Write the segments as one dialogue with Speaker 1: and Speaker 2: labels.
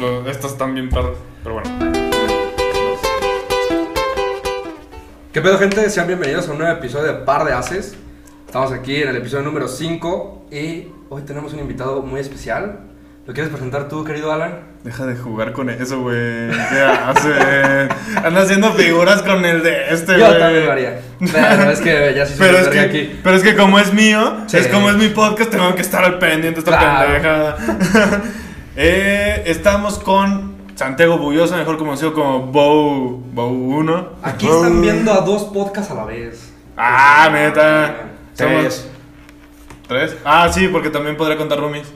Speaker 1: Lo- Estas están bien perras, pero bueno.
Speaker 2: ¿Qué pedo, gente? Sean bienvenidos a un nuevo episodio de Par de Haces. Estamos aquí en el episodio número 5 y hoy tenemos un invitado muy especial. ¿Lo quieres presentar tú, querido Alan?
Speaker 3: Deja de jugar con eso, güey. ¿Qué hace? Anda haciendo figuras con el de este, güey.
Speaker 2: Yo también lo haría. Pero es que ya sí soy
Speaker 3: Pero
Speaker 2: un
Speaker 3: es, que,
Speaker 2: verga aquí.
Speaker 3: pero es que como es mío,
Speaker 2: Sí.
Speaker 3: es como es mi podcast, tengo que estar al pendiente de esta
Speaker 2: Claro.
Speaker 3: pendejada. Eh, estamos con Santiago Bullosa, mejor conocido como Bow, Bow 1.
Speaker 2: Aquí están viendo a dos podcasts a la vez.
Speaker 3: Ah, neta.
Speaker 1: Tres.
Speaker 3: ¿Tres? Ah, sí, porque también podría contar roomies.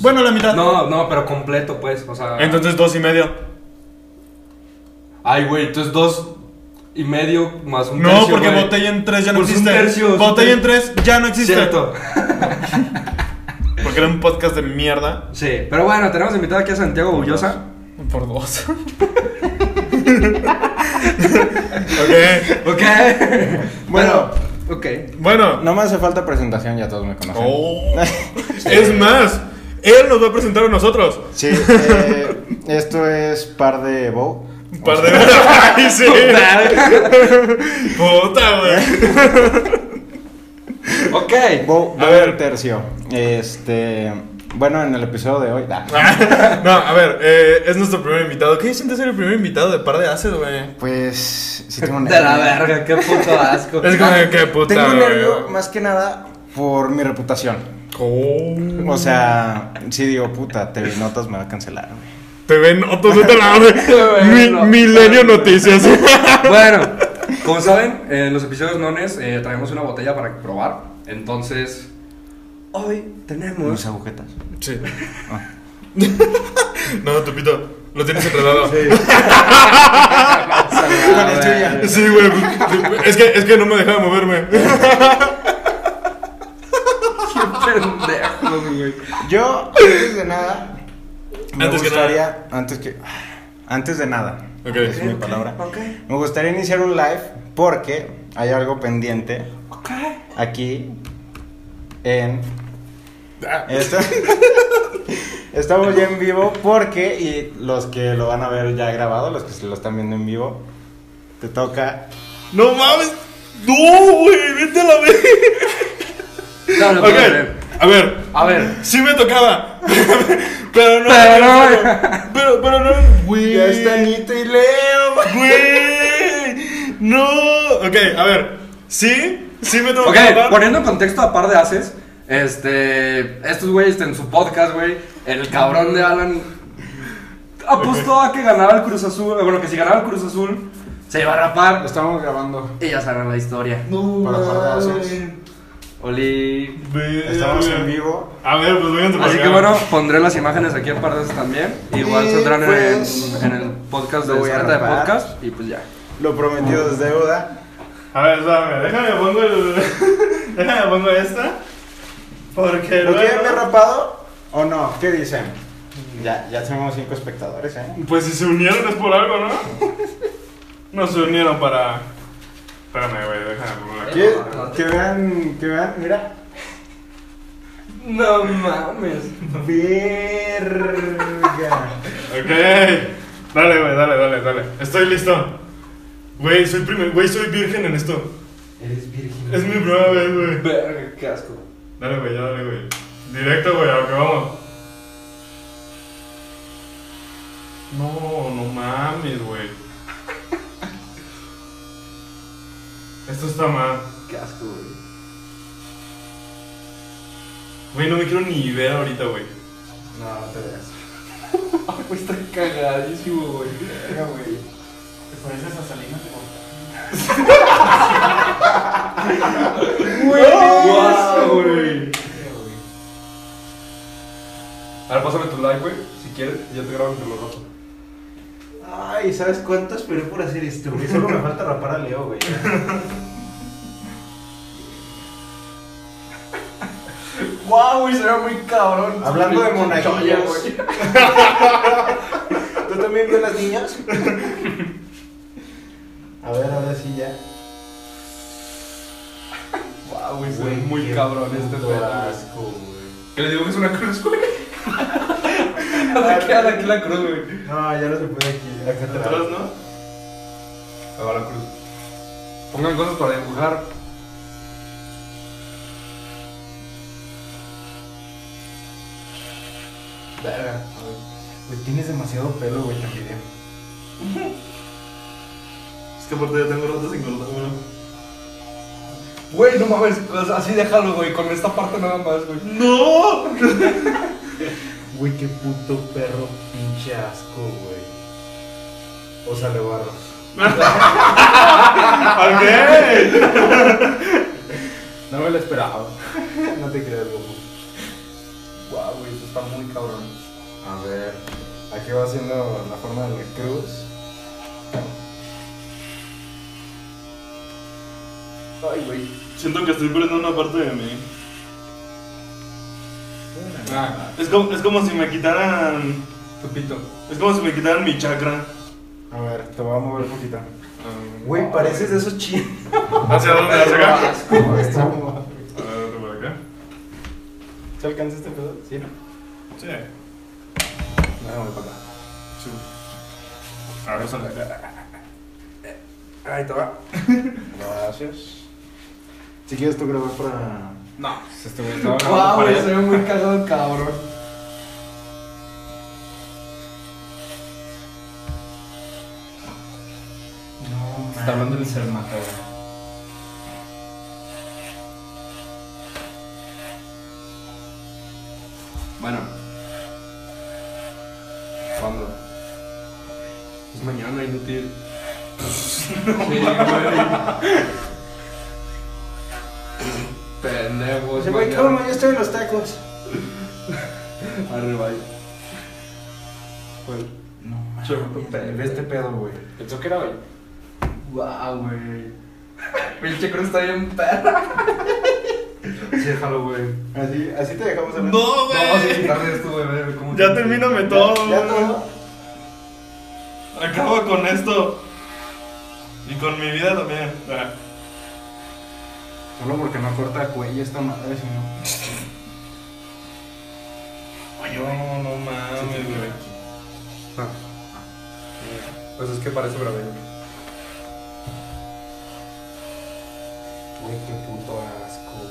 Speaker 3: Bueno, la mitad.
Speaker 2: Pues, No, no, pero completo, pues. O sea.
Speaker 3: Entonces dos y medio.
Speaker 2: Ay, güey, entonces dos y medio más un
Speaker 3: No,
Speaker 2: tercio.
Speaker 3: porque
Speaker 2: güey.
Speaker 3: botella en 3 ya no
Speaker 2: Pues un
Speaker 3: existe.
Speaker 2: tercio,
Speaker 3: botella en
Speaker 2: sí.
Speaker 3: 3 ya no existe.
Speaker 2: Cierto.
Speaker 3: Porque era un podcast de mierda.
Speaker 2: Sí, pero bueno, tenemos invitado aquí a Santiago Bullosa.
Speaker 3: Por dos. ok.
Speaker 2: Ok.
Speaker 4: Bueno.
Speaker 2: ok.
Speaker 3: Bueno.
Speaker 4: No me hace falta presentación, ya todos me conocen.
Speaker 3: Oh. es más, él nos va a presentar a nosotros.
Speaker 4: Sí, eh, esto es par de Bow.
Speaker 3: Un par de Ay, sí. Puta, güey.
Speaker 2: ok.
Speaker 4: Bow,
Speaker 3: A
Speaker 4: Bow
Speaker 3: ver.
Speaker 4: un tercio. Este, bueno, en el episodio de hoy. ah, nah.
Speaker 3: Ah, No, a ver, eh, es nuestro primer invitado. ¿Qué sientes ser el primer invitado de par de haces, güey?
Speaker 4: Pues, sí tengo
Speaker 2: De la
Speaker 4: nervio.
Speaker 2: verga, qué puto asco.
Speaker 3: Es como que puta,
Speaker 4: Tengo nervio
Speaker 3: güey.
Speaker 4: más que nada por mi reputación.
Speaker 3: Oh.
Speaker 4: O sea, sí digo, puta, TV Notas me va a cancelar, güey.
Speaker 3: Te ven otros de la Mi,
Speaker 2: Bueno.
Speaker 3: Milenio Noticias.
Speaker 2: Bueno, como saben, en los episodios nones eh, traemos una botella para probar. Entonces, hoy
Speaker 4: Mis
Speaker 2: tenemos.
Speaker 4: agujetas.
Speaker 3: Sí. no, Tupito, lo tienes enredado. Sí,
Speaker 4: Con el tuyo.
Speaker 3: güey. pues, Es que, es que no me dejaba moverme.
Speaker 2: Qué pendejos, güey.
Speaker 4: Yo, antes de nada, me
Speaker 3: Antes que
Speaker 4: gustaría, antes que, antes de nada,
Speaker 3: Ok.
Speaker 4: es mi
Speaker 2: Ok,
Speaker 4: palabra.
Speaker 2: ok.
Speaker 4: Me gustaría iniciar un live porque hay algo pendiente aquí en esto. Estamos ya en vivo porque y los que lo van a ver ya grabado, los que se lo están viendo en vivo, te toca.
Speaker 3: No mames. No, güey, vete a la vez.
Speaker 2: No, no, puedo
Speaker 3: Ok,
Speaker 2: creer.
Speaker 3: a ver.
Speaker 2: A ver.
Speaker 3: Sí me tocaba. pero no.
Speaker 2: Pero-
Speaker 3: pero, pero no. Güey.
Speaker 4: Ya está Anito y Leo.
Speaker 3: Güey. No. Ok, a ver. Sí, sí me
Speaker 2: Ok,
Speaker 3: tocaba.
Speaker 2: poniendo en contexto a par de haces, este, estos güeyes en su podcast, güey, el cabrón de Alan apostó a que ganara el Cruz Azul, eh, bueno, que si ganaba el Cruz Azul, se iba a rapar
Speaker 4: Estamos grabando.
Speaker 2: y ya sabrán la historia.
Speaker 3: No,
Speaker 4: Para guardar
Speaker 3: mames.
Speaker 4: esos.
Speaker 2: Oli.
Speaker 3: Verga.
Speaker 4: Estamos en vivo.
Speaker 3: A ver, pues voy a entrar
Speaker 2: Así
Speaker 3: acá.
Speaker 2: que bueno, pondré las imágenes aquí en par de haces también. Igual
Speaker 4: Y,
Speaker 2: saldrán en-
Speaker 4: pues,
Speaker 2: en, el podcast de
Speaker 4: lo voy a
Speaker 2: Secreta de
Speaker 4: rapar.
Speaker 2: Podcast y pues ya.
Speaker 4: Lo prometido es deuda.
Speaker 3: A ver, espérame, déjame pongo el. déjame pongo esta. Porque
Speaker 4: ¿Lo quieren ver
Speaker 3: luego.
Speaker 4: rapado o no? ¿Qué dicen? Ya, ya tenemos cinco espectadores, ¿eh?
Speaker 3: Pues si se unieron es por algo, ¿no? No se unieron para. Espérame, güey, déjame poner aquí.
Speaker 4: ¿Qué- Que vean, que vean, mira.
Speaker 2: No mames.
Speaker 4: Verga.
Speaker 3: Ok. Dale, güey, dale, dale, dale. Estoy listo. Güey, soy primer. Güey, soy virgen en esto.
Speaker 2: Eres virgen.
Speaker 3: Es mi primera vez, güey.
Speaker 2: Verga, qué asco.
Speaker 3: Dale, güey, ya dale, güey. Directo, güey, a lo que vamos. No, no mames, güey. Esto está mal.
Speaker 2: Qué asco, güey.
Speaker 3: Güey, no me quiero ni ver ahorita, güey.
Speaker 2: No, te veas. Pues está cagadísimo, güey. Güey, guaso, güey. Ahora pásame tu like, güey. Si quieres, yo te grabo entre los dos.
Speaker 4: Ay, ¿sabes cuánto esperé por hacer esto? güey? Solo me falta rapar a Leo, güey.
Speaker 2: Guau, güey, será muy cabrón.
Speaker 4: Hablando de monaguillos.
Speaker 2: güey.
Speaker 4: ¿Tú también ves las niñas? A ver, ahora sí ya.
Speaker 2: Guau, güey, será
Speaker 3: Güey,
Speaker 2: muy
Speaker 3: qué
Speaker 2: cabrón este
Speaker 3: puto
Speaker 2: pedo. güey.
Speaker 3: asco, güey. ¿Qué le digo que es una cruz, güey?
Speaker 2: Aquí, aquí la cruz, güey.
Speaker 4: No, ya no se puede aquí. Acá
Speaker 5: Atrás,
Speaker 4: atrás.
Speaker 5: ¿no?
Speaker 4: Ahora cruz.
Speaker 2: Pongan cosas para dibujar.
Speaker 4: Verga. güey. Güey, tienes demasiado pelo, güey, también.
Speaker 5: Es que aparte ya tengo rato sin cortar uno.
Speaker 2: Güey, no mames, o sea, así déjalo, güey, con esta parte nada más, güey.
Speaker 5: ¡No!
Speaker 4: Güey, qué puto perro pinche asco, güey. O sea, le barros.
Speaker 3: Ok.
Speaker 4: No me lo esperaba. no te creas, loco.
Speaker 2: Guau, güey, eso está muy cabrón.
Speaker 4: A ver, aquí va haciendo la forma de la cruz.
Speaker 2: Ay, güey.
Speaker 5: Siento que estoy perdiendo una parte de mí. Ah, Es como, es como si me quitaran.
Speaker 2: Tupito.
Speaker 5: Es como si me quitaran mi chakra.
Speaker 4: A ver, te voy a mover un poquito. Güey, pareces de esos chinos.
Speaker 3: Ah, ¿Hacia dónde? ¿Hacia acá?
Speaker 4: ¿Te
Speaker 3: A ver, por acá.
Speaker 4: alcanza este pedo? Sí, no.
Speaker 3: Sí.
Speaker 4: No, no, no.
Speaker 3: Sí. A ver, sale.
Speaker 2: Ahí te va.
Speaker 4: Gracias. Si quieres tú grabar para.
Speaker 2: No.
Speaker 4: Se estuvo estaba grabando
Speaker 2: Guau,
Speaker 4: para
Speaker 2: güey,
Speaker 4: él.
Speaker 2: se ve muy cagado, cabrón.
Speaker 4: No,
Speaker 2: Está hablando el Cermata, güey. Bueno. ¿Cuándo? Es mañana, inútil. Sí, güey. Pendejos.
Speaker 4: Oye, güey,
Speaker 2: mañana.
Speaker 4: calma, yo estoy en los tacos.
Speaker 2: Arre, vaya. Bueno,
Speaker 4: No,
Speaker 2: Che,
Speaker 4: mames, ve este pedo, güey.
Speaker 1: Pensó que era hoy.
Speaker 2: guau, güey. Pinche cruz está bien perra.
Speaker 4: Sí, déjalo, güey. Así, así te dejamos hablar.
Speaker 3: No,
Speaker 2: Vamos a
Speaker 3: güey.
Speaker 2: quitarle esto, güey. a ver cómo
Speaker 3: Ya
Speaker 2: se-
Speaker 3: termíname
Speaker 4: Ya,
Speaker 3: todo.
Speaker 4: ya todo.
Speaker 5: Acabo con esto. Y con mi vida también. Ah.
Speaker 4: Solo porque no corta cuello esta madre, si no.
Speaker 5: No, no mames, güey.
Speaker 2: Pues es que parece brabello.
Speaker 4: Güey, qué puto asco, güey.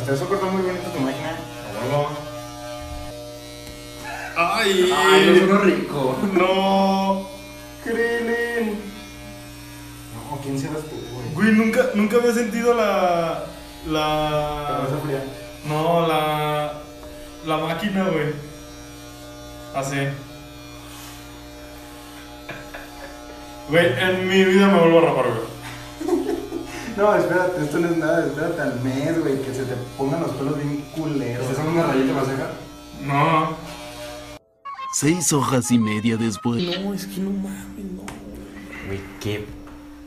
Speaker 4: Hasta eso cortó muy bonito tu máquina.
Speaker 3: Ay.
Speaker 2: Ay, no suena rico.
Speaker 3: No.
Speaker 4: Krillin. No, ¿quién serás tú, güey?
Speaker 3: Güey, nunca, nunca había sentido la.
Speaker 4: Te vas a
Speaker 3: La.
Speaker 4: friar.
Speaker 3: No, la. La máquina, güey. Así. Güey, en mi vida me vuelvo a rapar, güey.
Speaker 4: No, espérate, esto no es nada, espérate al mes, güey, que se te pongan los pelos bien culeros.
Speaker 2: ¿Estás haciendo una rayita más acá?
Speaker 3: No.
Speaker 6: Seis hojas y media después.
Speaker 4: Güey, qué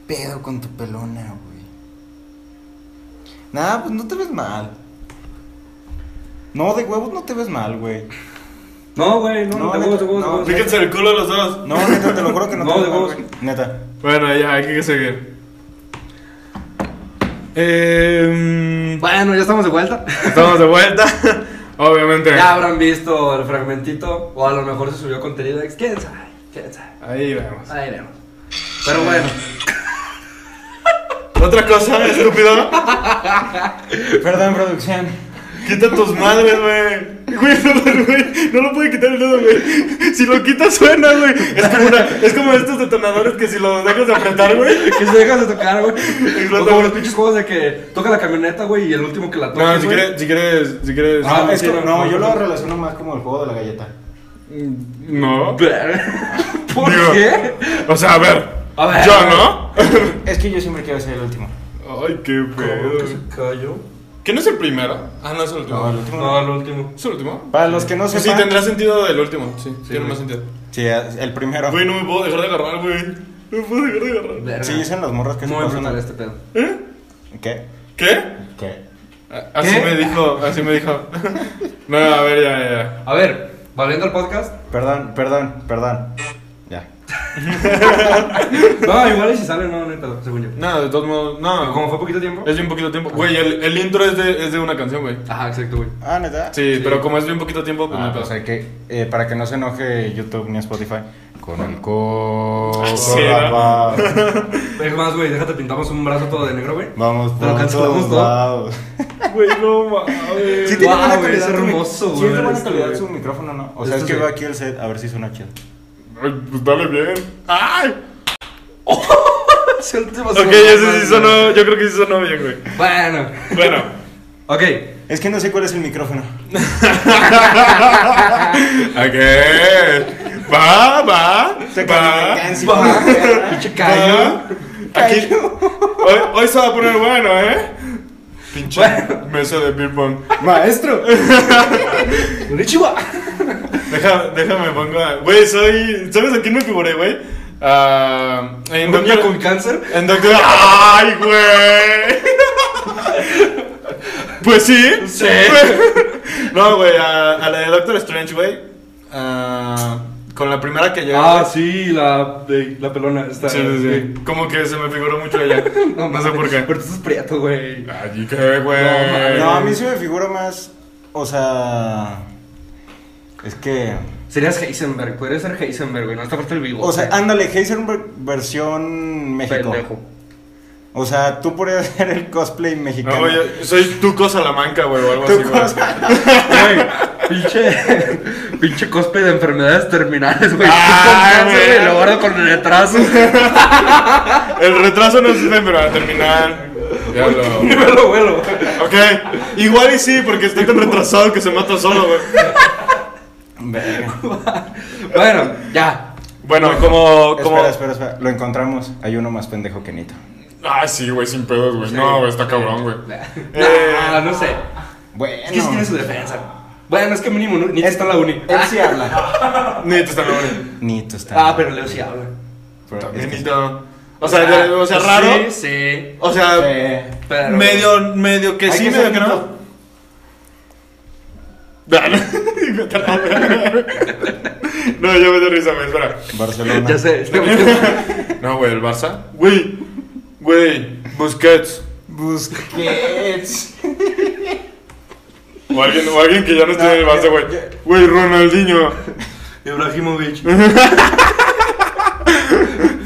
Speaker 4: pedo con tu pelona, güey. Nah, pues no te ves mal. No, de huevos no te ves mal, güey.
Speaker 2: No, güey,
Speaker 4: no, de huevos, de huevos, de huevos.
Speaker 3: Fíjense el culo de los dos.
Speaker 4: No, neta, te lo juro que no,
Speaker 2: No,
Speaker 4: te
Speaker 2: de
Speaker 4: ves mal,
Speaker 2: huevos.
Speaker 4: güey. Neta.
Speaker 3: Bueno, ya, hay que seguir. Eh,
Speaker 2: Bueno, ya estamos de vuelta.
Speaker 3: estamos de vuelta. Obviamente.
Speaker 2: Ya habrán visto el fragmentito. O a lo mejor se subió contenido. ex, ¿Quién sabe? ¿Quién sabe?
Speaker 3: Ahí vemos.
Speaker 2: Ahí veremos. Pero bueno.
Speaker 3: Otra cosa, estúpido.
Speaker 4: Perdón, producción.
Speaker 3: Quita tus madres, güey. Güey, no, lo- güey, no lo puede quitar el dedo, güey. Si lo quitas, suena, güey. Es como, una- es como estos detonadores que si los dejas de apretar, güey.
Speaker 2: Que se dejas de tocar, güey.
Speaker 3: Exacto.
Speaker 2: O como los pinches juegos de que toca la camioneta, güey, y el último que la toca.
Speaker 3: No, si quieres, si quieres, si quieres.
Speaker 4: Ah, es
Speaker 2: sí,
Speaker 4: que
Speaker 2: no,
Speaker 4: no, yo
Speaker 2: no.
Speaker 4: lo relaciono más como el juego de la galleta.
Speaker 3: No.
Speaker 2: ¿Por
Speaker 3: Digo,
Speaker 2: qué?
Speaker 3: O sea, a ver.
Speaker 2: A ver.
Speaker 3: Yo, ¿no?
Speaker 4: Es que yo siempre quiero ser el último.
Speaker 3: Ay, qué
Speaker 2: ¿Por
Speaker 3: pedo.
Speaker 2: cayó?
Speaker 3: ¿Qué no es el primero? Ah, no es el último.
Speaker 4: No, el último.
Speaker 2: No, el último.
Speaker 3: ¿Es el último?
Speaker 4: Para los que no
Speaker 3: Pues sí,
Speaker 4: sepan.
Speaker 3: tendrá sentido el último. Sí, Ah. tiene
Speaker 2: güey.
Speaker 3: más sentido.
Speaker 4: Sí, eh, el primero.
Speaker 3: Güey, no me puedo dejar de agarrar, güey. No me puedo dejar de agarrar. ¿Eh?
Speaker 2: Verga.
Speaker 4: Sí, dicen los morros que se
Speaker 2: Muy
Speaker 4: pasan.
Speaker 2: brutal este pedo.
Speaker 4: ¿Qué?
Speaker 3: ¿Qué?
Speaker 4: ¿Qué?
Speaker 3: Ah, Así
Speaker 2: ¿Qué?
Speaker 3: me dijo, así me dijo. No, a ver, ya, ya, ya.
Speaker 2: A ver, volviendo al podcast.
Speaker 4: Perdón, perdón, perdón. Ya.
Speaker 2: No, igual y si sale, no, neta, según yo.
Speaker 3: No, de todos modos, no.
Speaker 2: Como fue poquito tiempo.
Speaker 3: Es bien poquito tiempo. Güey, el, el intro es de, es de una canción, güey.
Speaker 2: Ajá, exacto, güey.
Speaker 4: Ah, neta.
Speaker 3: Sí, pero como es bien poquito tiempo, pues no
Speaker 4: Ah,
Speaker 3: hay pedo.
Speaker 4: o sea que eh, para que no se enoje YouTube ni Spotify con el coco
Speaker 3: Sí, ¿no?
Speaker 4: lavado.
Speaker 2: Es más, güey, déjate pintamos un brazo todo de negro, güey.
Speaker 4: Vamos
Speaker 2: Lo
Speaker 4: por
Speaker 2: cancelamos
Speaker 4: todos
Speaker 2: todo.
Speaker 4: lados.
Speaker 3: Güey, no mames.
Speaker 4: Sí tiene
Speaker 2: Wow,
Speaker 4: buena
Speaker 2: güey,
Speaker 4: calidad
Speaker 2: es
Speaker 4: tu mic-
Speaker 2: hermoso,
Speaker 4: sí
Speaker 2: güey,
Speaker 4: es de buena
Speaker 2: esto,
Speaker 4: calidad
Speaker 2: güey.
Speaker 4: su micrófono, ¿no? O
Speaker 2: Esto
Speaker 4: sea, es que
Speaker 2: sí.
Speaker 4: veo aquí el set a ver si suena chido.
Speaker 1: Ay, pues dale bien.
Speaker 3: ¡Ay!
Speaker 2: Sí, el tema
Speaker 3: Ok,
Speaker 2: sonó
Speaker 3: ese
Speaker 2: mal,
Speaker 3: sí
Speaker 2: güey.
Speaker 3: sonó. Yo creo que sí sonó bien, güey.
Speaker 2: Bueno,
Speaker 3: Bueno,
Speaker 2: ok.
Speaker 4: Es que no sé cuál es el micrófono.
Speaker 3: ok. Va, va. Va.
Speaker 2: Va, pinche callo.
Speaker 3: va. Aquí. Hoy, hoy se va a poner bueno, ¿eh? Pinche mesa de ping pong.
Speaker 4: Maestro. Ah,
Speaker 2: Konnichiwa.
Speaker 3: Deja, déjame pongo a. Güey, soy. ¿Sabes a quién me figuré, güey? Ah, en
Speaker 2: Un niño con
Speaker 3: doctor.
Speaker 2: cáncer.
Speaker 3: En doctor. ¡Ay, güey! Pues sí.
Speaker 2: Sí.
Speaker 3: No, güey, a, a la de Doctor Strange, güey. ah, con la primera que llegó.
Speaker 2: Ah,
Speaker 3: güey.
Speaker 2: sí, la, de- la pelona. Está,
Speaker 3: Sí, sí, sí. Como que se me figuró mucho ella. No, sé
Speaker 2: mames,
Speaker 3: por qué.
Speaker 2: Pero tú estás prieto, güey.
Speaker 1: Allí qué, güey.
Speaker 2: No, mames.
Speaker 4: No, a mí sí me figura más. O sea. Es que.
Speaker 2: Serías Heisenberg, podrías ser Heisenberg, güey. No está parte el vivo.
Speaker 4: O sea, ándale, Heisenberg versión México.
Speaker 2: pendejo.
Speaker 4: O sea, tú podrías hacer el cosplay
Speaker 3: No,
Speaker 4: mexicano.
Speaker 3: güey, soy Tuco Salamanca, güey, o algo
Speaker 4: Tú
Speaker 3: así, güey.
Speaker 4: cosa-
Speaker 2: Güey, pinche, pinche cosplay de enfermedades terminales, güey.
Speaker 3: Ah,
Speaker 2: Con cáncer,
Speaker 3: sí.
Speaker 2: y lo guardo con el retraso.
Speaker 3: El retraso no sirve, pero a terminar. Ya lo.
Speaker 2: Vuelo, vuelo.
Speaker 3: Ok, igual y sí, porque estoy tan retrasado que se mata solo, güey.
Speaker 4: Verga.
Speaker 2: Bueno, ya.
Speaker 3: Bueno, como. como...
Speaker 4: Espera, espera, espera. Lo encontramos. Hay uno más pendejo que Nito.
Speaker 1: Ah, sí, güey, sin pedos, güey. No, güey, está cabrón, güey.
Speaker 3: Eh.
Speaker 2: No, no sé.
Speaker 4: Bueno.
Speaker 2: Es que sí tiene su defensa. Bueno, es que mínimo, ¿no? ni está en la uni.
Speaker 4: Él sí habla.
Speaker 3: Nito está cabrón.
Speaker 4: Nito está.
Speaker 2: Ah, pero Leo sí habla.
Speaker 4: Pero es
Speaker 3: También
Speaker 4: que-
Speaker 3: Nito. O sea, de- o sea, raro.
Speaker 2: Ah, Sí, sí.
Speaker 3: O sea,
Speaker 4: Eh,
Speaker 2: Pero...
Speaker 3: medio, medio que
Speaker 4: Hay
Speaker 3: sí,
Speaker 4: que
Speaker 3: medio
Speaker 4: ser
Speaker 3: que
Speaker 4: Nito.
Speaker 3: no. Vete a la verga. No, yo me doy risa, güey, espera.
Speaker 4: Barcelona.
Speaker 2: Ya sé. este güey-
Speaker 1: No, güey, el Barça.
Speaker 3: Güey, güey, Busquets.
Speaker 4: Busquets.
Speaker 1: O alguien, o alguien que ya no esté en el Barça, güey. Güey, Ronaldinho.
Speaker 2: Ibrahimovic.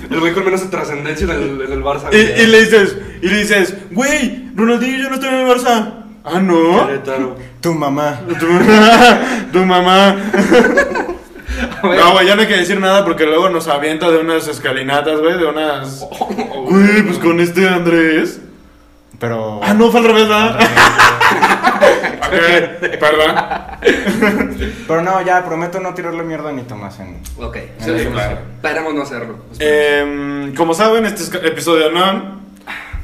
Speaker 2: El güey con menos trascendencia en el, en el Barça.
Speaker 3: Y, y le dices, y le dices, güey, Ronaldinho ya no está en el Barça. Ah, no.
Speaker 2: Querétaro.
Speaker 4: Tu mamá.
Speaker 3: Tu mamá, tu mamá. No,
Speaker 2: Bueno,
Speaker 3: güey, ya no hay que decir nada porque luego nos avienta de unas escalinatas, güey, de unas. Güey, pues con este Andrés.
Speaker 4: Pero.
Speaker 3: Ah, no, fue al revés, ¿verdad? ok, perdón.
Speaker 4: Pero no, ya prometo no tirarle mierda a Nito más en.
Speaker 2: Ok.
Speaker 4: Sí, claro.
Speaker 2: Esperemos no hacerlo.
Speaker 3: Em, como saben, este es- episodio no.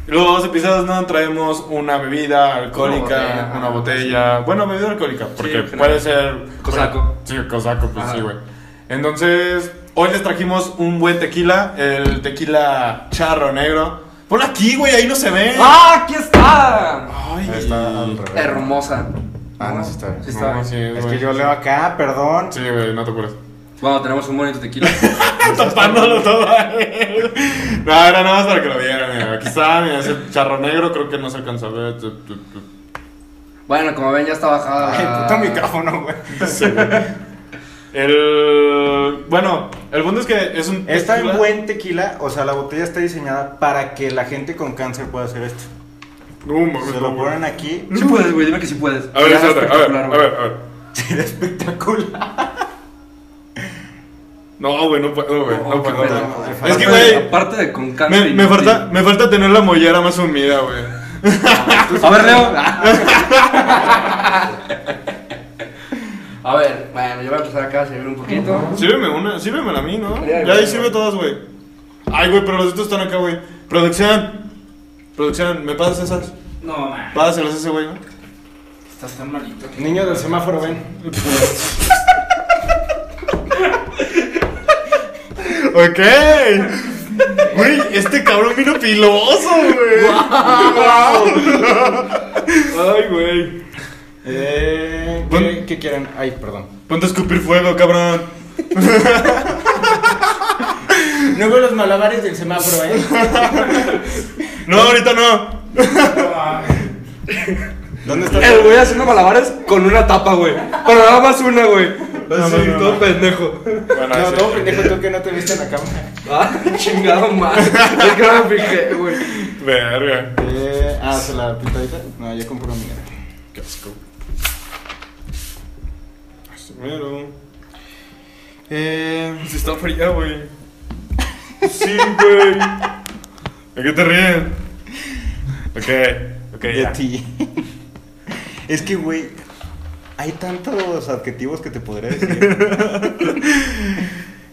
Speaker 3: Los dos episodios no traemos una bebida alcohólica,
Speaker 2: Una botella.
Speaker 3: una botella. Bueno, bebida alcohólica, porque
Speaker 2: en general.
Speaker 3: puede ser.
Speaker 2: Cosaco.
Speaker 1: Sí, cosaco, pues
Speaker 2: Ajá.
Speaker 1: sí, güey.
Speaker 3: Entonces, hoy les trajimos un buen tequila, el tequila charro negro. Ponlo aquí, güey, ahí no se ve.
Speaker 2: ¡Ah, aquí está!
Speaker 3: Ay,
Speaker 4: Está al revés.
Speaker 2: Hermosa.
Speaker 4: Ah, no, sí está bien.
Speaker 2: Sí
Speaker 1: No,
Speaker 2: está.
Speaker 1: sí,
Speaker 4: Es
Speaker 1: güey.
Speaker 4: que yo leo acá, perdón.
Speaker 1: Sí, güey, no te apures.
Speaker 2: Bueno, tenemos un bonito tequila.
Speaker 3: tapándolo todo. no, era nada más para que lo vieran. mira. Aquí está, mira, ese charro negro, creo que no se alcanza a ver. Tu, tu, tu.
Speaker 2: Bueno, como ven, ya está bajada.
Speaker 4: Ay,
Speaker 2: la-
Speaker 4: puto micrófono, güey.
Speaker 3: El. Bueno, el punto es que es un.
Speaker 4: Está
Speaker 3: tequila.
Speaker 4: en buen tequila, o sea, la botella está diseñada para que la gente con cáncer pueda hacer esto.
Speaker 1: No, mames,
Speaker 4: Se
Speaker 1: no,
Speaker 4: lo
Speaker 1: güey.
Speaker 4: ponen aquí.
Speaker 2: Sí puedes, güey, dime que sí puedes.
Speaker 1: A ver,
Speaker 2: Ya,
Speaker 1: esa otra, a ver,
Speaker 2: espectacular,
Speaker 1: a
Speaker 2: güey.
Speaker 1: ver, a ver.
Speaker 4: Será espectacular.
Speaker 1: No, güey, no puedo, güey. No
Speaker 2: Oh, qué
Speaker 1: puedo.
Speaker 2: pedo.
Speaker 4: güey.
Speaker 2: Aparte
Speaker 4: Es que,
Speaker 2: de-
Speaker 3: güey,
Speaker 2: Aparte de con cáncer.
Speaker 3: Me, me,
Speaker 2: inútil.
Speaker 3: falta, me falta tener la mollera más humida, güey.
Speaker 2: A ver, Leo. A ver, bueno, yo voy a empezar acá a servir un poquito.
Speaker 3: Sírveme una, sírvemela a mí, ¿no?
Speaker 2: Ya,
Speaker 3: Ya ahí
Speaker 2: güey.
Speaker 3: sirve todas, güey. Ay, güey, pero los estos están acá, güey. Producción. Producción, ¿me pasas esas?
Speaker 5: No, man.
Speaker 3: Pásaselas a ese güey, ¿no?
Speaker 5: Estás tan malito.
Speaker 4: Niño del semáforo, ven.
Speaker 3: Ok. Güey, este cabrón vino piloso, güey. Ay, güey.
Speaker 4: Eh, ¿qué, qué quieren? Ay, perdón.
Speaker 3: Ponte a escupir fuego, cabrón.
Speaker 4: No veo los malabares del semáforo, ¿eh?
Speaker 3: No, ahorita no.
Speaker 4: ¿Dónde está?
Speaker 2: El güey haciendo malabares con una tapa, güey. Pero nada más una, güey. Así,
Speaker 1: no, no,
Speaker 2: todo
Speaker 1: no.
Speaker 2: pendejo.
Speaker 1: Bueno,
Speaker 4: No,
Speaker 1: ese-
Speaker 4: todo pendejo tú que no te viste en la cámara.
Speaker 2: Ah, chingado madre. Es que no me fijé, güey.
Speaker 1: Verga.
Speaker 4: Eh, ah, ¿se la pintadita? No, yo compro una mía.
Speaker 1: Qué asco. Primero.
Speaker 4: Eh,
Speaker 1: Si está fría, güey. Sí, güey. ¿De qué te ríes? Ok, ok,
Speaker 4: de
Speaker 1: ya.
Speaker 4: ti. Es que, güey, hay tantos adjetivos que te podría decir.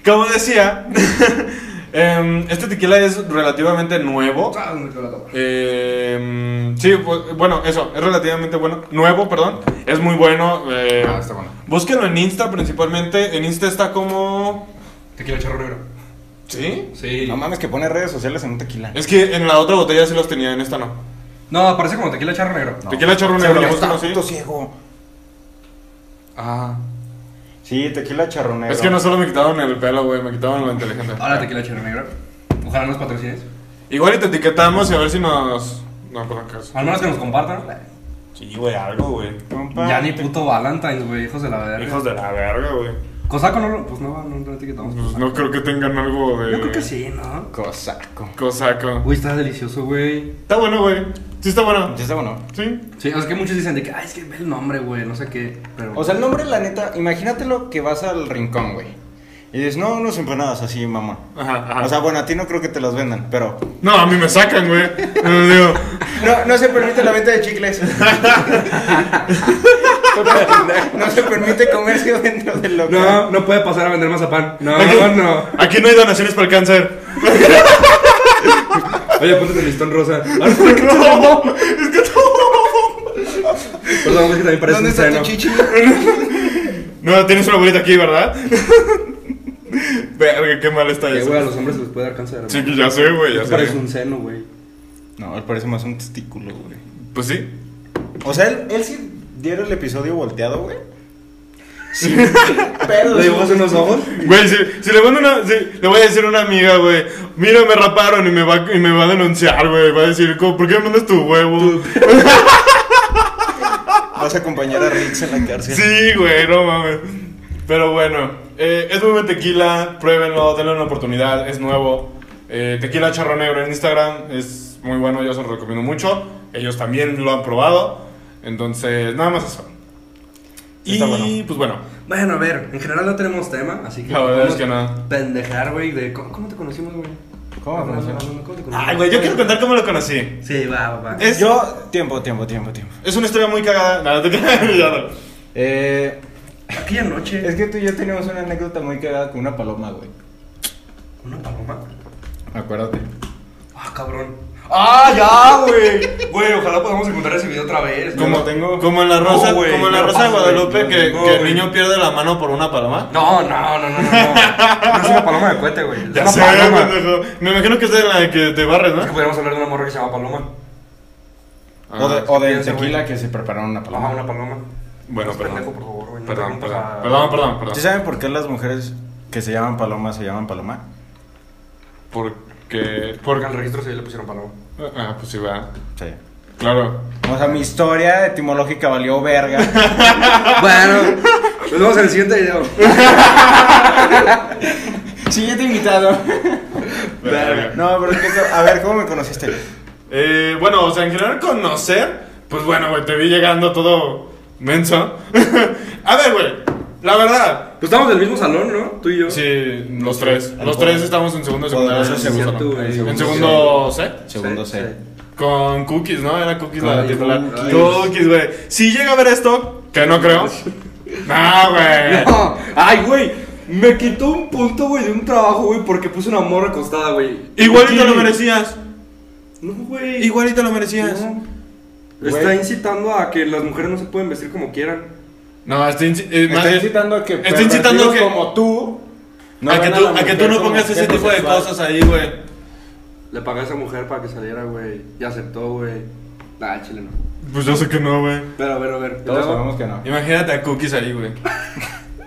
Speaker 3: Como decía, em, este tequila es relativamente nuevo.
Speaker 2: Ah, ¿dónde quedó la tapa?
Speaker 3: Em, sí, bu- bueno, eso, es relativamente bueno. Nuevo, perdón. Es muy bueno. eh,
Speaker 2: Ah, está bueno.
Speaker 3: Búsquenlo en Insta principalmente. En Insta está como...
Speaker 2: Tequila charro negro.
Speaker 3: ¿Sí?
Speaker 2: Sí.
Speaker 4: No mames, que pone redes sociales en un tequila.
Speaker 3: Es que en la otra botella sí los tenía, en esta no.
Speaker 2: No, aparece como tequila charro negro.
Speaker 3: Tequila charro negro, búsquenlo así.
Speaker 4: puto ciego.
Speaker 3: Ah.
Speaker 4: Sí, tequila charronero.
Speaker 3: Es que no solo me quitaron el pelo, güey, me quitaron la inteligencia.
Speaker 2: Ahora tequila charro negro. Ojalá nos patrocines.
Speaker 3: Igual y te etiquetamos y a ver si nos. No, por acaso.
Speaker 2: Al menos que nos compartan.
Speaker 1: Sí, güey, algo, güey.
Speaker 4: Compa,
Speaker 2: Ya ni puto Valentine's, güey, hijos de la verga.
Speaker 1: Hijos de la verga, güey.
Speaker 2: Cosaco no lo. Pues no, no lo etiquetamos.
Speaker 3: Pues no creo que tengan algo de.
Speaker 2: Yo creo que sí, ¿no?
Speaker 4: Cosaco.
Speaker 3: Cosaco.
Speaker 2: Güey, está delicioso, güey.
Speaker 3: Está bueno, güey. Sí, está bueno.
Speaker 4: Ya está bueno.
Speaker 3: Sí.
Speaker 2: Sí, o sea, que muchos dicen de que, ay, es que ve el nombre, güey, no sé qué. Pero.
Speaker 4: O sea, el nombre, la neta, imagínatelo que vas al rincón, güey. Y dices, no, unos empanadas así, mamá.
Speaker 3: Ajá, ajá.
Speaker 4: O sea, bueno, a ti no creo que te las vendan, pero.
Speaker 3: No, a mí me sacan, güey. No, digo.
Speaker 4: No, no se permite la venta de chicles. no se permite comercio dentro del local.
Speaker 2: no, no puede pasar a vender mazapán. No, no, no.
Speaker 3: Aquí no hay donaciones para el cáncer.
Speaker 2: Oye, ponte el listón rosa. Ah, no, es que todo. Perdón, es que también parece
Speaker 4: ¿Dónde
Speaker 2: un
Speaker 4: está
Speaker 2: seno.
Speaker 4: tu chichi?
Speaker 3: No, tienes una bolita aquí, ¿verdad? Verga, qué mal está
Speaker 2: Que, güey, a
Speaker 3: eso.
Speaker 2: los hombres se les puede dar cáncer.
Speaker 3: Sí,
Speaker 2: güey.
Speaker 3: que ya sé, güey, ya
Speaker 2: Parece
Speaker 3: sé.
Speaker 2: un seno, güey.
Speaker 4: No, él parece más un testículo, güey.
Speaker 3: Pues sí.
Speaker 4: O sea, él, él sí diera el episodio volteado, güey. Sí, pero.
Speaker 2: ¿Le dibujas en los ojos?
Speaker 3: Güey, si, si le mando una. si- le voy a decir a una amiga, güey. Mira, me raparon y me va, y me va a denunciar, güey. Va a decir, como, ¿por qué me mandas tu huevo?
Speaker 4: Vas a acompañar a Rix en la cárcel.
Speaker 3: Sí, güey, no mames. Pero bueno, eh, es muy buen tequila. Pruébenlo, denle una oportunidad. Es nuevo. Eh, tequila Charro Negro en Instagram es muy bueno. Yo se lo recomiendo mucho. Ellos también lo han probado. Entonces, nada más eso. Y
Speaker 4: Está bueno.
Speaker 3: pues bueno,
Speaker 2: Bueno, a ver, en general no tenemos tema, así que.
Speaker 3: La verdad es
Speaker 2: podemos
Speaker 3: que no.
Speaker 2: Pendejar, güey, de. ¿Cómo, cómo te conocimos, güey?
Speaker 4: ¿Cómo me conocieron?
Speaker 2: ¿Cómo te conocimos?
Speaker 3: ay, güey, yo quiero contar cómo lo conocí.
Speaker 2: Sí, va, va, va.
Speaker 3: Es,
Speaker 4: Yo, tiempo, tiempo, tiempo, tiempo.
Speaker 3: es una historia muy cagada. Nada, te ya no.
Speaker 4: Eh,
Speaker 2: Aquella noche.
Speaker 4: es que tú y yo teníamos una anécdota muy cagada con una paloma, güey.
Speaker 2: ¿Una paloma?
Speaker 4: Acuérdate.
Speaker 2: Ah, cabrón. ¡Ah, ya, güey! Güey, ojalá podamos encontrar ese video otra vez.
Speaker 4: ¿Cómo?
Speaker 2: ¿Cómo?
Speaker 4: lo tengo.
Speaker 3: Como en la rosa,
Speaker 2: No, güey,
Speaker 3: como en la
Speaker 2: no
Speaker 3: rosa de
Speaker 2: pasa,
Speaker 3: Guadalupe
Speaker 2: güey, no,
Speaker 3: que,
Speaker 2: no,
Speaker 3: que el
Speaker 2: güey.
Speaker 3: niño pierde la mano por una paloma.
Speaker 2: No, no, no, no, no. No, No es una paloma de cohete, güey. Es
Speaker 3: Ya
Speaker 2: una
Speaker 3: sé,
Speaker 2: paloma.
Speaker 3: pendejo. Me imagino que es de la que te barres,
Speaker 2: Es que
Speaker 3: ¿no?
Speaker 2: pudiéramos hablar de una morra que se llama Paloma.
Speaker 3: Ah,
Speaker 4: o de, o del
Speaker 2: piensa,
Speaker 4: tequila
Speaker 2: güey.
Speaker 4: que se prepararon una paloma.
Speaker 2: Ah, una paloma.
Speaker 3: Bueno,
Speaker 2: Pues,
Speaker 3: perdón.
Speaker 2: pendejo, por favor, güey, no
Speaker 3: perdón,
Speaker 2: te
Speaker 3: perdón,
Speaker 2: metas a-
Speaker 3: perdón, perdón, perdón.
Speaker 4: ¿Sí saben por qué las mujeres que se llaman paloma se llaman paloma?
Speaker 3: Porque.
Speaker 2: Porque
Speaker 3: Porque.
Speaker 2: al registro civil le pusieron Paloma.
Speaker 3: Ah, pues sí, va.
Speaker 4: Sí.
Speaker 3: Claro.
Speaker 4: O sea, mi historia etimológica valió verga.
Speaker 2: Bueno, nos vemos en el Pues siguiente video. Pues
Speaker 4: Siguiente invitado.
Speaker 3: Verga.
Speaker 4: No, pero es que eso- A ver, ¿cómo me conociste?
Speaker 3: Eh, bueno, o sea, en general conocer. Pues bueno, güey, te vi llegando todo menso. A ver, güey. La verdad.
Speaker 2: Pues estamos del mismo salón, ¿no? Tú y yo.
Speaker 3: Sí, los tres. Los
Speaker 4: poder-
Speaker 3: tres estamos en segundo de
Speaker 4: poderoso
Speaker 3: secundaria.
Speaker 4: segundo,
Speaker 3: En segundo,
Speaker 2: güey.
Speaker 3: ¿no? En
Speaker 2: Segundo
Speaker 3: segundo C.
Speaker 4: Segundo
Speaker 2: Sí,
Speaker 4: C.
Speaker 3: Con Cookies, ¿no? Era Cookies
Speaker 2: Con
Speaker 3: la titular.
Speaker 2: Cookies.
Speaker 3: Cookies, güey. Si llega a ver esto, que no creo. No, güey.
Speaker 2: No, Ay, güey. Me quitó un punto, güey, de un trabajo, güey, porque puse una morra acostada, güey.
Speaker 3: Igualito
Speaker 2: Sí.
Speaker 3: lo merecías.
Speaker 2: No, güey.
Speaker 3: Igualito lo merecías.
Speaker 2: No.
Speaker 4: Güey.
Speaker 2: Está incitando a que las mujeres no se pueden vestir como quieran.
Speaker 3: No, estoy, inci- eh,
Speaker 4: Me
Speaker 3: más-
Speaker 4: está incitando a que.
Speaker 3: Está incitando
Speaker 4: pervertidos
Speaker 3: que-
Speaker 4: como tú.
Speaker 3: a que
Speaker 4: vean
Speaker 3: tú,
Speaker 4: la
Speaker 3: a que tú
Speaker 4: mujer
Speaker 3: no
Speaker 4: como
Speaker 3: pongas ese tipo de
Speaker 4: heterosexual.
Speaker 3: cosas ahí, güey.
Speaker 2: Le pagué a esa mujer para que saliera, güey. Y aceptó, güey. Nah, chile no.
Speaker 3: Pues yo sé que no, güey.
Speaker 2: Pero a ver, a ver.
Speaker 4: Todos
Speaker 2: luego-
Speaker 4: sabemos que no.
Speaker 3: Imagínate a Cookies ahí, güey.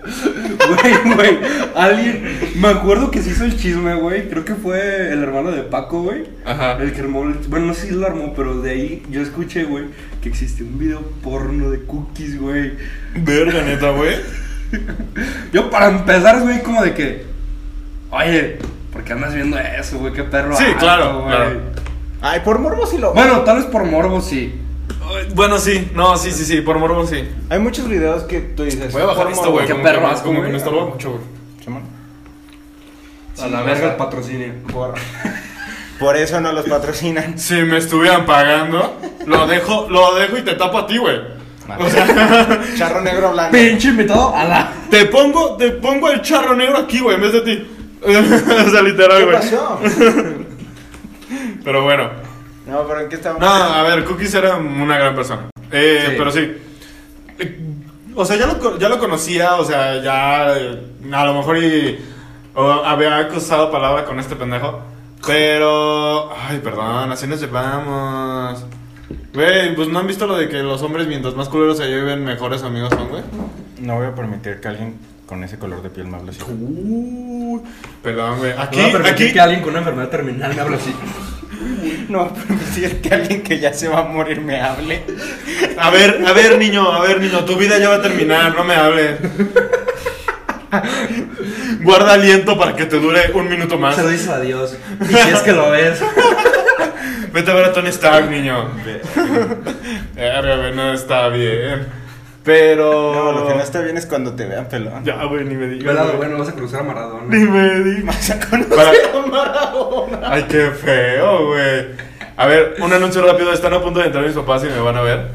Speaker 2: Güey, güey. Alguien. Me acuerdo que se hizo el chisme, güey. Creo que fue el hermano de Paco, güey.
Speaker 3: Ajá.
Speaker 2: El que armó. el- Bueno, no sé si lo armó, pero de ahí yo escuché, güey, que existe un video porno de cookies, güey.
Speaker 3: Verga, neta, güey.
Speaker 2: Yo, para empezar, güey, como de que. Oye, ¿por qué andas viendo eso, güey? Qué perro.
Speaker 3: Sí,
Speaker 2: alto,
Speaker 3: claro,
Speaker 2: güey".
Speaker 3: claro.
Speaker 4: Ay, por morbo sí lo
Speaker 2: Bueno, tal vez por morbo sí.
Speaker 3: Ay, Bueno, sí. No, sí, sí, sí. Por morbo, sí.
Speaker 4: Hay muchos videos que tú dices.
Speaker 3: Voy a bajar
Speaker 4: por
Speaker 3: esto,
Speaker 4: morbo.
Speaker 3: güey.
Speaker 2: qué
Speaker 3: como que
Speaker 2: perro
Speaker 3: me-
Speaker 2: asco,
Speaker 3: Como que
Speaker 2: güey.
Speaker 3: me estorba mucho, güey.
Speaker 4: Simón.
Speaker 2: A la verga el patrocinio.
Speaker 4: Por, por eso no los patrocinan.
Speaker 3: Si me estuvieran pagando, lo dejo, lo dejo y te tapo a ti, güey. O sea,
Speaker 4: Charro negro blanco.
Speaker 2: Pinche invitado a la.
Speaker 3: te pongo, te pongo el charro negro aquí, güey, en vez de ti. o sea, literal,
Speaker 4: ¿Qué
Speaker 3: güey.
Speaker 4: pasó?
Speaker 3: Pero bueno.
Speaker 4: No, pero ¿en qué estábamos?
Speaker 3: No, a ver, Cookies era una gran persona. Eh,
Speaker 2: Sí.
Speaker 3: Pero sí. Eh, O sea, ya lo, co- ya lo conocía, o sea, ya eh, a lo mejor y, o había cruzado palabra con este pendejo. Pero... Ay, perdón, así nos llevamos. Güey, pues no han visto lo de que los hombres mientras más culeros se lleven, mejores amigos son, güey.
Speaker 4: No voy a permitir que alguien con ese color de piel me hable así.
Speaker 3: Uy, perdón, güey. Aquí,
Speaker 2: No, pero
Speaker 3: aquí...
Speaker 2: que alguien con una enfermedad terminal me habla así.
Speaker 4: No voy a permitir que alguien que ya se va a morir me hable.
Speaker 3: A ver, a ver, niño, a ver, niño, tu vida ya va a terminar, no me hables. Guarda aliento para que te dure un minuto más.
Speaker 2: Se lo hizo a Dios. Y si es que lo ves.
Speaker 3: Vete a ver a Tony Stark, niño. Verga, güey, no está bien. Pero.
Speaker 4: No, lo que no está bien es cuando te vean pelón.
Speaker 3: Ya, güey, ni me digas.
Speaker 2: Velado,
Speaker 3: güey.
Speaker 2: bueno, vas a cruzar a Maradona.
Speaker 3: Ni me digas.
Speaker 4: Vas a conocer
Speaker 3: Para-
Speaker 4: a Maradona.
Speaker 3: Ay, qué feo, güey. A ver, un anuncio rápido. Están a punto de entrar mis papás y me van a ver.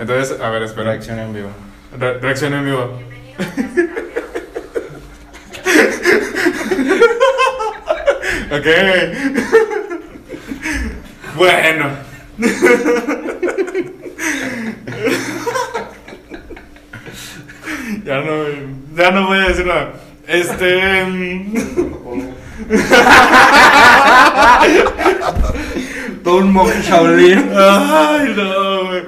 Speaker 3: Entonces, a ver, espera.
Speaker 4: Reacción en vivo.
Speaker 3: Re- reacción en vivo. ok. bueno. ya no. Ya no voy a decir nada. Este. mm,
Speaker 2: Todo un monje Shaolin.
Speaker 3: Ay, no, güey.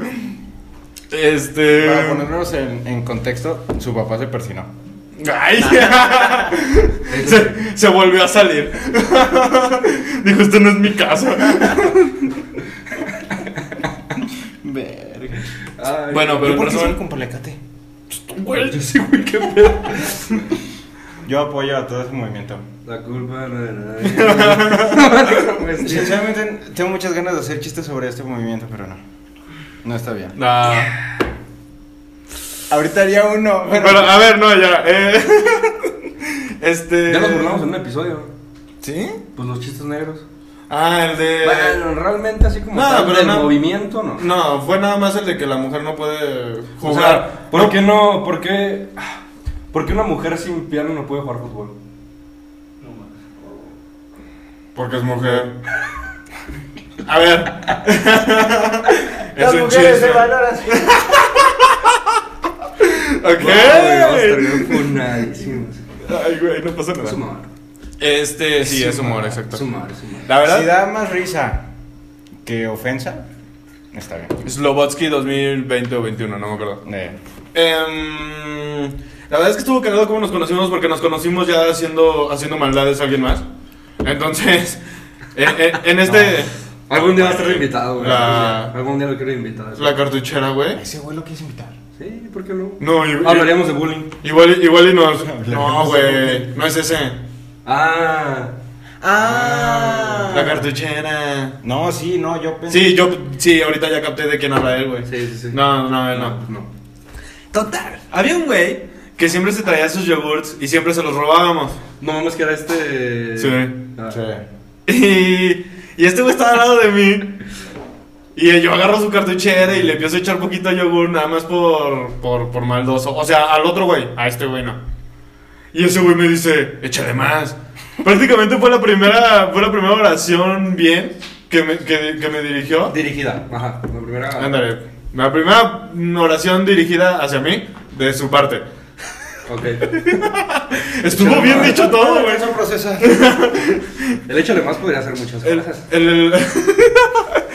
Speaker 3: Este.
Speaker 4: Para ponernos en, en contexto, su papá se persinó.
Speaker 3: Ay, se, se volvió a salir. Dijo, esto no es mi casa.
Speaker 4: Verga.
Speaker 2: Ay,
Speaker 3: Bueno, pero el
Speaker 4: ¿Por qué
Speaker 3: resumen-
Speaker 4: sigo con Palacate?
Speaker 3: Güey,
Speaker 2: Yo sí, güey, qué pedo.
Speaker 4: Yo apoyo a todo ese movimiento.
Speaker 2: La culpa no era nadie.
Speaker 4: Sinceramente, tengo muchas ganas de hacer chistes sobre este movimiento, pero no. No está bien.
Speaker 3: Nah.
Speaker 4: Ahorita haría uno, pero.
Speaker 3: Pero, ah. a ver, no, ya. eh, este.
Speaker 2: Ya nos burlamos en un episodio.
Speaker 4: ¿Sí?
Speaker 2: Pues los chistes negros.
Speaker 3: Ah, el de.
Speaker 2: Bueno, realmente así como
Speaker 3: no,
Speaker 2: tal
Speaker 3: pero
Speaker 2: del
Speaker 3: no.
Speaker 2: movimiento, ¿no?
Speaker 3: No, fue nada más el de que la mujer no puede
Speaker 2: O
Speaker 3: jugar.
Speaker 2: sea, ¿por qué no? ¿Por qué? ¿Por qué una mujer sin pierna no puede jugar fútbol?
Speaker 3: Porque es mujer. A ver.
Speaker 4: Las
Speaker 3: un
Speaker 4: mujeres
Speaker 3: chiste.
Speaker 4: se valoran.
Speaker 3: Ok. Ay, güey, no pasa
Speaker 2: Es
Speaker 3: nada.
Speaker 2: humor.
Speaker 3: Este, sí, es humor, exacto.
Speaker 2: Es humor, es humor.
Speaker 3: La
Speaker 4: Si
Speaker 3: verdad,
Speaker 4: da más risa que ofensa, está bien.
Speaker 3: Slobotsky 2020 o 21, no me acuerdo.
Speaker 4: Eh,
Speaker 3: Em, la verdad es que estuvo cagado como nos conocimos porque nos conocimos ya haciendo, haciendo maldades a alguien más. Entonces, en, en- en este...
Speaker 2: Algún día va a estar invitado, güey.
Speaker 3: La-
Speaker 2: Algún día- Algún día lo quiero invitar.
Speaker 3: La cartuchera, güey.
Speaker 4: ese güey lo quise invitar.
Speaker 2: Sí, ¿por qué no?
Speaker 3: No, i- i-
Speaker 2: Hablaríamos de bullying.
Speaker 3: igual, igual y nos... No, güey. No es ese.
Speaker 2: Ah.
Speaker 4: Ah.
Speaker 3: La cartuchera.
Speaker 4: No, sí, no, yo pensé.
Speaker 3: Sí, yo... Sí, ahorita ya capté de quién habla él, güey.
Speaker 2: Sí, sí, sí.
Speaker 3: No, no, él no.
Speaker 2: pues no.
Speaker 3: Total. Había un güey que siempre se traía sus yogurts y siempre se los robábamos.
Speaker 2: No mames que era este.
Speaker 3: Sí.
Speaker 2: Ah.
Speaker 4: Sí.
Speaker 3: Y, y este güey estaba al lado de mí. Y yo agarro su cartuchera y le empiezo a echar poquito de yogur, nada más por, por, por maldoso. O sea, al otro güey, a este güey no. Y ese güey me dice, échale más. Prácticamente fue la primera, fue la primera oración bien que me, que, que me dirigió.
Speaker 2: Dirigida. Ajá. La primera.
Speaker 3: Ándale, la primera oración dirigida hacia mí de su parte.
Speaker 2: Ok.
Speaker 3: Estuvo bien dicho todo, güey.
Speaker 4: Eso procesa.
Speaker 2: El hecho de más podría hacer muchas
Speaker 3: El,
Speaker 2: cosas.
Speaker 3: el,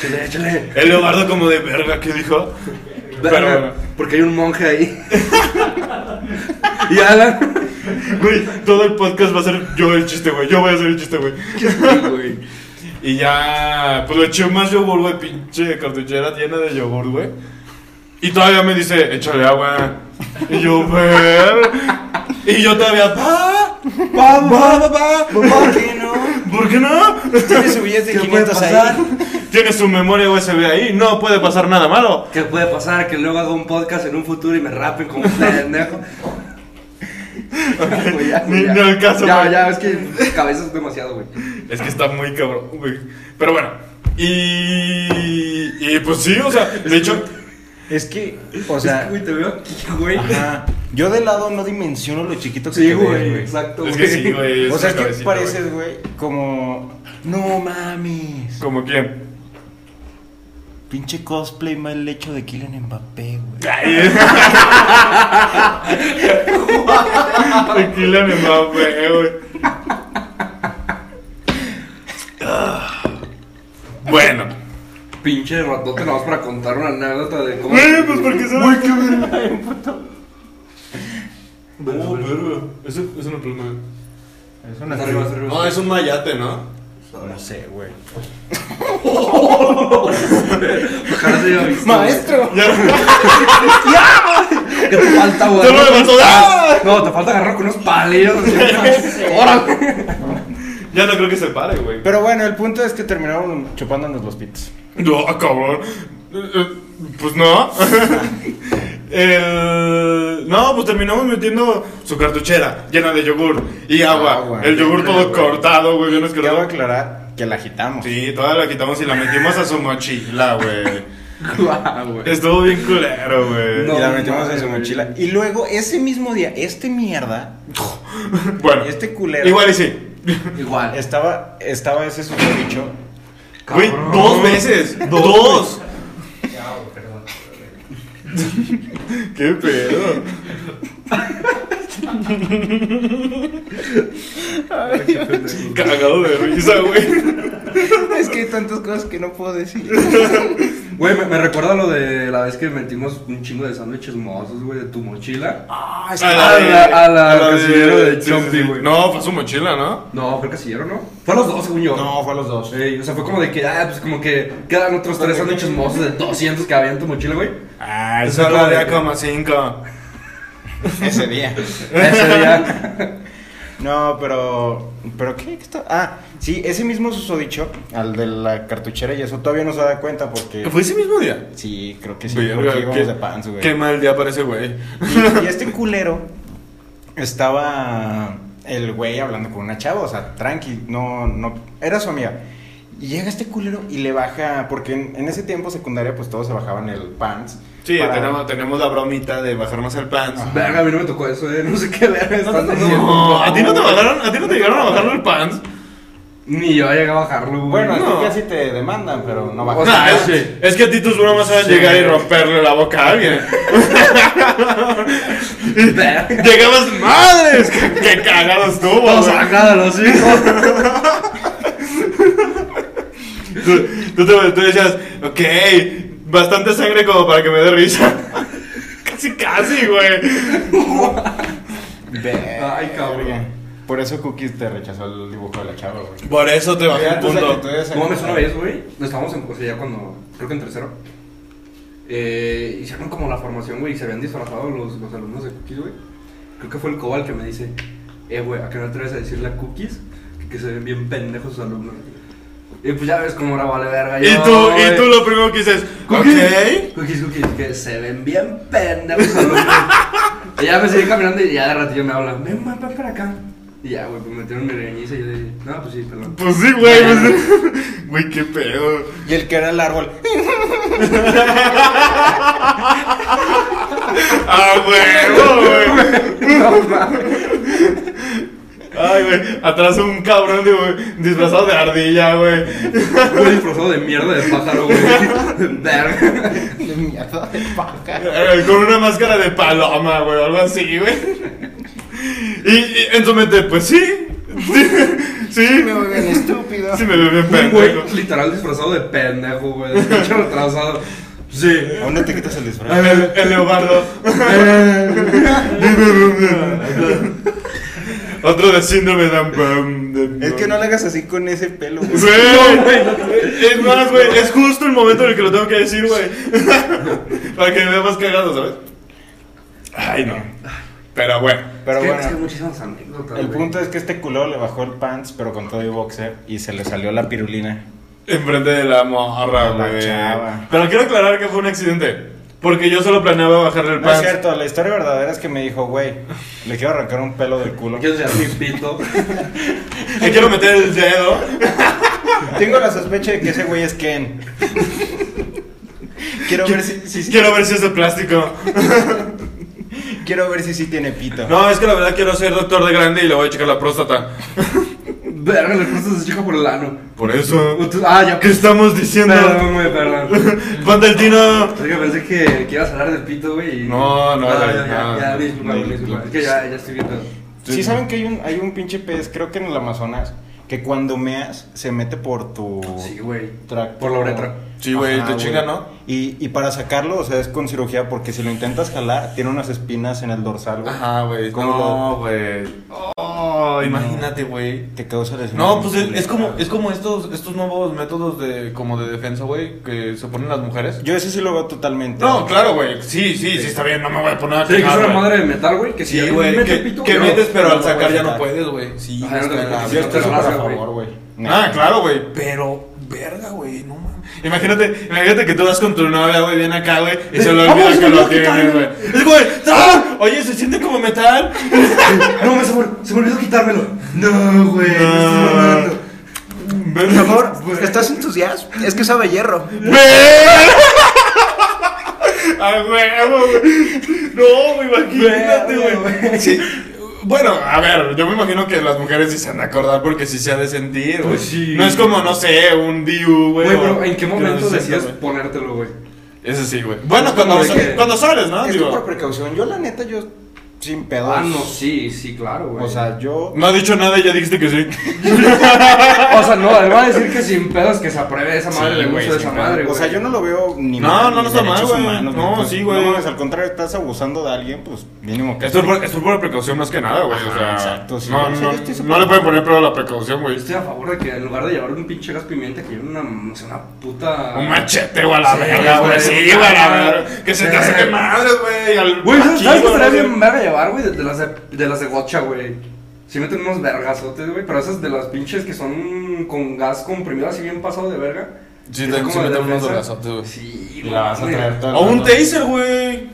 Speaker 2: Échale, échale.
Speaker 3: el Leobardo como de verga que dijo. Pero bueno.
Speaker 2: Porque hay un monje ahí. y Alan.
Speaker 3: Güey, todo el podcast va a ser yo el chiste, güey. Yo voy a hacer el chiste, güey.
Speaker 2: güey.
Speaker 3: Y ya, pues le eché más yogur, güey, pinche cartuchera llena de yogur, güey. Y todavía me dice, échale agua. Y yo, ver. Y yo todavía, pa, pa, pa, pa, pa.
Speaker 4: ¿Por qué no?
Speaker 3: ¿Por qué no?
Speaker 4: Tienes billetes de
Speaker 2: ¿Qué puede
Speaker 4: 500
Speaker 2: pasar?
Speaker 4: ahí.
Speaker 3: Tiene su memoria USB ahí, no puede pasar nada malo.
Speaker 2: ¿Qué puede pasar? Que luego hago un podcast en un futuro y me rapen como un pendejo. Güey, ya,
Speaker 3: Ni-
Speaker 2: ya.
Speaker 3: ni al caso,
Speaker 2: Ya,
Speaker 3: güey.
Speaker 2: ya, es que cabeza es demasiado, güey.
Speaker 3: Es que está muy cabrón, güey. Pero bueno, y. Y pues sí, o sea, de hecho,
Speaker 4: Es que, o sea,
Speaker 2: Uy, te veo aquí, güey.
Speaker 4: ajá. Yo de lado no dimensiono lo chiquito que
Speaker 2: Sí,
Speaker 4: te ves,
Speaker 2: güey, exacto.
Speaker 3: es que sí, güey.
Speaker 4: O sea, es
Speaker 3: una
Speaker 4: que
Speaker 3: cabecita, güey.
Speaker 4: pareces, güey, como. No mames.
Speaker 3: ¿Como quién?
Speaker 4: Pinche cosplay mal hecho de Kylian Mbappé, güey.
Speaker 3: Tranquila, mi mamá, güey, güey. Bueno.
Speaker 2: Pinche ratote, nada más para contar una anécdota de cómo.
Speaker 3: Güey, pues porque se Güey, qué verga.
Speaker 2: Verga,
Speaker 3: Oh,
Speaker 2: verga.
Speaker 3: verga. Eso es una pluma.
Speaker 4: Es
Speaker 2: Hasta arriba, hasta arriba.
Speaker 3: No, es un mayate, ¿no?
Speaker 4: No sé, güey.
Speaker 2: Ojalá se haya visto.
Speaker 4: Maestro.
Speaker 3: Ya,
Speaker 2: güey. ¿Qué te falta, güey?
Speaker 3: Te lo levantó. ¡Ah!
Speaker 2: No, te falta agarrar con unos palillos. así. ¡Órale!
Speaker 3: ya no creo que se pare, güey.
Speaker 4: Pero bueno, el punto es que terminaron chupándonos los pitos.
Speaker 3: No, ah, cabrón. Eh, eh, Pues no. El- No, pues terminamos metiendo su cartuchera llena de yogur y agua.
Speaker 4: Agua.
Speaker 3: El yogur todo cortado, güey, bien
Speaker 4: Quiero
Speaker 3: asqueroso.
Speaker 4: aclarar que la agitamos.
Speaker 3: Sí, toda la quitamos y la metimos a su mochila, güey.
Speaker 2: Guau, güey.
Speaker 3: Estuvo bien culero, güey.
Speaker 2: No.
Speaker 4: y la metimos en su
Speaker 2: mames.
Speaker 4: mochila. Y luego, ese mismo día, este mierda,
Speaker 3: Bueno,
Speaker 4: este culero,
Speaker 3: igual y sí.
Speaker 2: Igual.
Speaker 4: estaba, estaba ese susodicho.
Speaker 3: Güey,
Speaker 2: Cabrón.
Speaker 3: dos veces. Dos. Qué pedo. Este Cagado de risa, güey.
Speaker 4: Es que hay tantas cosas que no puedo decir.
Speaker 2: Güey, me, me recuerda lo de la vez que metimos un chingo de sándwiches mozos, güey, de tu mochila.
Speaker 4: Ah,
Speaker 3: A
Speaker 2: la- a la
Speaker 3: a de-
Speaker 2: casillero de
Speaker 3: sí, sí,
Speaker 2: Chompi,
Speaker 3: sí.
Speaker 2: güey.
Speaker 3: No, fue su mochila, ¿no?
Speaker 2: No, creo que sí, ¿no? Fue a los dos, según yo.
Speaker 4: No, fue a los dos.
Speaker 2: Ey, o sea, fue como de que, ah, pues como que quedan otros tres sándwiches mozos de 200 que había en tu mochila, güey.
Speaker 3: Ah,
Speaker 2: esa era de-
Speaker 3: 5.
Speaker 4: Ese día.
Speaker 2: Ese día.
Speaker 4: No, pero. ¿Pero qué? ¿Qué está? Ah, sí, ese mismo susodicho, al de la cartuchera y eso, todavía no se da cuenta porque.
Speaker 3: ¿Fue ese mismo día?
Speaker 4: Sí, creo que sí.
Speaker 3: Verga,
Speaker 4: porque íbamos
Speaker 3: qué-
Speaker 4: de pants, güey.
Speaker 3: Qué mal día parece, güey.
Speaker 4: Y, y este culero estaba el güey hablando con una chava, o sea, tranqui, no, no, era su amiga. Y llega este culero y le baja, porque en, en ese tiempo secundaria pues todos se bajaban el pants.
Speaker 3: Sí,
Speaker 4: para-
Speaker 3: tenemos, tenemos la bromita de bajarnos el pants.
Speaker 2: Verga, a mí no me tocó eso, eh. No sé qué verga están diciendo.
Speaker 3: No, a ti no te bajaron, a ti no te llegaron a bajarlo el pants.
Speaker 2: Ni yo llegué a bajarlo, güey.
Speaker 4: Bueno,
Speaker 3: No.
Speaker 4: es que casi te demandan, pero no bajas.
Speaker 2: O sea,
Speaker 3: Nah, es,
Speaker 2: sí.
Speaker 3: es que a ti tus bromas saben
Speaker 2: Sí.
Speaker 3: llegar y romperle la boca a alguien.
Speaker 2: Verga.
Speaker 3: Llegabas, madres, qué, qué cagado estuvo.
Speaker 2: Todos
Speaker 3: güey.
Speaker 2: sacados, sí.
Speaker 3: Tú, tú te- tú decías, ok, bastante sangre como para que me dé risa. casi, casi, güey.
Speaker 2: Ay, cabrón.
Speaker 4: Verga. Por eso Cookies te rechazó el dibujo de la chava, güey.
Speaker 3: Por eso te bajé un punto.
Speaker 2: No mames, una vez, güey, nos estábamos en, o sea, ya cuando, creo que en tercero, eh, hicieron como la formación, güey, y se habían disfrazado los, los alumnos de Cookies, güey. Creo que fue el Cobal que me dice, eh, güey, ¿a qué no te atreves a decirle a Cookies que, que se ven bien pendejos sus alumnos? Y pues ya ves cómo ahora vale verga.
Speaker 3: Y
Speaker 2: yo,
Speaker 3: tú,
Speaker 2: güey.
Speaker 3: y tú lo primero que dices,
Speaker 2: Cookies,
Speaker 3: ok.
Speaker 2: cookies, cookies, que se ven bien pendejos sus alumnos. y ya me seguí caminando y ya de ratillo me habla, ven, ma, ven para acá. Y ya, güey, pues metieron mi regañiza y yo le dije, no, pues sí, perdón.
Speaker 3: Pues sí, güey. pues- Güey, qué pedo.
Speaker 4: Y el que era el árbol. "Eh,
Speaker 3: Ah, güey, güey.
Speaker 2: No mames.
Speaker 3: Ay, güey, atrás un cabrón de, güey, disfrazado de ardilla, güey.
Speaker 2: Fue disfrazado de mierda de pájaro, güey. Verga.
Speaker 4: De mierda de paja.
Speaker 3: Eh, Con una máscara de paloma, güey, o algo así, güey. Y, y en su mente, pues sí. Sí, sí.
Speaker 4: Me ven estúpido.
Speaker 3: Sí, me veo bien
Speaker 2: Un
Speaker 3: pendejo.
Speaker 2: güey literal disfrazado de pendejo, güey. De pinche retrasado. Sí.
Speaker 4: ¿Aún no te quitas el disfraz?
Speaker 3: El, el leopardo. Otro de síndrome de... Am- de-
Speaker 4: Es que no le hagas así con ese pelo, güey.
Speaker 3: Güey, es más, güey, es justo el momento en el que lo tengo que decir, güey. Para que me vea más cagado, ¿sabes? Ay, no. Pero bueno.
Speaker 4: Pero
Speaker 2: es que, es que
Speaker 4: bueno,
Speaker 2: muchísimas anécdotas.
Speaker 4: el
Speaker 2: güey.
Speaker 4: punto es que este culero le bajó el pants, pero con todo y boxer, y se le salió la pirulina.
Speaker 3: Enfrente de la morra,
Speaker 4: De la
Speaker 3: güey.
Speaker 4: chava.
Speaker 3: Pero quiero aclarar que fue un accidente. Porque yo solo planeaba bajarle el
Speaker 4: No es
Speaker 3: pants.
Speaker 4: cierto, la historia verdadera es que me dijo, güey, le quiero arrancar un pelo del culo.
Speaker 2: Quiero enseñar mi pito.
Speaker 3: Le quiero meter el dedo.
Speaker 4: Tengo la sospecha de que ese güey es Ken. Quiero ver si, si- si-
Speaker 3: Quiero ver si es de plástico.
Speaker 4: quiero ver si sí tiene pito.
Speaker 3: No, es que la verdad quiero ser doctor de grande y le voy a checar la próstata.
Speaker 2: Verga, le cruzas a ese chico por el ano.
Speaker 3: Por eso.
Speaker 2: Ut- Ah, ya.
Speaker 3: ¿Qué estamos diciendo?
Speaker 2: Perdón, güey, perdón.
Speaker 3: Pantaltino.
Speaker 2: Es que pensé que, que ibas a hablar del pito, güey. y-
Speaker 3: No, no,
Speaker 2: Ah,
Speaker 3: no,
Speaker 2: ya, ya,
Speaker 3: no.
Speaker 2: ya, disculpa,
Speaker 3: No,
Speaker 2: disculpa.
Speaker 3: no.
Speaker 2: Es que ya, ya estoy viendo.
Speaker 4: Si saben que hay un, hay un pinche pez, creo que en el Amazonas, que cuando meas se mete por tu
Speaker 3: Oh.
Speaker 2: Sí, güey.
Speaker 4: tracto.
Speaker 2: Por la uretra.
Speaker 3: Sí, güey,
Speaker 4: Ajá,
Speaker 3: te
Speaker 4: güey.
Speaker 3: chinga, ¿no?
Speaker 4: Y, y para sacarlo, o sea, es con cirugía, porque si lo intentas jalar, tiene unas espinas en el dorsal, güey.
Speaker 3: Ajá, güey.
Speaker 4: ¿Cómo
Speaker 3: No, güey. Oh, imagínate, güey.
Speaker 4: Te causa lesión.
Speaker 5: No, pues es, es como es como estos estos nuevos métodos de como de defensa, güey, que se ponen las mujeres.
Speaker 4: Yo ese sí lo veo totalmente.
Speaker 3: No, claro, güey. Sí, sí, sí, está bien. No me voy a poner a
Speaker 2: Sí, que es
Speaker 3: chingar,
Speaker 2: una
Speaker 3: güey.
Speaker 2: madre de metal, güey. Que si
Speaker 5: Sí,
Speaker 2: alguien
Speaker 5: güey,
Speaker 2: mete
Speaker 5: que,
Speaker 2: el pito,
Speaker 5: que
Speaker 2: güey,
Speaker 5: metes, pero
Speaker 4: no
Speaker 5: al
Speaker 4: lo
Speaker 5: sacar
Speaker 4: voy a
Speaker 5: ya no
Speaker 4: sacar.
Speaker 5: puedes, güey. Sí,
Speaker 2: Ajá,
Speaker 5: está
Speaker 2: no te
Speaker 5: en la-
Speaker 2: preocupes.
Speaker 4: Ah, Yo estoy súper a
Speaker 2: Raza, güey.
Speaker 4: favor, güey.
Speaker 3: Ah, claro, güey.
Speaker 5: Pero verga, güey, no mames.
Speaker 3: Imagínate, imagínate que tú vas con tu novia, güey, bien acá, güey, y se lo
Speaker 2: Eh, vamos,
Speaker 3: olvida que
Speaker 2: güey,
Speaker 3: lo
Speaker 2: ¿qué
Speaker 3: tienes,
Speaker 2: tal?
Speaker 3: güey. Es güey, ¡ah! Oye, se siente como metal.
Speaker 2: No, me se, me, se me olvidó quitármelo. No, güey. me estoy mamando.
Speaker 3: Ven, amor.
Speaker 2: pues,
Speaker 4: estás entusiasmo. Es que sabe hierro.
Speaker 3: ¡Ven! ¡Ah, güey! No, güey, imagínate,
Speaker 2: Verga,
Speaker 3: güey.
Speaker 2: güey.
Speaker 3: Sí. Bueno, a ver, yo me imagino que las mujeres sí se han de acordar porque sí se ha de sentir, güey.
Speaker 2: Pues sí.
Speaker 3: No es como, no sé, un Diu, güey.
Speaker 2: Güey,
Speaker 3: o-
Speaker 2: pero ¿en qué
Speaker 3: que no
Speaker 2: momento
Speaker 3: se sienta,
Speaker 2: decides
Speaker 3: güey.
Speaker 2: ponértelo, güey?
Speaker 3: Eso sí, güey. Bueno,
Speaker 2: Es como
Speaker 3: cuando,
Speaker 2: de
Speaker 3: sa-
Speaker 2: que-
Speaker 3: cuando sales, ¿no?
Speaker 4: Es que
Speaker 3: Digo,
Speaker 4: por precaución, yo la neta, yo sin pedos.
Speaker 2: Ah, no, sí, sí, claro, güey.
Speaker 4: O sea, yo.
Speaker 3: no ha dicho nada y ya dijiste que sí.
Speaker 2: O sea, no, él va a decir que sin pedos que se apruebe esa madre,
Speaker 3: Sí,
Speaker 2: el
Speaker 3: güey,
Speaker 2: uso de
Speaker 3: sin
Speaker 2: esa
Speaker 3: pedos.
Speaker 2: madre,
Speaker 4: O
Speaker 2: güey.
Speaker 4: sea, yo no lo veo ni
Speaker 3: No, no,
Speaker 4: ni
Speaker 3: no está mal,
Speaker 4: derechos
Speaker 3: güey.
Speaker 4: humanos, ni
Speaker 3: No,
Speaker 4: cosas.
Speaker 3: sí, güey.
Speaker 4: No, mames, al contrario, estás abusando de alguien, pues mínimo que.
Speaker 3: Esto es por, esto es por precaución más que nada, güey. O sea,
Speaker 4: exacto, sí.
Speaker 3: no,
Speaker 4: Sí,
Speaker 3: no,
Speaker 4: yo estoy súper-
Speaker 3: no le pueden poner prueba a la precaución, güey.
Speaker 2: Estoy a favor de que en lugar de llevar un pinche gas pimienta, que lleven una, no sé, una puta.
Speaker 3: Un machete, güey, a la
Speaker 2: Sí,
Speaker 3: verga, güey.
Speaker 2: güey.
Speaker 3: Sí, güey, a la verga. Que se te
Speaker 2: Sí.
Speaker 3: hace de madres, güey. al-
Speaker 2: Güey, ¿sabes-
Speaker 3: aquí,
Speaker 2: ¿sabes qué
Speaker 3: güey, no
Speaker 2: estaría
Speaker 3: sé.
Speaker 2: bien verga llevar, güey? De, de las de, de las de gocha, güey. Si meten unos vergazotes, güey, pero esas de las pinches que son con gas comprimido, así bien pasado de verga.
Speaker 5: Sí,
Speaker 2: que
Speaker 5: te-
Speaker 2: es como
Speaker 5: sí
Speaker 2: de
Speaker 5: meten unos
Speaker 2: defensa.
Speaker 5: vergazotes, güey.
Speaker 2: Sí,
Speaker 4: Y la vas a
Speaker 2: güey.
Speaker 4: traer toda la
Speaker 3: O un
Speaker 4: noche.
Speaker 3: taser, güey.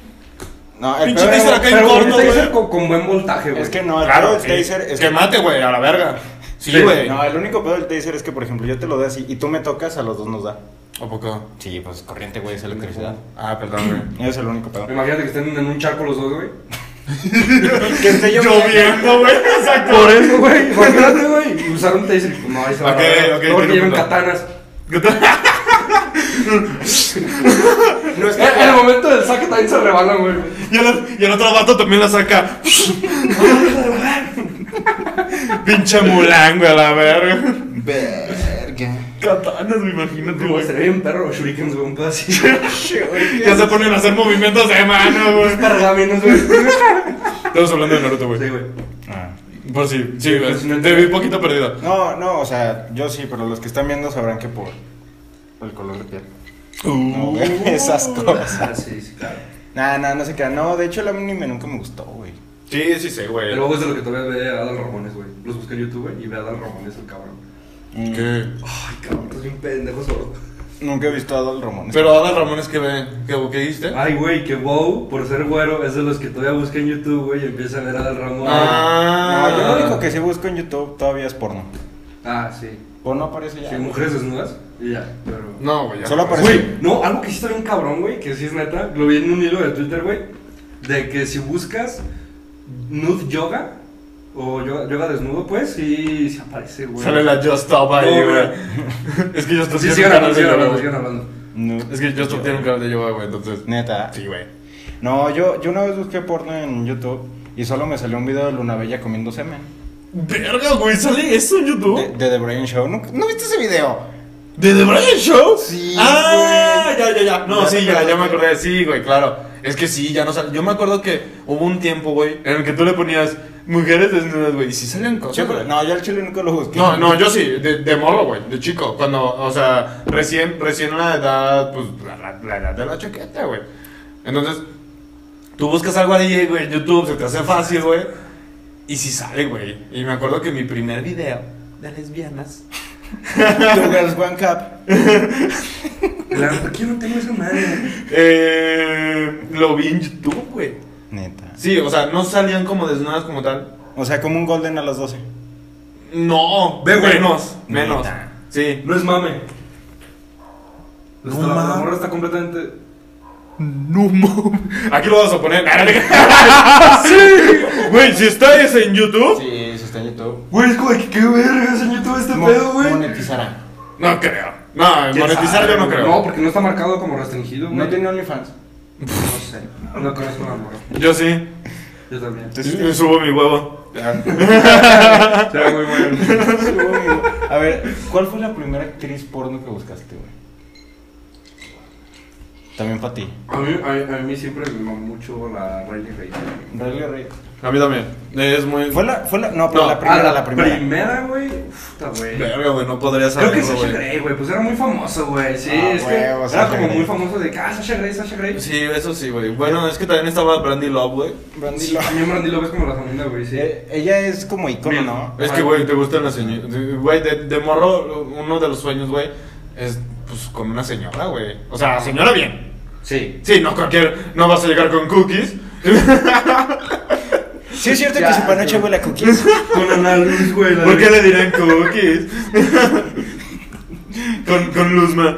Speaker 4: No, el
Speaker 3: Pinche
Speaker 4: peor
Speaker 3: taser
Speaker 4: era-
Speaker 3: acá en
Speaker 2: Pero un
Speaker 3: corto,
Speaker 2: taser
Speaker 3: güey.
Speaker 2: con, con buen voltaje, güey.
Speaker 4: Es que no, el pedo
Speaker 3: Claro,
Speaker 4: del
Speaker 3: sí.
Speaker 4: taser es
Speaker 3: que mate, güey, a la verga. Sí,
Speaker 2: Sí.
Speaker 3: güey.
Speaker 4: No, el único pedo del taser es que, por ejemplo, yo te lo doy así y tú me tocas, a los dos nos da.
Speaker 3: ¿A poco?
Speaker 4: Sí, pues corriente, güey, es electricidad.
Speaker 3: Ah, perdón, güey.
Speaker 4: Es el único pedo.
Speaker 2: Imagínate que estén en un charco los dos, güey.
Speaker 4: que esté yo.
Speaker 3: Lloviendo, güey. Exacto.
Speaker 2: Por eso, güey. Imagínate, güey. Usar un taser. Pues, no, ahí se va. a
Speaker 3: Ok,
Speaker 2: la verga.
Speaker 3: ok,
Speaker 2: No, porque
Speaker 3: tiene
Speaker 2: llevan
Speaker 3: punto.
Speaker 2: katanas.
Speaker 4: No es
Speaker 2: En en el momento del saque también se rebalan, güey.
Speaker 3: Y el, y el otro vato también la saca. Pinche mulán, güey, a la verga.
Speaker 4: Verga.
Speaker 3: Katanas, me imagínate, güey.
Speaker 2: Se ve bien perro, shurikens, güey. Un pedo así.
Speaker 3: Ya se ponen a hacer movimientos de mano, güey.
Speaker 2: Pergaminos, güey.
Speaker 3: Estamos hablando de Naruto,
Speaker 2: Sí,
Speaker 3: güey.
Speaker 2: güey.
Speaker 4: Ah.
Speaker 3: Por si, sí, güey.
Speaker 2: pues, no
Speaker 3: te vi poquito perdido.
Speaker 4: No, no, o sea, yo sí, pero los que están viendo sabrán que por el color de piel.
Speaker 3: Uh.
Speaker 4: No, güey, esas cosas.
Speaker 2: Ah, sí, sí, claro.
Speaker 4: Nah, nah, no se crean. No, de hecho, el anime nunca me gustó, güey.
Speaker 3: Sí, sí, sí, güey.
Speaker 2: Pero luego es de lo que todavía ve a Adal Ramones, güey. Los busqué en YouTube, güey, y ve a Adal Ramones, el cabrón.
Speaker 3: ¿Qué?
Speaker 2: Ay, cabrón, estás bien pendejo sordo.
Speaker 4: Nunca he visto a Adal Ramones.
Speaker 3: Pero Adal Ramones, ¿qué ve? ¿Qué, qué diste?
Speaker 2: Ay, güey, que wow, por ser güero, es de los que todavía busca en YouTube, güey, y empieza a ver a Adal Ramones.
Speaker 4: No, yo lo único
Speaker 3: Ah.
Speaker 4: que sí busco en YouTube todavía es porno.
Speaker 2: Ah, sí.
Speaker 4: Porno aparece ya.
Speaker 2: Sí, mujeres desnudas, y ya, pero...
Speaker 3: No, güey. ya.
Speaker 4: Solo aparece.
Speaker 2: Güey, no, algo que sí está bien cabrón, güey, que sí es neta, lo vi en un hilo de Twitter, güey, de que si buscas nude yoga, o yoga, yoga desnudo, pues, sí, sí aparece, güey.
Speaker 3: Sale la Just Stop ahí, güey.
Speaker 2: No, güey.
Speaker 3: es que Just Stop
Speaker 2: Sí,
Speaker 3: tiene
Speaker 2: sigan
Speaker 3: un canal
Speaker 2: hablando,
Speaker 3: de
Speaker 2: sigan
Speaker 3: yoga,
Speaker 2: hablando,
Speaker 3: güey.
Speaker 2: sigan hablando.
Speaker 4: No.
Speaker 3: Es que Just Stop tiene un canal de yoga, güey, entonces.
Speaker 4: Neta.
Speaker 3: Sí, güey.
Speaker 4: No, yo, yo una vez busqué porno en YouTube y solo me salió un video de Luna Bella comiendo semen.
Speaker 3: Verga, güey, sale eso en
Speaker 4: De,
Speaker 3: YouTube.
Speaker 4: de The Brian Show. ¿No, no viste ese video?
Speaker 3: ¿De The Brian Show?
Speaker 4: Sí,
Speaker 3: Ah, ya, ya, ya. No,
Speaker 4: Ya
Speaker 3: sí,
Speaker 4: te
Speaker 3: ya, ya me
Speaker 4: acordaste.
Speaker 3: acordé. Sí, güey, claro. Es que sí, ya no sale. Yo me acuerdo que hubo un tiempo, güey, en el que tú le ponías mujeres desnudas, güey, y sí salían cosas.
Speaker 4: Siempre-
Speaker 3: güey.
Speaker 4: no, yo al chile nunca lo busqué.
Speaker 3: No, no, yo sí, de, de morro, güey, de chico. Cuando, o sea, recién, recién la edad, pues, la, la- la edad de la chaqueta, güey. Entonces, tú buscas algo ahí, güey, en YouTube, se te hace fácil, güey. Y si sale, güey. Y me acuerdo que mi primer video de lesbianas.
Speaker 4: Two Girls One Cup.
Speaker 2: La- ¿Por qué no tengo esa madre?
Speaker 3: Eh, lo vi en YouTube, güey.
Speaker 4: Neta.
Speaker 3: Sí, o sea, no salían como desnudas como tal.
Speaker 4: O sea, como un Golden a las 12.
Speaker 3: No,
Speaker 2: Ve, güey.
Speaker 3: menos, menos.
Speaker 4: Neta.
Speaker 3: Sí.
Speaker 2: No es mame.
Speaker 3: No
Speaker 2: Está- la
Speaker 3: mames.
Speaker 2: morra está completamente.
Speaker 3: No, mames. Aquí lo vas a poner.
Speaker 7: Güey, si está ese en YouTube.
Speaker 4: Sí, eso está en YouTube.
Speaker 2: Güey, es como que qué vergas en YouTube este pedo, güey.
Speaker 4: Monetizará.
Speaker 3: No creo. No,
Speaker 7: ¿Quién
Speaker 3: monetizar yo no creo.
Speaker 2: No, porque no está marcado como restringido, güey.
Speaker 4: No tiene OnlyFans.
Speaker 2: No sé. No conozco la morra.
Speaker 3: Yo sí.
Speaker 2: Yo también.
Speaker 3: Yo subo mi huevo.
Speaker 2: Será muy bueno.
Speaker 4: A ver, ¿cuál fue la primera actriz porno que buscaste, güey? También para ti.
Speaker 2: A mí, a, a mí siempre me mamó mucho la Riley Reid.
Speaker 4: Riley Reid.
Speaker 3: A mí también. Es muy.
Speaker 4: Fue la, fue la, no, pero
Speaker 3: No,
Speaker 4: la primera,
Speaker 2: Ah,
Speaker 4: la, primera.
Speaker 2: güey. Puta, güey.
Speaker 3: Verga, güey, no podría
Speaker 2: Creo
Speaker 3: saberlo,
Speaker 2: que Sasha
Speaker 3: güey.
Speaker 2: Grey, güey. Pues era muy famoso, güey. Sí,
Speaker 4: Ah,
Speaker 2: es que
Speaker 4: huevo,
Speaker 2: era
Speaker 4: Sasha
Speaker 2: como
Speaker 4: Grey.
Speaker 2: muy famoso de que, ah, Sasha Grey, Sasha Grey.
Speaker 3: Sí, eso sí, güey. Bueno, es que también estaba Brandy Love, güey.
Speaker 4: Brandy
Speaker 2: Sí,
Speaker 4: Lo-
Speaker 2: a mí Brandy Love es como la familia, güey, sí.
Speaker 4: Eh, ella es como icono, ¿no?
Speaker 3: Es que, güey, te gustan las señoras. Güey, de, de morro, uno de los sueños, güey, es pues con una señora, güey. O sea, señora bien.
Speaker 2: Sí.
Speaker 3: Sí, no cualquier. No vas a llegar con cookies.
Speaker 4: Sí, es cierto
Speaker 2: Ya,
Speaker 4: que su
Speaker 2: sí.
Speaker 4: panoche huele a cookies.
Speaker 2: Con Ana Luz, güey. la
Speaker 3: ¿Por qué
Speaker 2: de-
Speaker 3: le dirán cookies? con, con Luzma.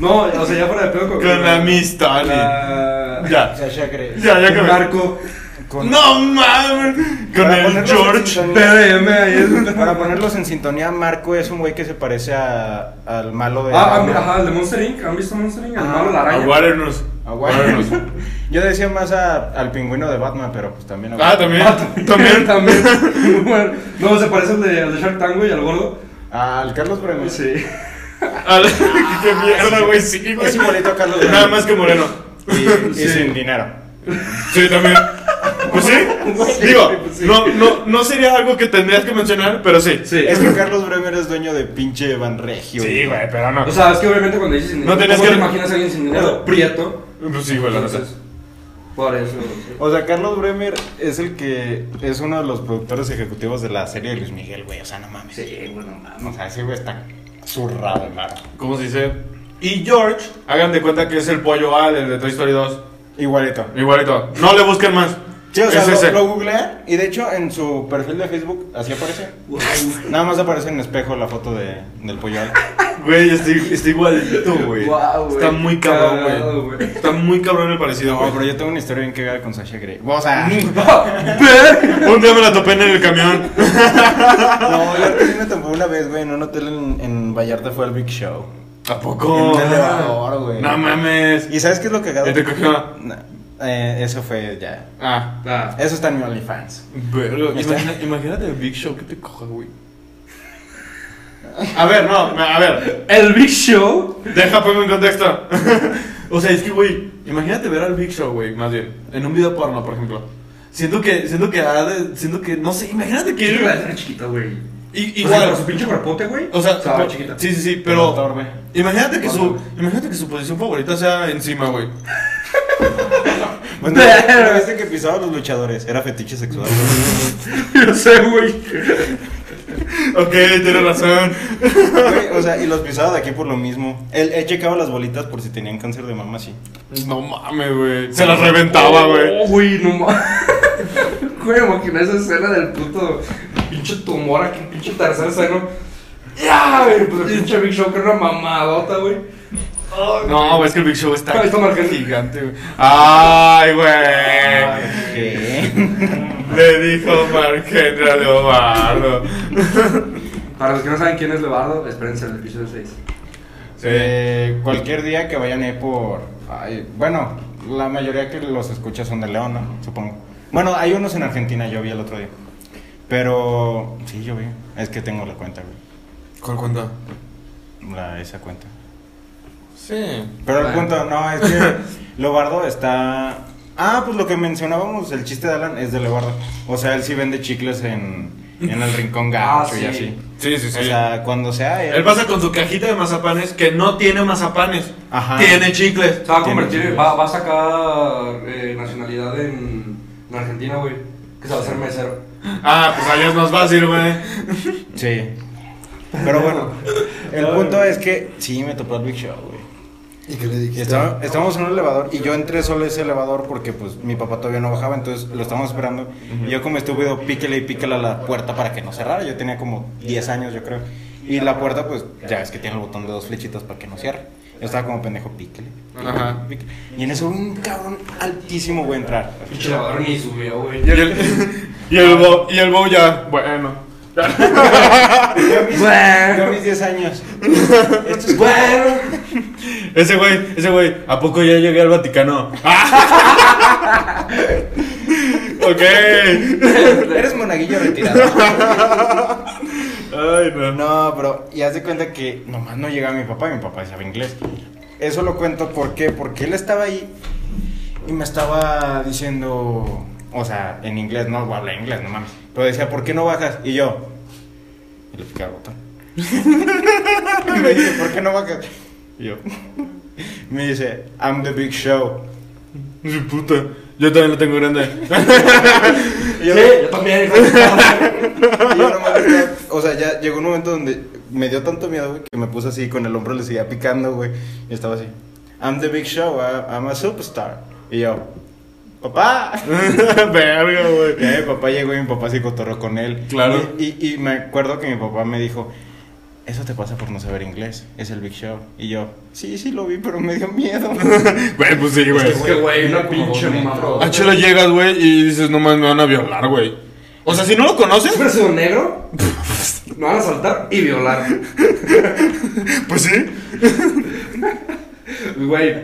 Speaker 2: No, o sea, ya fuera de pedo con.
Speaker 3: Con la Miss Tali.
Speaker 2: la-
Speaker 3: Ya.
Speaker 4: Sasha Grey.
Speaker 3: Ya, ya que
Speaker 2: Con
Speaker 3: me-
Speaker 2: Marco.
Speaker 4: Con-
Speaker 3: No mames. Con
Speaker 4: Para
Speaker 3: el
Speaker 4: ponerlos en
Speaker 3: George.
Speaker 4: sintonía-
Speaker 2: PDM, ahí es.
Speaker 4: Para ponerlos en sintonía, Marco es un güey que se parece a- al malo de.
Speaker 2: Ah, ah, mira, ajá, el de Monster Inc. ¿Han visto Monster Inc? El
Speaker 4: Ah,
Speaker 2: malo la araña.
Speaker 3: Aguárenos.
Speaker 4: Ah, bueno. Yo decía más a- al pingüino de Batman, pero pues también. a-
Speaker 3: Ah, también.
Speaker 2: Ah, también, también. Bueno, no, se parece al de, al de Shark Tank, güey, al gordo.
Speaker 4: Al Carlos Bremer.
Speaker 2: Sí.
Speaker 3: A la- Qué mierda, güey. Sí, güey.
Speaker 4: Es igualito a Carlos
Speaker 3: Nada
Speaker 4: Bremer.
Speaker 3: más que Moreno.
Speaker 4: Y, y
Speaker 2: Sí.
Speaker 4: sin dinero.
Speaker 3: Sí, también. Pues sí. Digo, no, no, no sería algo que tendrías que mencionar, pero sí.
Speaker 2: Sí.
Speaker 4: Es que Carlos Bremer es dueño de pinche Van Regio.
Speaker 3: Sí, güey, pero no.
Speaker 2: O sea, es que obviamente cuando dices sin dinero,
Speaker 3: No tenías
Speaker 2: ¿cómo
Speaker 3: que-
Speaker 2: te imaginas a alguien sin dinero? Prieto.
Speaker 3: Pues sí, güey, la neta.
Speaker 2: Entonces, por eso. sí.
Speaker 4: O sea, Carlos Bremer es el que es uno de los productores ejecutivos de la serie de Luis Miguel, güey. O sea, no mames.
Speaker 2: Sí, bueno,
Speaker 4: O
Speaker 2: mames.
Speaker 4: sea, ese güey está zurrado, hermano.
Speaker 3: ¿Cómo se dice? Y George, hagan de cuenta que es el pollo A del de Toy Story 2.
Speaker 4: Igualito.
Speaker 3: Igualito. No le busquen más.
Speaker 4: Sí, o sea,
Speaker 3: es
Speaker 4: lo,
Speaker 3: ese.
Speaker 4: lo googleé y de hecho en su perfil de Facebook así aparece. Nada más aparece en espejo la foto de, del pollo. Al.
Speaker 3: Güey, está, está igualito, güey.
Speaker 2: Guau, güey.
Speaker 3: Está muy cabrón,
Speaker 2: Cagado,
Speaker 3: güey.
Speaker 2: güey.
Speaker 3: Está muy cabrón el parecido,
Speaker 4: No,
Speaker 3: güey.
Speaker 4: pero yo tengo una historia bien cagada con Sasha Grey. O sea,
Speaker 3: Un día me la topé en el camión.
Speaker 4: no, yo sí me topé una vez, güey, en un hotel en, en Vallarta fue el Big Show.
Speaker 3: ¿A poco?
Speaker 4: En el elevador, güey.
Speaker 3: No mames.
Speaker 4: ¿Y sabes qué es lo cagado?
Speaker 3: ¿Y te cogió?
Speaker 4: No, eh, eso fue ya.
Speaker 3: Ah.
Speaker 2: Ah,
Speaker 4: Eso está en mi OnlyFans.
Speaker 3: Verga, imagina- imagínate el Big Show que te coja, güey. A ver, no, a ver.
Speaker 2: El Big Show.
Speaker 3: Deja ponme en contexto. o sea, es que, güey, imagínate ver al Big Show, güey, más bien. En un video porno, por ejemplo. Siento que, siento que, ha de- siento que, no sé, imagínate
Speaker 2: ¿Qué
Speaker 3: que...
Speaker 2: es la de chiquita, güey?
Speaker 3: I-
Speaker 2: Igual. O sea,
Speaker 3: Igual,
Speaker 2: con su pinche cuerpote, güey.
Speaker 3: o sea,
Speaker 2: estaba
Speaker 3: pero-
Speaker 2: chiquita.
Speaker 3: sí, sí, sí,
Speaker 4: Por
Speaker 3: pero
Speaker 4: favor, güey.
Speaker 3: imagínate que su, imagínate que su posición favorita sea encima, güey.
Speaker 4: Bueno, pero viste que pisaba a los luchadores. Era fetiche sexual.
Speaker 2: Yo sé, güey.
Speaker 3: Ok, tienes razón.
Speaker 4: Güey, o sea, y los pisaba de aquí por lo mismo. Él, él checaba las bolitas por si tenían cáncer de mama, sí.
Speaker 3: No mames, güey. Se las reventaba, güey.
Speaker 2: Oh, güey, no mames. Güey, me imagino esa escena del puto pinche tumor aquí, pinche tercer seno. Ya, güey, pues el pinche Big Show que era una mamadota, güey.
Speaker 3: No, güey, es que el Big Show está
Speaker 2: Ahí está marcando.
Speaker 3: gigante, güey. Ay, güey. Le dijo Mark Henry a Leobardo.
Speaker 2: Para los que no saben quién es Levardo, espérense en el episodio 6.
Speaker 3: Sí.
Speaker 4: Eh, cualquier día que vayan ahí por. ay, bueno, la mayoría que los escucha son de León, ¿no? Supongo. Bueno, hay unos en Argentina, yo vi el otro día. Pero. Sí, yo vi. Es que tengo la cuenta, güey.
Speaker 3: ¿Cuál cuenta?
Speaker 4: La, esa cuenta.
Speaker 3: Sí.
Speaker 4: Pero el
Speaker 2: Bueno.
Speaker 4: punto, no, es que Lobardo está. Ah, pues lo que mencionábamos, el chiste de Alan es de Lobardo. O sea, él sí vende chicles en, en el rincón
Speaker 2: Ah,
Speaker 4: gacho
Speaker 2: sí.
Speaker 4: y así.
Speaker 3: Sí, sí, sí.
Speaker 4: O sea, cuando sea.
Speaker 5: Él pasa con su cajita de mazapanes que no tiene mazapanes.
Speaker 4: Ajá.
Speaker 5: Tiene chicles.
Speaker 2: Se va a
Speaker 4: Tiene
Speaker 2: convertir,
Speaker 4: chicles.
Speaker 2: va, va a sacar eh, nacionalidad en, en Argentina, güey. Que se va a hacer mesero.
Speaker 5: Ah, pues allá es más fácil, güey.
Speaker 4: Sí. Pero bueno, el punto es que sí me topó el Big Show, güey.
Speaker 8: ¿Y qué le
Speaker 4: Y
Speaker 8: dijiste?
Speaker 4: estaba- estábamos en un elevador y yo entré solo a ese elevador porque pues mi papá todavía no bajaba, entonces lo estábamos esperando. Y yo como estúpido, píquele y píquele a la puerta para que no cerrara. Yo tenía como 10 años, yo creo. Y la puerta, pues ya ves que tiene el botón de dos flechitas para que no cierre. Yo estaba como pendejo, píquele. píquele,
Speaker 3: Ajá.
Speaker 4: píquele. Y en eso un cabrón altísimo, güey, entrar.
Speaker 2: Pinche lavador ni subió, güey.
Speaker 3: Y el, y el, bo, y el bo ya, bueno.
Speaker 4: Yo a mis- yo a mis 10 años. Esto es bueno.
Speaker 3: Ese güey, ese güey, ¿a poco ya llegué al Vaticano? ok.
Speaker 4: Eres monaguillo retirado.
Speaker 3: Ay, no.
Speaker 4: No, pero y haz de cuenta que nomás no llegaba mi papá, y mi papá sabe inglés. Eso lo cuento ¿por qué? porque él estaba ahí y me estaba diciendo, o sea, en inglés, no habla inglés, no mames. Pero decía, ¿por qué no bajas? Y yo, y le picaba el botón. y me dice, ¿por qué no bajas? Y yo, me dice, I'm the big show.
Speaker 3: Su puta. Yo también lo tengo grande.
Speaker 4: Y yo,
Speaker 2: Sí, yo también. hijo de puta.
Speaker 4: Y yo nomás estaba- o sea, ya llegó un momento donde me dio tanto miedo, güey, que me puse así, con el hombro le seguía picando, güey. Y estaba así, I'm the big show, I- I'm a superstar. Y yo, papá.
Speaker 3: Verga, güey.
Speaker 4: Y ahí mi papá llegó y mi papá se cotorró con él.
Speaker 3: Claro.
Speaker 4: Y, y- y me acuerdo que mi papá me dijo, eso te pasa por no saber inglés, es el big show. Y yo, sí, sí lo vi, pero me dio miedo.
Speaker 3: Güey, pues sí, güey.
Speaker 2: Es que, Este güey, una
Speaker 4: como
Speaker 2: pinche
Speaker 4: dos
Speaker 2: mamada. Ah,
Speaker 3: A Chile llegas, güey, y dices, no mames, me van a violar, güey. O sea, si no lo
Speaker 2: ¿Es
Speaker 3: conoces,
Speaker 2: preso negro? Me van a saltar y violar.
Speaker 3: pues sí.
Speaker 2: Güey,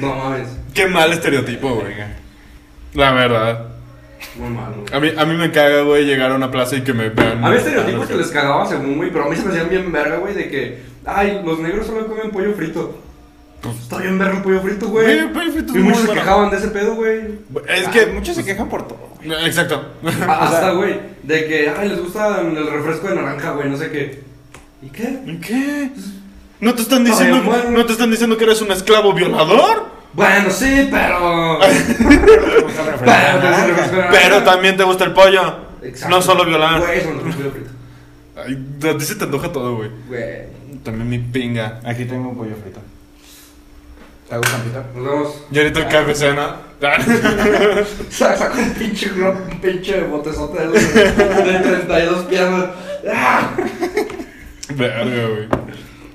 Speaker 2: no mames.
Speaker 3: Qué mal estereotipo, güey. La verdad.
Speaker 2: Muy mal, güey.
Speaker 3: A mí, a mí me caga, güey, llegar a una plaza y que me vean.
Speaker 2: A mí estereotipos que les cagaba según, güey, pero a mí se me hacían bien verga, güey, de que, ay, los negros solo comen pollo frito. Está bien verga el pollo frito, Pues, güey.
Speaker 3: Güey, pollo frito es
Speaker 2: Y
Speaker 3: muy
Speaker 2: muchos se
Speaker 3: bueno.
Speaker 2: quejaban de ese pedo, güey.
Speaker 3: Es que. pues
Speaker 4: Es que Ah, muchos se quejan por todo.
Speaker 3: Exacto.
Speaker 2: Hasta, güey, de que, ay, les gusta el refresco de naranja, güey, no sé qué. ¿Y qué?
Speaker 3: ¿Qué? ¿No te están diciendo,
Speaker 2: Ay, bueno.
Speaker 3: ¿no te están diciendo que eres un esclavo violador?
Speaker 2: Bueno, sí, pero... pero, te gusta el refresco de naranja.
Speaker 3: Pero también te gusta el pollo.
Speaker 2: Exacto.
Speaker 3: No solo violar.
Speaker 2: Güey, eso no es pollo frito.
Speaker 3: Ay, a ti se te antoja todo, güey.
Speaker 2: Güey.
Speaker 3: También mi pinga.
Speaker 4: Aquí tengo un pollo frito.
Speaker 8: ¿Te hago campita?
Speaker 2: Nos vemos.
Speaker 3: Y ahorita el KFC, ¿no?
Speaker 2: Sa- Saca un pinche, un pinche botezote de, de 32 piernas. ¡Ah!
Speaker 3: Verga, güey.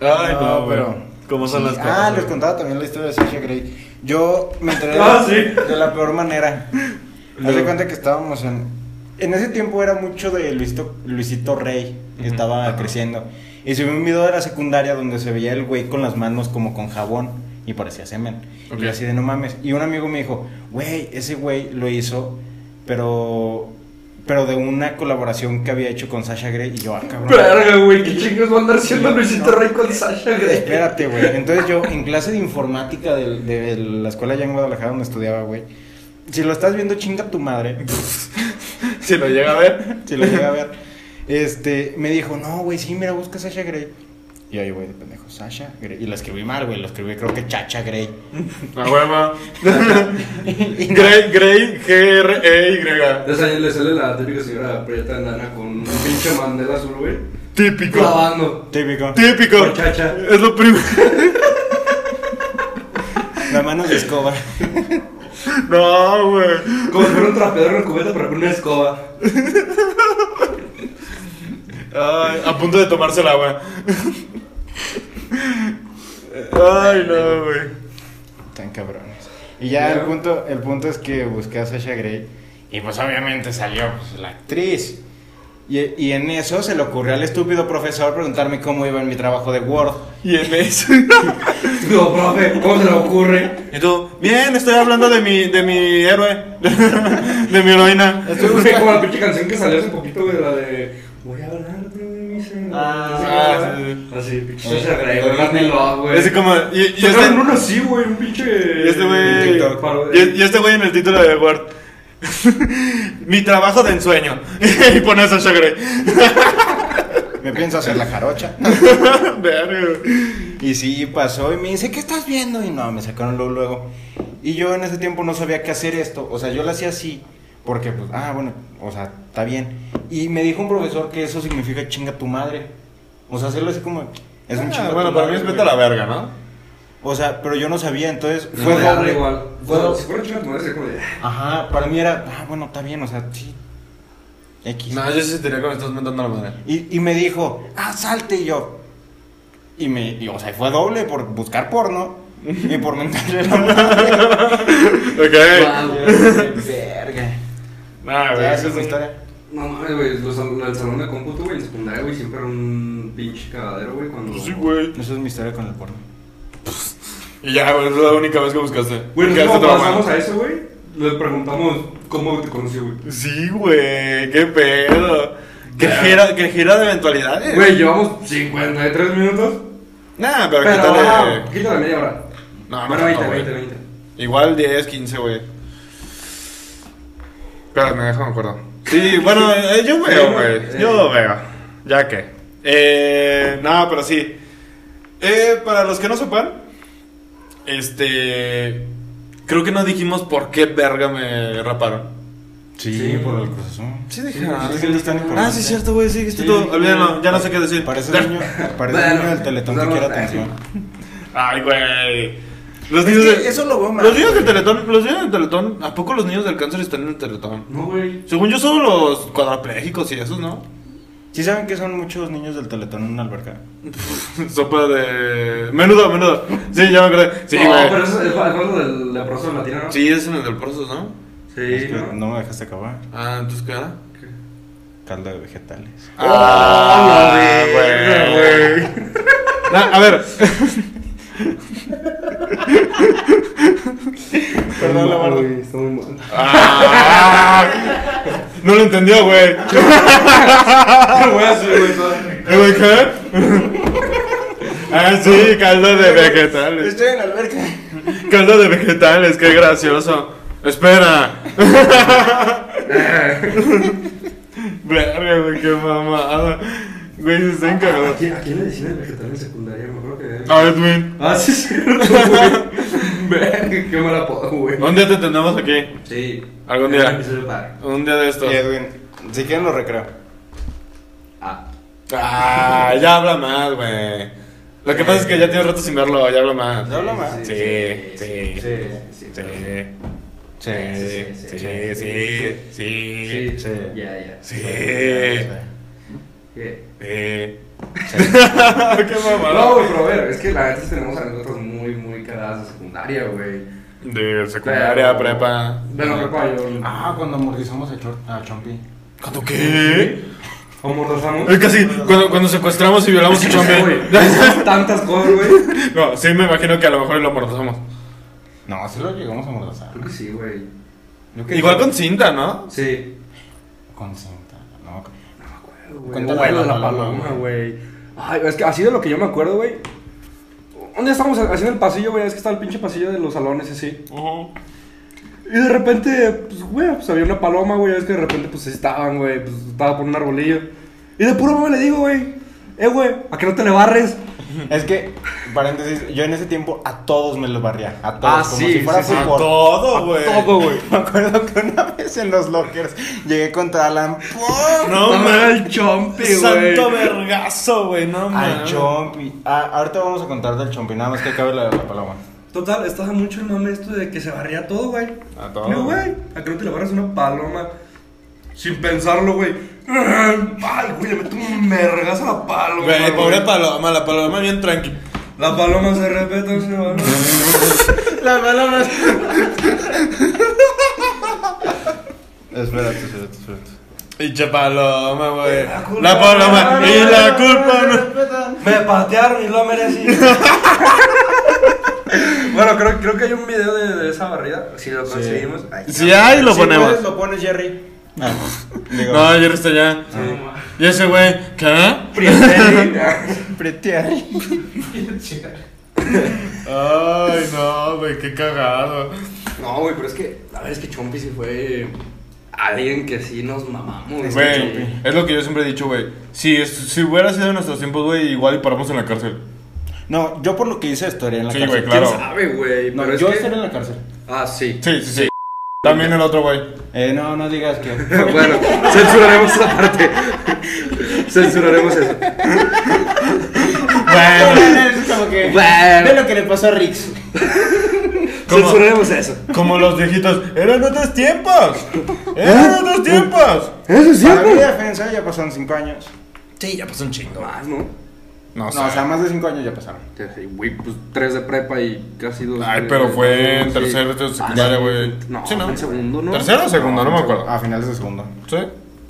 Speaker 3: Ay, no, pero.
Speaker 4: No, pero-
Speaker 5: ¿Cómo son las
Speaker 4: Sí.
Speaker 5: cosas?
Speaker 4: Ah, les contaba también la historia de Sasha Grey. Yo me enteré
Speaker 2: Ah, sí.
Speaker 4: de, de la peor manera. Haz de cuenta que estábamos en. En ese tiempo era mucho de Luisito, Luisito Rey. que Estaba creciendo. Y subí un video de la secundaria donde se veía el güey con las manos como con jabón. Y parecía semen. Y yo
Speaker 3: Ok.
Speaker 4: así de no mames. Y un amigo me dijo, güey, ese güey lo hizo, pero. Pero de una colaboración que había hecho con Sasha Grey. Y yo, ah, cabrón.
Speaker 2: Verga, güey, qué chingos va a andar siendo Luisito Rey con Sasha, güey.
Speaker 4: Espérate, güey. Entonces yo, en clase de informática del- de, la escuela allá en Guadalajara donde estudiaba, güey. Si lo estás viendo, chinga tu madre.
Speaker 3: Si lo llega a ver.
Speaker 4: si lo llega a ver. Este, me dijo, no, güey, sí, mira, busca Sasha Grey. Y ahí, güey, de pendejo, Sasha Grey. Y lo escribí mal, güey, lo escribí creo que Chacha Grey.
Speaker 3: La hueva. Grey, Grey, G-R-E-Y.
Speaker 2: De esa le sale la típica señora prieta andana con un pinche mandela azul, güey.
Speaker 3: Típico.
Speaker 2: Clavando.
Speaker 4: Típico.
Speaker 3: Típico.
Speaker 2: Por chacha.
Speaker 3: Es lo primero.
Speaker 4: La mano de escoba.
Speaker 3: No, güey.
Speaker 2: Como si fuera un trapeador en cubeta pero con una escoba.
Speaker 3: Ay, a punto de tomarse el agua. Ay, no, güey.
Speaker 4: Tan cabrones. Y ya el punto, el punto es que busqué a Sasha Grey y pues obviamente salió pues, la actriz. Y, y en eso se le ocurrió al estúpido profesor preguntarme cómo iba en mi trabajo de Word.
Speaker 3: Y en eso.
Speaker 2: Digo, profe, ¿cómo se le ocurre?
Speaker 3: Y tú, bien, estoy hablando de mi, de mi héroe. De mi heroína.
Speaker 2: Estoy buscando como la pinche canción que salió hace poquito, güey, la de Voy a hablar de mis
Speaker 4: Ah,
Speaker 2: Así, pinche
Speaker 4: Sí.
Speaker 2: Sasha Grey, güey, Courtney Love, güey.
Speaker 3: Así como. Y, y este,
Speaker 2: Sacaron uno así, güey, un pinche.
Speaker 3: y este güey.
Speaker 2: TikTok, paro de-
Speaker 3: Y, y este güey en el título de Word. Mi trabajo de ensueño. y pone a Sasha Grey.
Speaker 4: Me pienso hacer la jarocha.
Speaker 3: Verga.
Speaker 4: Y sí, pasó y me dice, ¿qué estás viendo? Y no, me sacaron luego, luego. Y yo en ese tiempo no sabía qué hacer esto. O sea, yo lo hacía así. Porque, pues, ah, bueno, o sea, está bien. Y me dijo un profesor que eso significa chinga tu madre. O sea, hacerlo así como... Es un chinga
Speaker 5: Ah,
Speaker 4: tu
Speaker 5: bueno, para mí
Speaker 4: madre,
Speaker 5: es
Speaker 4: güey.
Speaker 5: vete a la verga, ¿no?
Speaker 4: O sea, pero yo no sabía, entonces
Speaker 2: No,
Speaker 4: fue
Speaker 2: me
Speaker 4: doble.
Speaker 2: da igual.
Speaker 4: Fue
Speaker 2: Bueno,
Speaker 4: doble.
Speaker 2: si fuera chica, tu madre sería como de. "Ah,
Speaker 4: Ajá, para mí era, ah, bueno, está bien, o sea, sí. X.
Speaker 5: No, yo sí sentiría que me estás mentando la madre.
Speaker 4: Y, y me dijo, ah, salte y yo. Y me, y, o sea, fue doble por buscar porno y por mentarle la madre.
Speaker 3: Ok.
Speaker 4: Verga.
Speaker 3: Nah, güey.
Speaker 4: Ya,
Speaker 3: eso
Speaker 4: esa
Speaker 3: es
Speaker 4: es mi
Speaker 3: un-
Speaker 4: historia.
Speaker 2: No mames, güey, los sal- el salón de cómputo, güey, en secundaria, güey, siempre era un pinche cagadero, güey, cuando...
Speaker 3: Pues Sí, güey.
Speaker 4: Esa es mi historia con el porno.
Speaker 3: Y ya, güey, es la única vez que buscaste.
Speaker 2: Güey,
Speaker 3: Quedaste
Speaker 2: nosotros cuando
Speaker 3: traumado.
Speaker 2: pasamos a eso, güey, le preguntamos cómo te conocí, güey.
Speaker 3: Sí, güey, qué pedo. Qué gira, qué gira de eventualidades.
Speaker 2: Güey, llevamos 53 minutos,
Speaker 3: Nah, pero,
Speaker 2: pero
Speaker 3: quítale.
Speaker 2: ah, quítale media hora.
Speaker 3: No, no,
Speaker 2: bueno,
Speaker 3: no,
Speaker 2: 20,
Speaker 3: güey.
Speaker 2: 20, 20.
Speaker 3: Igual 10, 15, güey. Espérame, déjame acuerdo. Sí, bueno, eh, yo veo, güey. Yo veo. Ya que. Eh, no, pero sí. Eh, para los que no sepan, este. Creo que no dijimos por qué verga me raparon.
Speaker 4: Sí,
Speaker 2: Sí,
Speaker 4: por
Speaker 2: güey.
Speaker 4: el Cruz Azul.
Speaker 3: Sí,
Speaker 4: Ah, sí, sí, está en el porno.
Speaker 3: Ah, sí, cierto, güey, sí, dijiste
Speaker 2: Sí.
Speaker 3: todo. Olvídalo, ya no sé qué decir.
Speaker 4: Parece
Speaker 3: Ya.
Speaker 4: el niño, parece el
Speaker 2: Bueno,
Speaker 4: niño del Teletón que
Speaker 2: no,
Speaker 4: quiere
Speaker 2: no,
Speaker 4: atención.
Speaker 3: Ay, güey. Los
Speaker 4: Es
Speaker 3: niños
Speaker 4: que
Speaker 3: de-
Speaker 4: eso lo veo mal,
Speaker 3: Los niños del
Speaker 4: güey.
Speaker 3: Teletón, los niños del Teletón, ¿a poco los niños del cáncer están en el Teletón?
Speaker 2: No, güey.
Speaker 3: Según yo, son los cuadraplégicos y esos, ¿no?
Speaker 4: ¿Sí saben que son muchos niños del Teletón en una alberca?
Speaker 3: Sopa de. Menudo, menudo. Sí, ya me acordé. Sí,
Speaker 2: no,
Speaker 3: güey.
Speaker 2: pero eso es el falso de la persona latina, ¿no?
Speaker 3: Sí, es en el del proceso, ¿no?
Speaker 4: Es
Speaker 2: Sí,
Speaker 4: que
Speaker 2: ¿no?
Speaker 4: no me dejaste acabar.
Speaker 3: Ah, entonces, ¿qué era?
Speaker 4: Caldo de vegetales.
Speaker 3: Ah,
Speaker 2: la verga,
Speaker 3: Nah, a ver.
Speaker 4: Perdón, Lamardo.
Speaker 2: Güey, está muy mal.
Speaker 3: Ah. no lo entendió, güey.
Speaker 2: Voy a hacer, güey, todo.
Speaker 3: ¿Eh, güey, qué? Ah, sí, caldo de vegetales.
Speaker 4: Estoy en la alberca.
Speaker 3: Caldo de vegetales, qué gracioso. Espera. Verga, güey, qué mamada. Güey, se está
Speaker 2: ¿A
Speaker 3: encargado.
Speaker 2: quién- ¿A quién le decían el vegetal en secundaria? Me acuerdo que...
Speaker 3: A ver, Edwin.
Speaker 2: Ah, sí, sí. Verga, qué mal apodo, güey.
Speaker 3: Un día te tenemos aquí.
Speaker 2: Sí.
Speaker 3: Algún día.
Speaker 2: Ese es el padre.
Speaker 3: Un día de estos.
Speaker 4: Y Edwin, si quieren lo recreo.
Speaker 2: Ah.
Speaker 3: Ah, ya habla más, güey. Lo que pasa es que ya tienes rato sin verlo, ya habla más.
Speaker 4: ¿Ya habla más?
Speaker 3: Sí, sí,
Speaker 2: Sí, sí, sí.
Speaker 3: Sí, sí, sí, sí, sí, sí,
Speaker 2: Sí, sí. Ya, ya.
Speaker 3: sí,
Speaker 2: ¿Qué?
Speaker 3: sí. Qué
Speaker 2: No,
Speaker 3: mamada.
Speaker 2: güey, pero a ver, es que la neta sí tenemos anécdotas muy, muy cagadas de secundaria, güey.
Speaker 3: De secundaria,
Speaker 2: Pero-
Speaker 3: prepa.
Speaker 2: Bueno, prepa, yo.
Speaker 4: Ah, cuando amortizamos a, Chor- a Chompy.
Speaker 3: ¿Cuándo qué?
Speaker 2: ¿Amordazamos?
Speaker 3: Es casi cuando, cuando secuestramos y violamos a Chombe.
Speaker 2: Tantas cosas, güey.
Speaker 3: No, sí me imagino que a lo mejor lo amordazamos.
Speaker 4: No, sí lo llegamos a amordazar.
Speaker 2: Creo que sí, güey.
Speaker 4: Yo que-
Speaker 3: Igual con cinta, ¿no?
Speaker 2: Sí.
Speaker 4: Con cinta, ¿no?
Speaker 2: Güey,
Speaker 4: Cuéntame
Speaker 2: güey,
Speaker 4: la
Speaker 2: lo de la
Speaker 4: paloma.
Speaker 2: paloma, güey. Ay, es que así de lo que yo me acuerdo, güey. Un día estábamos haciendo el pasillo, güey. Es que está el pinche pasillo de los salones y así. Y de repente, pues, güey, pues había una paloma, güey. Es que de repente, pues estaban, güey. Pues estaba por un arbolillo. Y de puro mame le digo, güey. Eh, güey, ¿a que no te le barres?
Speaker 4: Es que, paréntesis, yo en ese tiempo a todos me los barría. A todos,
Speaker 2: Ah,
Speaker 4: como
Speaker 2: sí,
Speaker 4: si fuera
Speaker 2: sí, sí.
Speaker 4: fútbol.
Speaker 3: Todo, güey.
Speaker 2: Todo, güey.
Speaker 4: Me acuerdo que una vez en los lockers llegué contra Alan
Speaker 3: No mames.
Speaker 2: el chompi, güey.
Speaker 3: Santo vergazo, güey, no
Speaker 4: al
Speaker 3: mames.
Speaker 4: Chompi. Ah, ahorita vamos a contar del Chompi, nada más que acabe la, la paloma.
Speaker 2: Total, estaba mucho el mame esto de que se barría todo, güey.
Speaker 3: A todo.
Speaker 2: No, güey, a que no te le barras una paloma. Sin pensarlo, güey. Ay, güey, le meto un mergas a la paloma.
Speaker 3: Güey,
Speaker 2: güey.
Speaker 3: pobre paloma, la paloma bien tranqui.
Speaker 2: La paloma se respeta, se va.
Speaker 4: La paloma. espérate, espérate, espérate.
Speaker 3: Pinche paloma, güey.
Speaker 2: La culpa
Speaker 3: La paloma
Speaker 2: no,
Speaker 3: y
Speaker 2: no,
Speaker 3: la
Speaker 2: no,
Speaker 3: culpa no.
Speaker 2: Me patearon y lo merecí. bueno, creo, creo que hay un video de, de esa barrida. Si lo conseguimos. Ay,
Speaker 3: Si hay, lo
Speaker 4: Si
Speaker 3: ponemos.
Speaker 4: puedes, lo pones, Jerry. Ah, digo,
Speaker 3: No, Jerry está allá.
Speaker 2: no, ma.
Speaker 5: Y ese güey, ¿qué?
Speaker 4: Pretiari.
Speaker 5: Ay, no, güey, qué cagado.
Speaker 2: No, güey, pero es que, la verdad es que Chompi sí fue alguien que sí nos mamamos.
Speaker 3: Güey, es lo que yo siempre he dicho, güey. Si, es- si hubiera sido en nuestros tiempos, güey, igual y paramos en la cárcel.
Speaker 4: No, yo por lo que hice estaría en la
Speaker 3: Sí,
Speaker 4: cárcel.
Speaker 3: güey, claro.
Speaker 2: ¿Quién sabe, güey?
Speaker 4: No,
Speaker 2: pero es
Speaker 4: yo
Speaker 2: que-
Speaker 4: estaría en la cárcel.
Speaker 2: Ah, sí.
Speaker 3: Sí, sí, sí. También el otro, güey.
Speaker 4: Eh, no, no digas que.
Speaker 2: Bueno, censuraremos esa parte. Censuraremos eso.
Speaker 4: es como que.
Speaker 2: Bueno.
Speaker 4: Ve lo que le pasó a Rix.
Speaker 3: ¿Cómo?
Speaker 2: Censuraremos eso.
Speaker 3: Como los viejitos. ¡Eran otros tiempos! ¡Eran otros tiempos!
Speaker 2: Eso sí,
Speaker 4: Para mi defensa ya pasaron 5 años.
Speaker 5: Sí, ya pasó un chingo.
Speaker 2: Más, ¿no?
Speaker 3: No sé.
Speaker 4: No, o sea, más de 5 años ya pasaron.
Speaker 2: Que sí, Güey, pues tres de prepa y casi dos.
Speaker 3: Ay,
Speaker 2: de-
Speaker 3: pero fue en
Speaker 2: sí. Ah,
Speaker 3: tercero de secundaria, güey.
Speaker 2: No,
Speaker 3: Sí, ¿no?
Speaker 2: en segundo, ¿no?
Speaker 3: ¿Tercero o segundo? No me acuerdo.
Speaker 4: A finales de segundo.
Speaker 3: ¿Sí?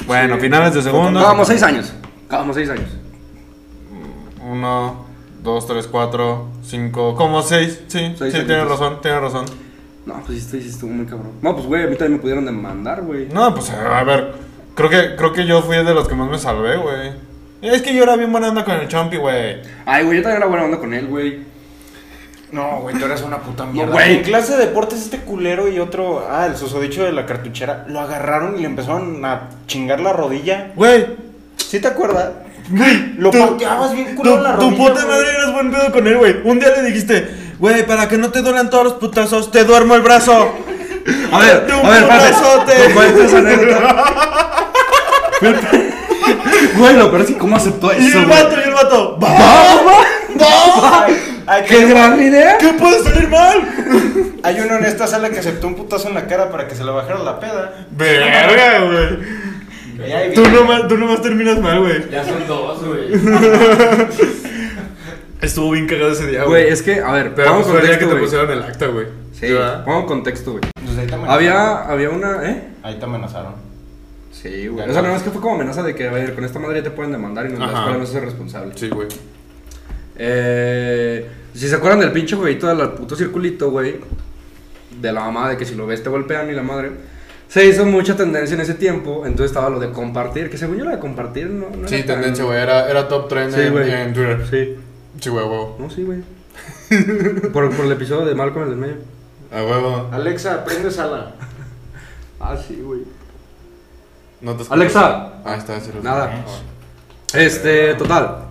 Speaker 3: Bueno, finales de segundo.
Speaker 2: Acabamos seis años. Acabamos seis años.
Speaker 3: 1, 2, 3, 4, 5, como 6. Sí, sí,
Speaker 2: Seis
Speaker 3: tienes
Speaker 2: añitos.
Speaker 3: razón, tienes razón.
Speaker 2: No, pues sí, estoy- sí, estuvo muy cabrón. No, pues güey, a mí también me pudieron demandar, güey.
Speaker 3: No, pues a ver, creo que, creo que yo fui de los que más me salvé, güey. Es que yo era bien buena onda con el Chompi, güey.
Speaker 2: Ay, güey, yo también era buena onda con él, güey.
Speaker 8: No, güey, tú eras una puta
Speaker 2: mierda.
Speaker 8: mierda.
Speaker 4: Güey, en clase de deportes este culero y otro, ah, el susodicho de la cartuchera, lo agarraron y le empezaron a chingar la rodilla.
Speaker 3: Güey,
Speaker 4: ¿Sí te acuerdas?
Speaker 3: güey.
Speaker 4: Lo
Speaker 3: tú-
Speaker 4: pateabas bien
Speaker 3: Tu,
Speaker 4: culero en la
Speaker 3: tu
Speaker 4: rodilla.
Speaker 3: puta
Speaker 4: güey.
Speaker 3: madre eras buen pedo con él, güey. Un día le dijiste, güey, para que no te duelan todos los putazos, te duermo el brazo.
Speaker 2: A ver,
Speaker 3: De
Speaker 2: a
Speaker 3: un
Speaker 2: ver, espérate.
Speaker 3: putazote.
Speaker 2: Me cuento esa anécdota. Güey, lo peor es que cómo aceptó
Speaker 3: Y
Speaker 2: eso,
Speaker 3: el
Speaker 2: güey.
Speaker 3: vato, y el vato, ¡va!
Speaker 4: Ay, ay,
Speaker 2: ¡Qué gran idea!
Speaker 3: ¿Qué puede salir mal?
Speaker 4: Hay uno en esta sala que aceptó un putazo en la cara para que se le bajara la peda.
Speaker 3: Verga, güey.
Speaker 4: Y ahí
Speaker 3: Tú
Speaker 4: viene.
Speaker 3: nomás, tú nomás terminas mal, güey.
Speaker 8: Ya son dos, güey.
Speaker 5: Estuvo bien cagado ese día,
Speaker 2: Güey, es que, a ver,
Speaker 5: Pero
Speaker 2: pongamos
Speaker 5: pues fue el día que
Speaker 2: contexto,
Speaker 5: te
Speaker 2: güey.
Speaker 5: pusieron el acta, güey.
Speaker 2: Sí,
Speaker 5: ¿verdad?
Speaker 2: pongamos contexto, güey.
Speaker 4: Pues ahí te amenazaron.
Speaker 2: Había, había una, ¿eh?
Speaker 4: Ahí te amenazaron.
Speaker 2: Sí, güey. O sea, nada más que fue como amenaza de que, a ver, con esta madre ya te pueden demandar y no, la
Speaker 5: Ajá.
Speaker 2: escuela no se hace responsable.
Speaker 5: Sí, güey.
Speaker 2: Eh, si se acuerdan del pinche jueguito del puto circulito, güey, de la mamá de que si lo ves te golpean y la madre. Se hizo mucha tendencia en ese tiempo, entonces estaba lo de compartir, que según yo lo de compartir no, no
Speaker 5: Sí,
Speaker 2: era tan-
Speaker 5: tendencia, güey. Era, era top trend
Speaker 2: Sí,
Speaker 5: en,
Speaker 2: güey.
Speaker 5: en Twitter.
Speaker 2: Sí.
Speaker 5: Sí, güey, huevo.
Speaker 2: No, sí, güey. por, por el episodio de Malcolm en el medio.
Speaker 5: A huevo.
Speaker 8: Alexa, prende sala.
Speaker 2: Ah, sí, güey.
Speaker 5: No te escucho.
Speaker 2: Alexa.
Speaker 5: Ah, está, sí, lo-
Speaker 2: Nada. Este, total.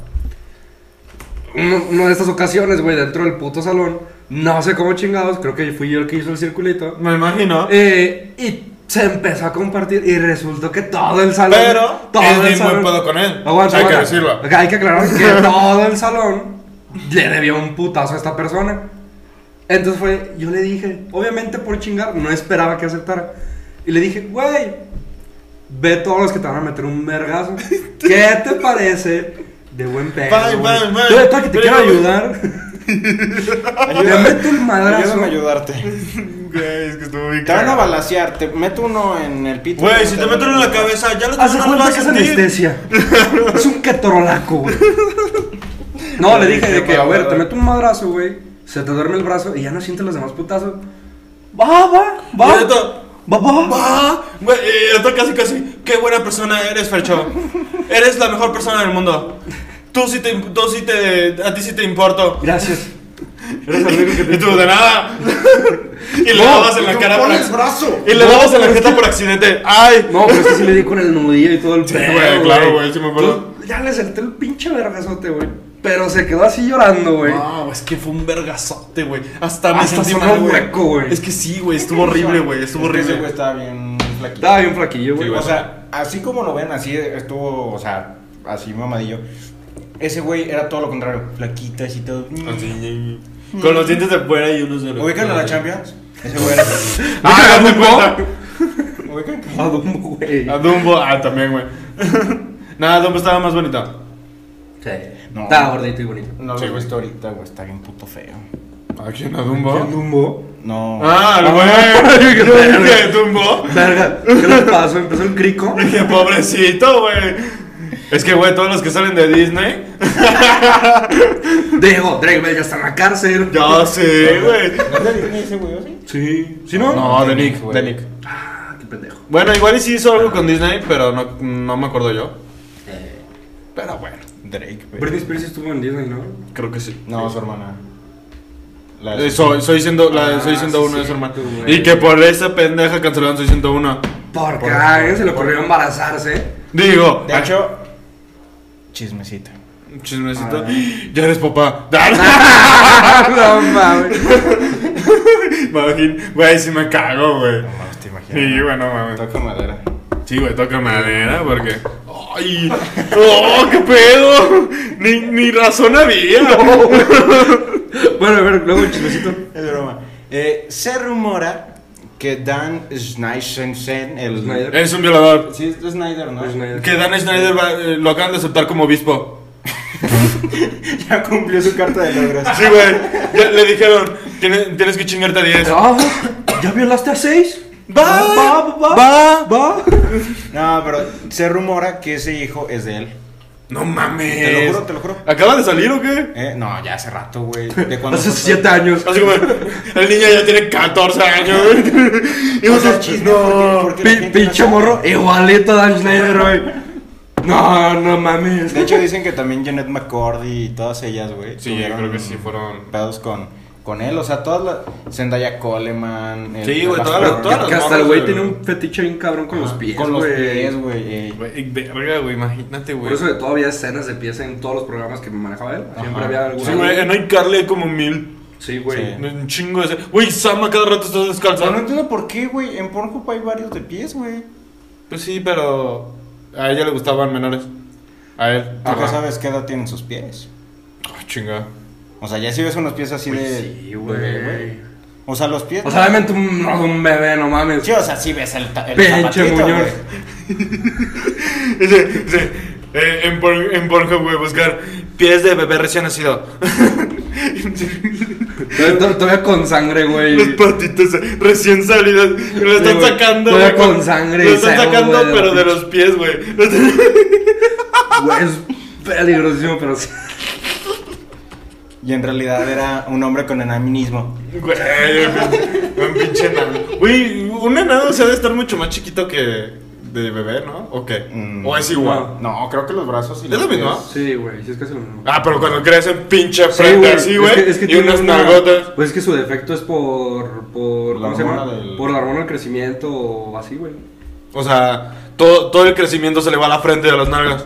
Speaker 2: Uno- Una de estas ocasiones, güey, dentro del puto salón, no sé cómo chingados, creo que fui yo el que hizo el circulito.
Speaker 3: Me imagino.
Speaker 2: Eh, y se empezó a compartir y resultó que todo el salón.
Speaker 3: Pero
Speaker 2: todo
Speaker 3: es bien buen pedo con él.
Speaker 2: Aguanta,
Speaker 3: Hay que
Speaker 2: aguanta.
Speaker 3: decirlo.
Speaker 2: Ok, Hay que aclarar que todo el salón le debió un putazo a esta persona. Entonces fue, yo le dije, obviamente por chingar, no esperaba que aceptara. Y le dije, güey, ve todos los que te van a meter un vergazo. ¿Qué te parece? De buen pedo.
Speaker 3: Bye,
Speaker 2: güey.
Speaker 3: bye, bye.
Speaker 2: Yo ahorita que te
Speaker 3: Pero-
Speaker 2: quiero ayudar. Le
Speaker 4: Ayúdame,
Speaker 2: meto el madrazo.
Speaker 4: ayúdame a ayudarte.
Speaker 3: Güey, es que estuvo bien
Speaker 4: Te van a
Speaker 3: cagado.
Speaker 4: balasear, te meto uno en el pito.
Speaker 3: Güey, si te meten en la cabeza, ya lo
Speaker 2: Hace
Speaker 3: no lo
Speaker 2: cuenta
Speaker 3: vas
Speaker 2: que
Speaker 3: a
Speaker 2: es
Speaker 3: sentir.
Speaker 2: anestesia. es un ketorolaco, güey. No, le dije de que, a ver, te meto un madrazo, güey. Se te duerme el brazo y ya no sientes los demás putazos. Va, va, va.
Speaker 3: Y esto,
Speaker 2: Va, va.
Speaker 3: ¡Ah! Güey, y esto casi casi. Qué buena persona eres, Fercho. Eres la mejor persona del mundo. Tú sí te, tú sí te, a ti sí te importo.
Speaker 2: Gracias.
Speaker 3: Y tú de nada. Y le dabas en la cara por
Speaker 8: pones
Speaker 3: accidente.
Speaker 8: brazo.
Speaker 3: Y le dabas en la jeta por accidente. Ay.
Speaker 2: No, pero es que sí le di con el nudillo y todo el pedo,
Speaker 3: güey, claro, güey, sí me acuerdo.
Speaker 2: Entonces, Ya le senté el pinche vergazote, güey. Pero se quedó así llorando, güey.
Speaker 3: Ah.
Speaker 5: No, es que fue un vergazote, güey. Hasta me
Speaker 2: Hasta
Speaker 5: sentí
Speaker 2: sonó
Speaker 5: mal, güey.
Speaker 2: hueco, güey.
Speaker 5: Es que sí, güey, estuvo horrible, güey, estuvo
Speaker 4: Es que ese güey
Speaker 5: horrible.
Speaker 4: estaba bien flaquito.
Speaker 2: Estaba bien flaquillo, güey.
Speaker 4: O sea, así como lo ven, así estuvo, o sea, así mamadillo. Ese güey era todo lo contrario, flaquito, así todo.
Speaker 3: Ah,
Speaker 5: Así, Con los dientes de fuera y unos de los.
Speaker 4: ¿Ubican a la Champions? Ese güey era.
Speaker 3: Ah,
Speaker 5: hazte cuenta.
Speaker 4: ¿Ubican?
Speaker 2: A Dumbo, güey.
Speaker 3: A Dumbo, ah, también, güey. Nada, Dumbo estaba más bonito.
Speaker 2: Sí.
Speaker 4: No.
Speaker 2: Estaba gordito y bonito.
Speaker 4: No
Speaker 3: Sí,
Speaker 4: lo he
Speaker 3: güey.
Speaker 4: visto ahorita, güey, está bien puto feo.
Speaker 3: ¿A quién? ¿A Dumbo?
Speaker 2: Dumbo?
Speaker 4: No.
Speaker 3: Ah, el güey. Yo dije, Dumbo.
Speaker 2: Verga, ¿qué le pasó? Empezó el crico.
Speaker 3: Dije, pobrecito, güey. Es que, güey, todos los que salen de Disney.
Speaker 2: Diego, Drake Bell ya está en la cárcel.
Speaker 3: Ya sé, güey.
Speaker 4: ¿No es de Disney ese güey o sí?
Speaker 2: Sí. ¿Sí no?
Speaker 3: No, de Nick,
Speaker 4: güey.
Speaker 3: de Nick.
Speaker 2: Ah, qué pendejo.
Speaker 3: Bueno, igual y sí hizo algo con Disney, pero no, no me acuerdo yo. Pero bueno,
Speaker 4: Drake, güey.
Speaker 2: Britney Spears estuvo en Disney, ¿no?
Speaker 3: creo que sí.
Speaker 4: No, su hermana. La
Speaker 3: Eh, Soy, soy siendo, la,
Speaker 2: Ah,
Speaker 3: soy siendo
Speaker 2: sí,
Speaker 3: uno de su
Speaker 2: cierto,
Speaker 3: hermano.
Speaker 2: güey.
Speaker 3: Y que por esa pendeja cancelaron soy siendo uno.
Speaker 2: Porque a alguien se le ocurrió embarazarse.
Speaker 3: Digo,
Speaker 9: Ah.
Speaker 3: ah,
Speaker 4: De hecho, chismecito.
Speaker 2: Ah.
Speaker 3: chismecito. Ya eres papá.
Speaker 2: no mames.
Speaker 3: Imagín- Güey, si me cago, güey.
Speaker 4: No mames, te imaginas.
Speaker 3: Y bueno, mames.
Speaker 4: Toca madera.
Speaker 3: Sí, güey, toca madera porque. ¡Ay! ¡Oh, qué pedo! Ni, ni razón había.
Speaker 2: Bueno, a ver, luego el chismecito.
Speaker 4: Es broma. Eh, se rumora que Dan Schneidersen, el.
Speaker 2: Snyder.
Speaker 3: Es un violador.
Speaker 4: Sí, es Snyder, ¿no?
Speaker 2: Snyder.
Speaker 3: Que Dan Schneider va- eh, lo acaban de aceptar como obispo.
Speaker 4: ya cumplió su carta de logros.
Speaker 3: Sí, güey. Ya Le dijeron, "Tienes- tienes que chingarte a 10.
Speaker 2: Ah, ¿Ya violaste a seis?
Speaker 4: Ah,
Speaker 2: Ah,
Speaker 3: Va,
Speaker 2: va, va,
Speaker 3: va,
Speaker 2: va.
Speaker 4: No, pero se rumora que ese hijo es de él.
Speaker 3: No mames.
Speaker 4: Te lo juro, te lo juro.
Speaker 3: ¿Acaba de salir o qué?
Speaker 4: Eh, no, ya hace rato, güey. ¿De cuándo?
Speaker 2: Hace
Speaker 4: fue?
Speaker 2: siete años.
Speaker 3: Así como, el niño ya tiene 14 años. Y
Speaker 4: O
Speaker 3: vos
Speaker 4: sea, chisme,
Speaker 3: no.
Speaker 4: porque- porque la
Speaker 2: Pi-
Speaker 4: gente no
Speaker 2: pinche
Speaker 4: sabe.
Speaker 2: morro, igualito a Dan Schneider, güey. No, no mames.
Speaker 4: De hecho, dicen que también Janet McCordy y todas ellas, güey.
Speaker 9: Sí, yo
Speaker 4: tuvieron
Speaker 9: creo que sí fueron.
Speaker 4: Pedos con, con él. O sea, todas las. Zendaya Coleman. el-
Speaker 3: Sí, güey,
Speaker 4: las-
Speaker 3: todas las- todas las-
Speaker 2: Que hasta el güey
Speaker 3: morros,
Speaker 2: tiene
Speaker 3: güey.
Speaker 2: un fetiche bien cabrón con los
Speaker 4: Ajá,
Speaker 2: pies,
Speaker 4: Con los
Speaker 2: güey.
Speaker 4: pies, güey. eh.
Speaker 3: Güey, Verga, güey, imagínate, güey.
Speaker 2: Por eso que todavía había escenas de pies en todos los programas que manejaba él. Siempre
Speaker 4: Ajá.
Speaker 2: había alguna.
Speaker 3: Sí, güey, en iCarly hay como mil.
Speaker 2: Sí, güey.
Speaker 4: Sí.
Speaker 3: Un chingo de. ese- Güey, Sama cada rato está
Speaker 4: Pero no
Speaker 3: descalzando.
Speaker 4: entiendo por qué, güey. En Pornhub hay varios de pies, güey.
Speaker 3: Pues sí, pero. A ella le gustaban menores. A él.
Speaker 4: Tú
Speaker 3: Ajá.
Speaker 4: ya sabes qué edad tienen sus pies.
Speaker 3: Ah, chinga.
Speaker 4: O sea, ya si ves unos pies así de.
Speaker 2: Pues Sí, güey.
Speaker 4: O sea, los pies.
Speaker 2: O sea, obviamente un, no, un bebé, no mames.
Speaker 4: Sí, o sea, sí ves el, ta- el
Speaker 2: Pinche
Speaker 4: zapatito,
Speaker 2: Muñoz.
Speaker 4: güey.
Speaker 3: Dice, dice, eh, en, Por- en Pornhub, güey, buscar pies de bebé recién nacido.
Speaker 2: Todavía- to- Todavía con sangre, güey.
Speaker 3: Los patitos recién salidas. Lo
Speaker 2: Sí,
Speaker 3: están
Speaker 2: güey.
Speaker 3: sacando.
Speaker 2: Todavía
Speaker 3: güey,
Speaker 2: con sangre
Speaker 3: Lo
Speaker 2: y
Speaker 3: están
Speaker 2: cebo,
Speaker 3: sacando,
Speaker 2: güey, de
Speaker 3: pero
Speaker 2: los
Speaker 3: de los pies, güey. Lo están-
Speaker 2: Güey, es peligrosísimo, pero sí.
Speaker 4: Y en realidad era un hombre con enanismo.
Speaker 3: Güey, un pinche enano. Güey, un enano se ha de estar mucho más chiquito que de bebé, ¿no? ¿O qué?
Speaker 4: Mm.
Speaker 3: ¿O es igual?
Speaker 4: No, creo que los brazos y
Speaker 3: ¿Es
Speaker 4: los
Speaker 3: lo
Speaker 4: pies-
Speaker 3: mismo?
Speaker 2: Sí, güey, sí es casi lo mismo.
Speaker 3: Ah, pero cuando crecen pinche frente así, güey.
Speaker 2: Es que- es que
Speaker 3: y
Speaker 2: tiene
Speaker 3: unas
Speaker 2: una-
Speaker 3: nagotas.
Speaker 2: Pues es que su defecto es por. por
Speaker 4: La
Speaker 2: ¿Cómo se llama?
Speaker 4: hormona del-
Speaker 2: Por la hormona del crecimiento o así, güey.
Speaker 3: O sea, todo, todo el crecimiento se le va a la frente de las nalgas.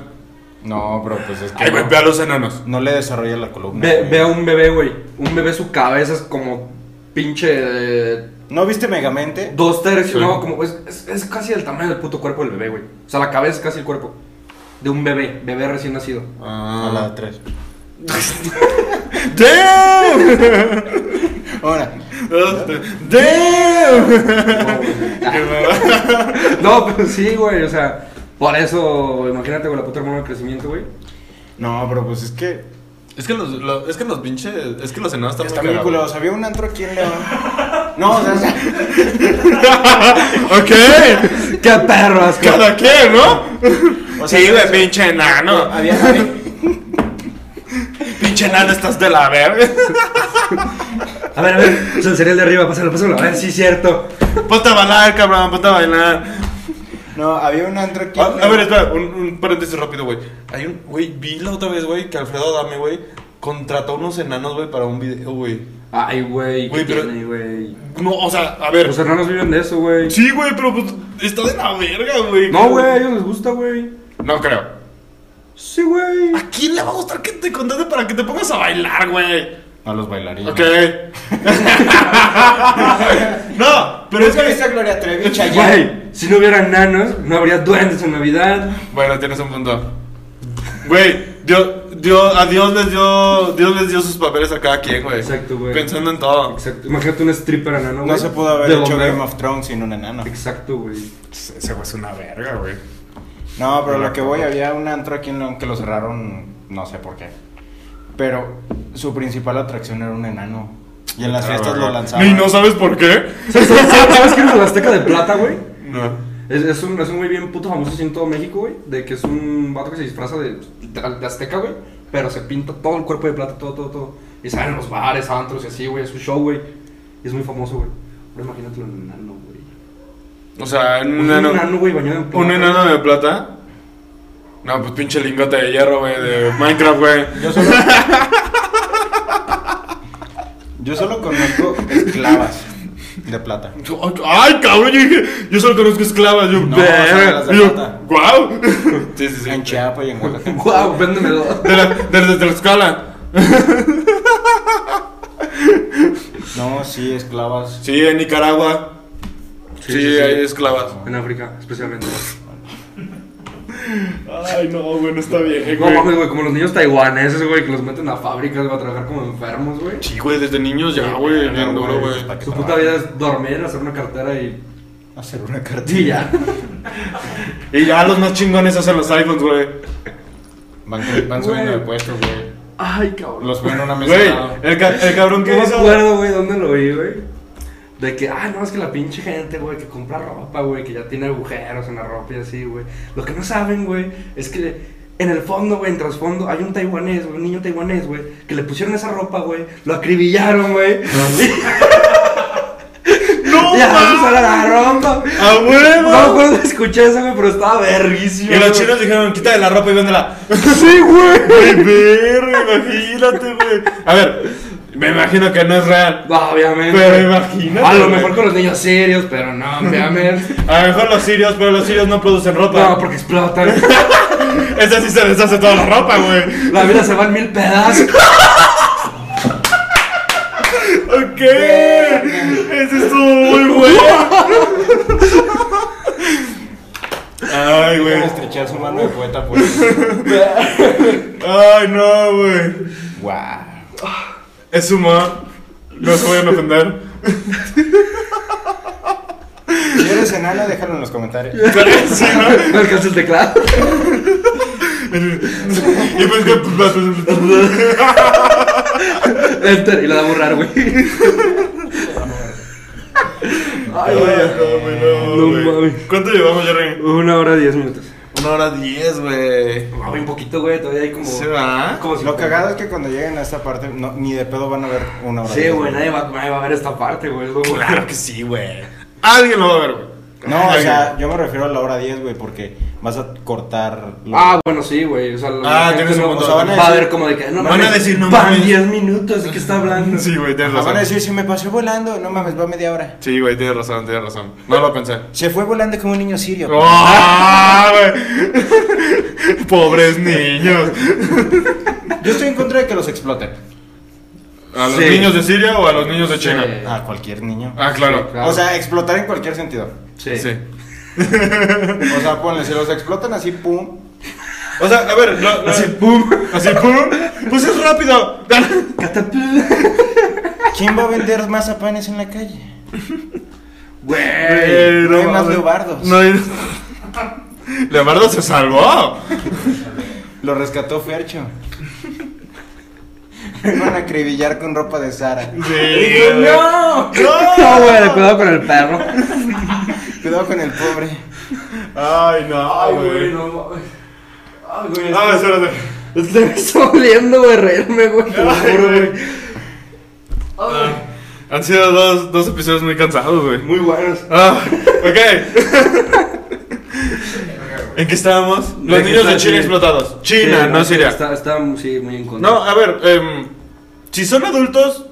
Speaker 4: No, pero pues es que.
Speaker 3: Ay, güey,
Speaker 4: no,
Speaker 3: ve a los enanos.
Speaker 4: no le desarrolla la columna.
Speaker 2: Ve,
Speaker 4: güey.
Speaker 2: ve a un bebé, güey. Un bebé, su cabeza es como pinche. eh,
Speaker 4: ¿No viste Megamente?
Speaker 2: dos tercios.
Speaker 3: Sí.
Speaker 2: No, como. Es, es, es casi el tamaño del puto cuerpo del bebé, güey. O sea, la cabeza es casi el cuerpo. De un bebé, bebé recién nacido. Ah,
Speaker 4: A la 3.
Speaker 3: ¡Damn!
Speaker 4: Ahora,
Speaker 3: ¡Damn! Qué mamada.
Speaker 2: No, pero sí, güey. O sea, por eso, imagínate, güey, la puta hormona del crecimiento, güey.
Speaker 4: no, pero pues es que.
Speaker 3: es que los, los- es que los pinches, es que los enanos están
Speaker 4: Está
Speaker 3: muy
Speaker 4: muy
Speaker 3: cagados.
Speaker 4: culoso. Había un antro aquí en León. No, o sea,
Speaker 3: Ok.
Speaker 2: ¡Qué perro, asco!
Speaker 3: Cada quien, ¿no?
Speaker 4: O sea,
Speaker 3: sí, güey,
Speaker 4: eso-
Speaker 3: pinche enano.
Speaker 4: había.
Speaker 3: Pinche enano, estás de la verga.
Speaker 2: A ver, a ver, o sea, el cereal de arriba, pásalo, pásalo. A ver, sí, cierto.
Speaker 3: Ponte a bailar, cabrón, ponte a bailar.
Speaker 4: No, había un antro aquí.
Speaker 3: Ah, A,
Speaker 4: en
Speaker 3: a
Speaker 4: León.
Speaker 3: ver, espera, un, un paréntesis rápido, güey. Hay un, güey, vi la otra vez, güey, que Alfredo Adame, güey, contrató unos enanos, güey, para un video, güey.
Speaker 2: Ay, güey, ¿qué
Speaker 3: Güey, pero-
Speaker 2: tiene, güey?
Speaker 3: No, o sea, a ver.
Speaker 2: Los hermanos viven de eso, güey.
Speaker 3: sí, güey, pero pues está de la verga, güey.
Speaker 2: No, güey, a ellos les gusta, güey.
Speaker 3: No creo.
Speaker 2: Sí, güey.
Speaker 3: ¿A quién le va a gustar que te contrate para que te pongas a bailar, güey?
Speaker 4: A los bailarines.
Speaker 3: Ok. no, pero es
Speaker 4: ¿Nunca viste
Speaker 3: que...
Speaker 4: a Gloria Trevi, Chayanne?
Speaker 2: Güey, si no hubiera nanos, no habría duendes en Navidad.
Speaker 3: Bueno, tienes un punto. Güey, Dios, Dios, a Dios les dio, Dios les dio sus papeles a cada quien, güey.
Speaker 2: Exacto, güey.
Speaker 3: Pensando en todo.
Speaker 2: Exacto. Imagínate un stripper enano, güey.
Speaker 4: No se pudo haber
Speaker 2: de
Speaker 4: hecho
Speaker 2: bombero.
Speaker 4: Game of Thrones sin un enano.
Speaker 2: Exacto, güey.
Speaker 3: Ese güey es una verga, güey.
Speaker 4: No, pero lo que voy, había un antro aquí en León que lo cerraron, no sé por qué. Pero su principal atracción era un enano. Y en las fiestas lo lanzaban.
Speaker 3: Ni no sabes por qué.
Speaker 2: ¿Sabes, sabes- sabes quién es el Azteca de Plata, güey?
Speaker 3: No.
Speaker 2: Es, es un, es un güey bien puto famoso así en todo México, güey. De que es un vato que se disfraza de, de- de azteca, güey. Pero se pinta todo el cuerpo de plata, todo, todo, todo. Y sale en los bares, antros y así, güey. Es un show, güey. Y es muy famoso, güey. Ahora imagínatelo en un enano, güey.
Speaker 3: O sea, un
Speaker 2: Un
Speaker 3: enano.
Speaker 2: enano, güey, bañado en plata.
Speaker 3: Un enano de plata. No, pues pinche lingote de hierro, güey, de Minecraft, güey.
Speaker 4: Yo solo. Yo solo conozco esclavas de plata.
Speaker 3: Ay, cabrón, yo dije, yo solo conozco esclavas, yo,
Speaker 4: No,
Speaker 3: verga.
Speaker 4: son las de
Speaker 3: Y yo,
Speaker 4: plata.
Speaker 3: guau. Sí, sí, sí.
Speaker 4: En Chiapas y en Oaxaca.
Speaker 2: Guau, véndeme dos.
Speaker 3: De la, de, de, de la escala.
Speaker 4: No, sí, esclavas.
Speaker 3: Sí, en Nicaragua. Sí,
Speaker 2: sí, sí.
Speaker 3: hay esclavas.
Speaker 2: En África, especialmente.
Speaker 3: Ay, no, güey, no está bien,
Speaker 2: No mames,
Speaker 3: güey.
Speaker 2: güey, como los niños taiwaneses, güey, que los meten a fábricas, va a trabajar como enfermos, güey.
Speaker 3: Sí, güey, desde niños ya, güey, bien duro, güey.
Speaker 2: Su puta vida es dormir, hacer una cartera y.
Speaker 4: Hacer una
Speaker 2: Sí,
Speaker 4: cartilla.
Speaker 2: ya.
Speaker 3: Y ya los más chingones hacen los iPhones, güey.
Speaker 4: Van, van subiendo de puesto, güey.
Speaker 2: Ay, cabrón.
Speaker 4: Los ponen en una
Speaker 2: Pues
Speaker 4: mesa.
Speaker 3: Güey,
Speaker 4: al lado.
Speaker 3: el, ca- el cabrón
Speaker 2: No
Speaker 3: que
Speaker 2: me
Speaker 3: hizo.
Speaker 2: acuerdo, güey, dónde lo vi, güey. De que, ah, no, es que la pinche gente, güey, que compra ropa, güey, que ya tiene agujeros en la ropa y así, güey. Lo que no saben, güey, es que en el fondo, güey, en trasfondo, hay un taiwanés, güey, un niño taiwanés, güey, que le pusieron esa ropa, güey, lo acribillaron, güey.
Speaker 3: ¡No,
Speaker 2: y a
Speaker 3: mames!
Speaker 2: usar la ropa.
Speaker 3: ¡A
Speaker 2: No me
Speaker 3: huevo!
Speaker 2: acuerdo, escuché eso, güey, pero estaba verguísimo.
Speaker 10: Y los
Speaker 2: güey.
Speaker 10: chinos dijeron, quítale la ropa y véndela.
Speaker 3: Sí, güey. Güey, verga, imagínate, güey. A ver, me imagino que no es real.
Speaker 2: No, obviamente.
Speaker 3: Pero imagínate,
Speaker 2: A lo
Speaker 3: güey.
Speaker 2: mejor con los niños serios, pero no, obviamente.
Speaker 10: A lo mejor los sirios, pero los sirios no producen ropa.
Speaker 2: No, porque explotan.
Speaker 10: Esa sí se deshace toda la ropa, güey.
Speaker 2: La vida se va en mil pedazos.
Speaker 10: Ok. Ese estuvo muy bueno. Ay, güey.
Speaker 4: Dejan estrechar su mano de poeta por
Speaker 10: Ay, no, güey.
Speaker 4: Guau.
Speaker 10: Es humor. No se vayan a ofender.
Speaker 4: Si eres enana, déjalo en los comentarios.
Speaker 10: Sí, ¿no?
Speaker 2: No alcanza el teclado.
Speaker 10: Y pues que.
Speaker 2: Enter y la da a borrar, güey. Ay, güey. No
Speaker 10: pues, güey.
Speaker 2: mames.
Speaker 10: ¿Cuánto llevamos, Jerry?
Speaker 2: Una hora diez minutos.
Speaker 11: Una hora diez, güey.
Speaker 2: No, un Ah, poquito, güey. Todavía hay como.
Speaker 11: ¿Se va?
Speaker 2: como
Speaker 4: Lo cagado es que cuando lleguen a esta parte, no, ni de pedo van a ver una hora.
Speaker 2: Sí,
Speaker 4: de-
Speaker 2: güey. Nadie va, nadie va a ver esta parte, güey. es lo-
Speaker 11: Claro que sí, güey.
Speaker 3: Alguien lo va a ver, güey.
Speaker 4: No, o sea, yo me refiero a la hora 10, güey, porque vas a cortar. lo-
Speaker 2: Ah, bueno, sí, güey. O sea, la
Speaker 10: Ah,
Speaker 2: gente
Speaker 10: tienes un
Speaker 2: no-
Speaker 10: punto.
Speaker 2: o sea, van a
Speaker 4: Van a
Speaker 2: Va a
Speaker 4: decir-
Speaker 2: ver como de que. No,
Speaker 10: van a
Speaker 2: mames,
Speaker 10: decir, no
Speaker 2: Van
Speaker 10: mames.
Speaker 2: 10 minutos. ¿De qué está hablando?
Speaker 10: Sí, güey, tienes
Speaker 4: Ah, van a
Speaker 10: razón.
Speaker 4: decir, si me pasé volando. No mames, va media hora.
Speaker 3: Sí, güey, tienes razón, tienes razón. No lo pensé.
Speaker 4: Se fue volando como un niño sirio.
Speaker 3: ¡Ah, güey! Pobres niños.
Speaker 4: Yo estoy en contra de que los exploten.
Speaker 3: ¿A los
Speaker 2: Sí.
Speaker 3: niños de Siria o a los niños de China?
Speaker 2: Sí.
Speaker 4: A cualquier niño.
Speaker 3: Ah, claro.
Speaker 2: Claro.
Speaker 4: O sea, explotar en cualquier sentido.
Speaker 2: Sí.
Speaker 3: Sí.
Speaker 4: O sea, ponle, si los explotan así, pum.
Speaker 10: O sea, a ver, lo- lo-
Speaker 2: Así, pum.
Speaker 10: así, pum. Pues es rápido.
Speaker 2: Catapul.
Speaker 4: ¿Quién va a vender mazapanes en la calle?
Speaker 2: Güey.
Speaker 4: No hay más leobardos.
Speaker 3: No hay... Leobardo se salvó.
Speaker 4: Lo rescató Fercho. Me van a acribillar con ropa de Sara.
Speaker 10: Sí.
Speaker 2: ¡No! ¡No, güey! Cuidado con el perro.
Speaker 4: Cuidado con el pobre.
Speaker 10: Ay, no, güey.
Speaker 2: no mames. Ay, güey.
Speaker 10: Ah, espérate.
Speaker 2: Este me está oliendo, güey, reírme, güey. te lo juro, güey.
Speaker 3: Han sido dos, dos episodios muy cansados, güey.
Speaker 2: Muy buenos.
Speaker 3: Ah, ok. ¿En qué estábamos? Los
Speaker 2: ¿De qué
Speaker 3: niños de
Speaker 2: está-
Speaker 3: China
Speaker 2: sí.
Speaker 3: explotados. China,
Speaker 2: Sí,
Speaker 3: no Siria.
Speaker 2: Está, está, sí, muy en contra.
Speaker 3: No, a ver, em, si son adultos,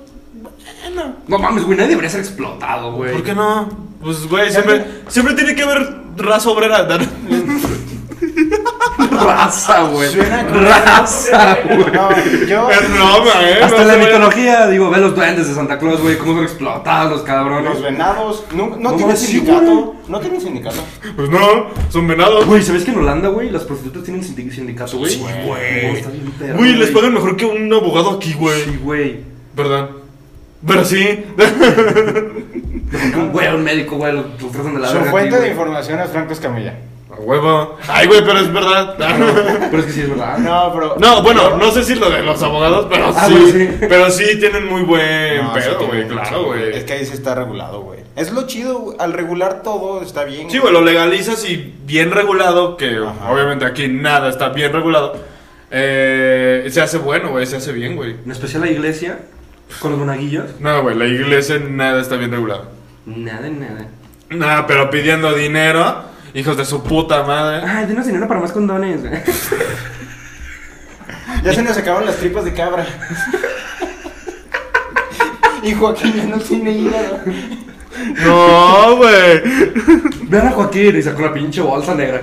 Speaker 2: No mames, güey, nadie debería ser explotado, güey.
Speaker 3: ¿por qué no? Pues, güey, siempre, siempre tiene que haber raza obrera.
Speaker 2: Raza, güey.
Speaker 4: Suena como-
Speaker 2: Raza, güey.
Speaker 4: No, yo.
Speaker 3: Es broma, ¿eh? No
Speaker 2: Hasta la
Speaker 3: se vayan-
Speaker 2: mitología, digo, ve los duendes de Santa Claus, güey, cómo son explotados los cabronos.
Speaker 4: Los venados. No, no,
Speaker 2: No
Speaker 4: tienen
Speaker 2: mames, sí,
Speaker 4: sindicato. No tienen sindicato.
Speaker 3: Pues no, son venados.
Speaker 2: Güey, ¿sabes que en Holanda, güey, las prostitutas tienen sindi- sindicato, güey?
Speaker 3: güey.
Speaker 2: Está bien perro,
Speaker 3: Güey, les pagan mejor que un abogado aquí, güey.
Speaker 2: Sí, güey.
Speaker 3: ¿Verdad? Pero sí.
Speaker 2: Porque un güey, un médico, güey, lo, lo tratan de la
Speaker 4: Su
Speaker 2: verga. a ti,
Speaker 4: fuente de
Speaker 2: güey.
Speaker 4: información es Franco Escamilla.
Speaker 3: A huevo. Ay, güey, pero es verdad.
Speaker 2: Ah, Pero es que sí es verdad.
Speaker 4: No, pero.
Speaker 3: No, bueno, no sé si lo de los abogados, pero
Speaker 2: Ah,
Speaker 3: sí.
Speaker 2: bueno, sí.
Speaker 3: Pero sí tienen muy buen
Speaker 4: No, sí
Speaker 3: pedo,
Speaker 4: tiene
Speaker 3: güey,
Speaker 4: mucho,
Speaker 3: claro, güey.
Speaker 4: Es que ahí sí está regulado, güey. Es lo chido, güey. al regular todo está bien.
Speaker 3: Sí, güey, lo legalizas y bien regulado, que
Speaker 4: Ajá.
Speaker 3: obviamente aquí nada está bien regulado. eh, se hace bueno, güey, se hace bien, güey.
Speaker 2: En especial la iglesia, con los monaguillos.
Speaker 3: No, güey, la iglesia nada está bien regulada.
Speaker 2: Nada, nada.
Speaker 3: Nada, pero pidiendo dinero Hijos de su puta madre.
Speaker 2: Ay, denos dinero para más condones, güey.
Speaker 4: Ya se nos acabaron las tripas de cabra. y Joaquín ya no tiene hígado.
Speaker 3: No, güey.
Speaker 2: Vean a Joaquín y sacó la pinche bolsa negra.